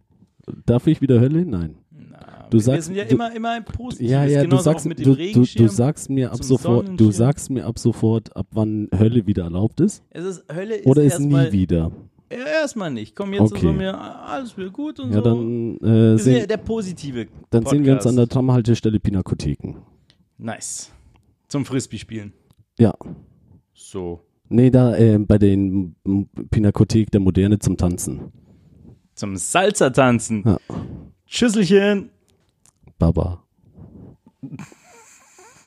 [SPEAKER 3] Darf ich wieder Hölle? Nein.
[SPEAKER 1] Na,
[SPEAKER 3] Du
[SPEAKER 1] wir
[SPEAKER 3] sagst-
[SPEAKER 1] sind ja
[SPEAKER 3] du-
[SPEAKER 1] immer, immer positiv.
[SPEAKER 3] Ja, ja, du
[SPEAKER 1] genauso
[SPEAKER 3] sagst,
[SPEAKER 1] auch mit dem
[SPEAKER 3] du, du,
[SPEAKER 1] Regenschirm.
[SPEAKER 3] du sagst mir ab
[SPEAKER 1] zum
[SPEAKER 3] sofort, du
[SPEAKER 1] Sonnenschirm.
[SPEAKER 3] sagst mir ab sofort, ab wann Hölle wieder erlaubt ist.
[SPEAKER 1] es ist, Hölle ist
[SPEAKER 3] Oder ist
[SPEAKER 1] erstmal,
[SPEAKER 3] nie wieder.
[SPEAKER 1] Ja, erstmal nicht. Komm jetzt
[SPEAKER 3] Okay.
[SPEAKER 1] so mir, alles wird gut und
[SPEAKER 3] Ja,
[SPEAKER 1] so.
[SPEAKER 3] dann, äh,
[SPEAKER 1] wir sind ja
[SPEAKER 3] sehen,
[SPEAKER 1] der positive.
[SPEAKER 3] dann sehen wir uns
[SPEAKER 1] Podcast.
[SPEAKER 3] an der Tramhaltestelle Pinakotheken.
[SPEAKER 1] Nice. Zum Frisbee spielen.
[SPEAKER 3] Ja.
[SPEAKER 1] So.
[SPEAKER 3] Nee, da äh, bei den M- Pinakothek der Moderne zum Tanzen.
[SPEAKER 1] Zum Salsa tanzen.
[SPEAKER 3] Ja.
[SPEAKER 1] Schüsselchen.
[SPEAKER 3] Baba.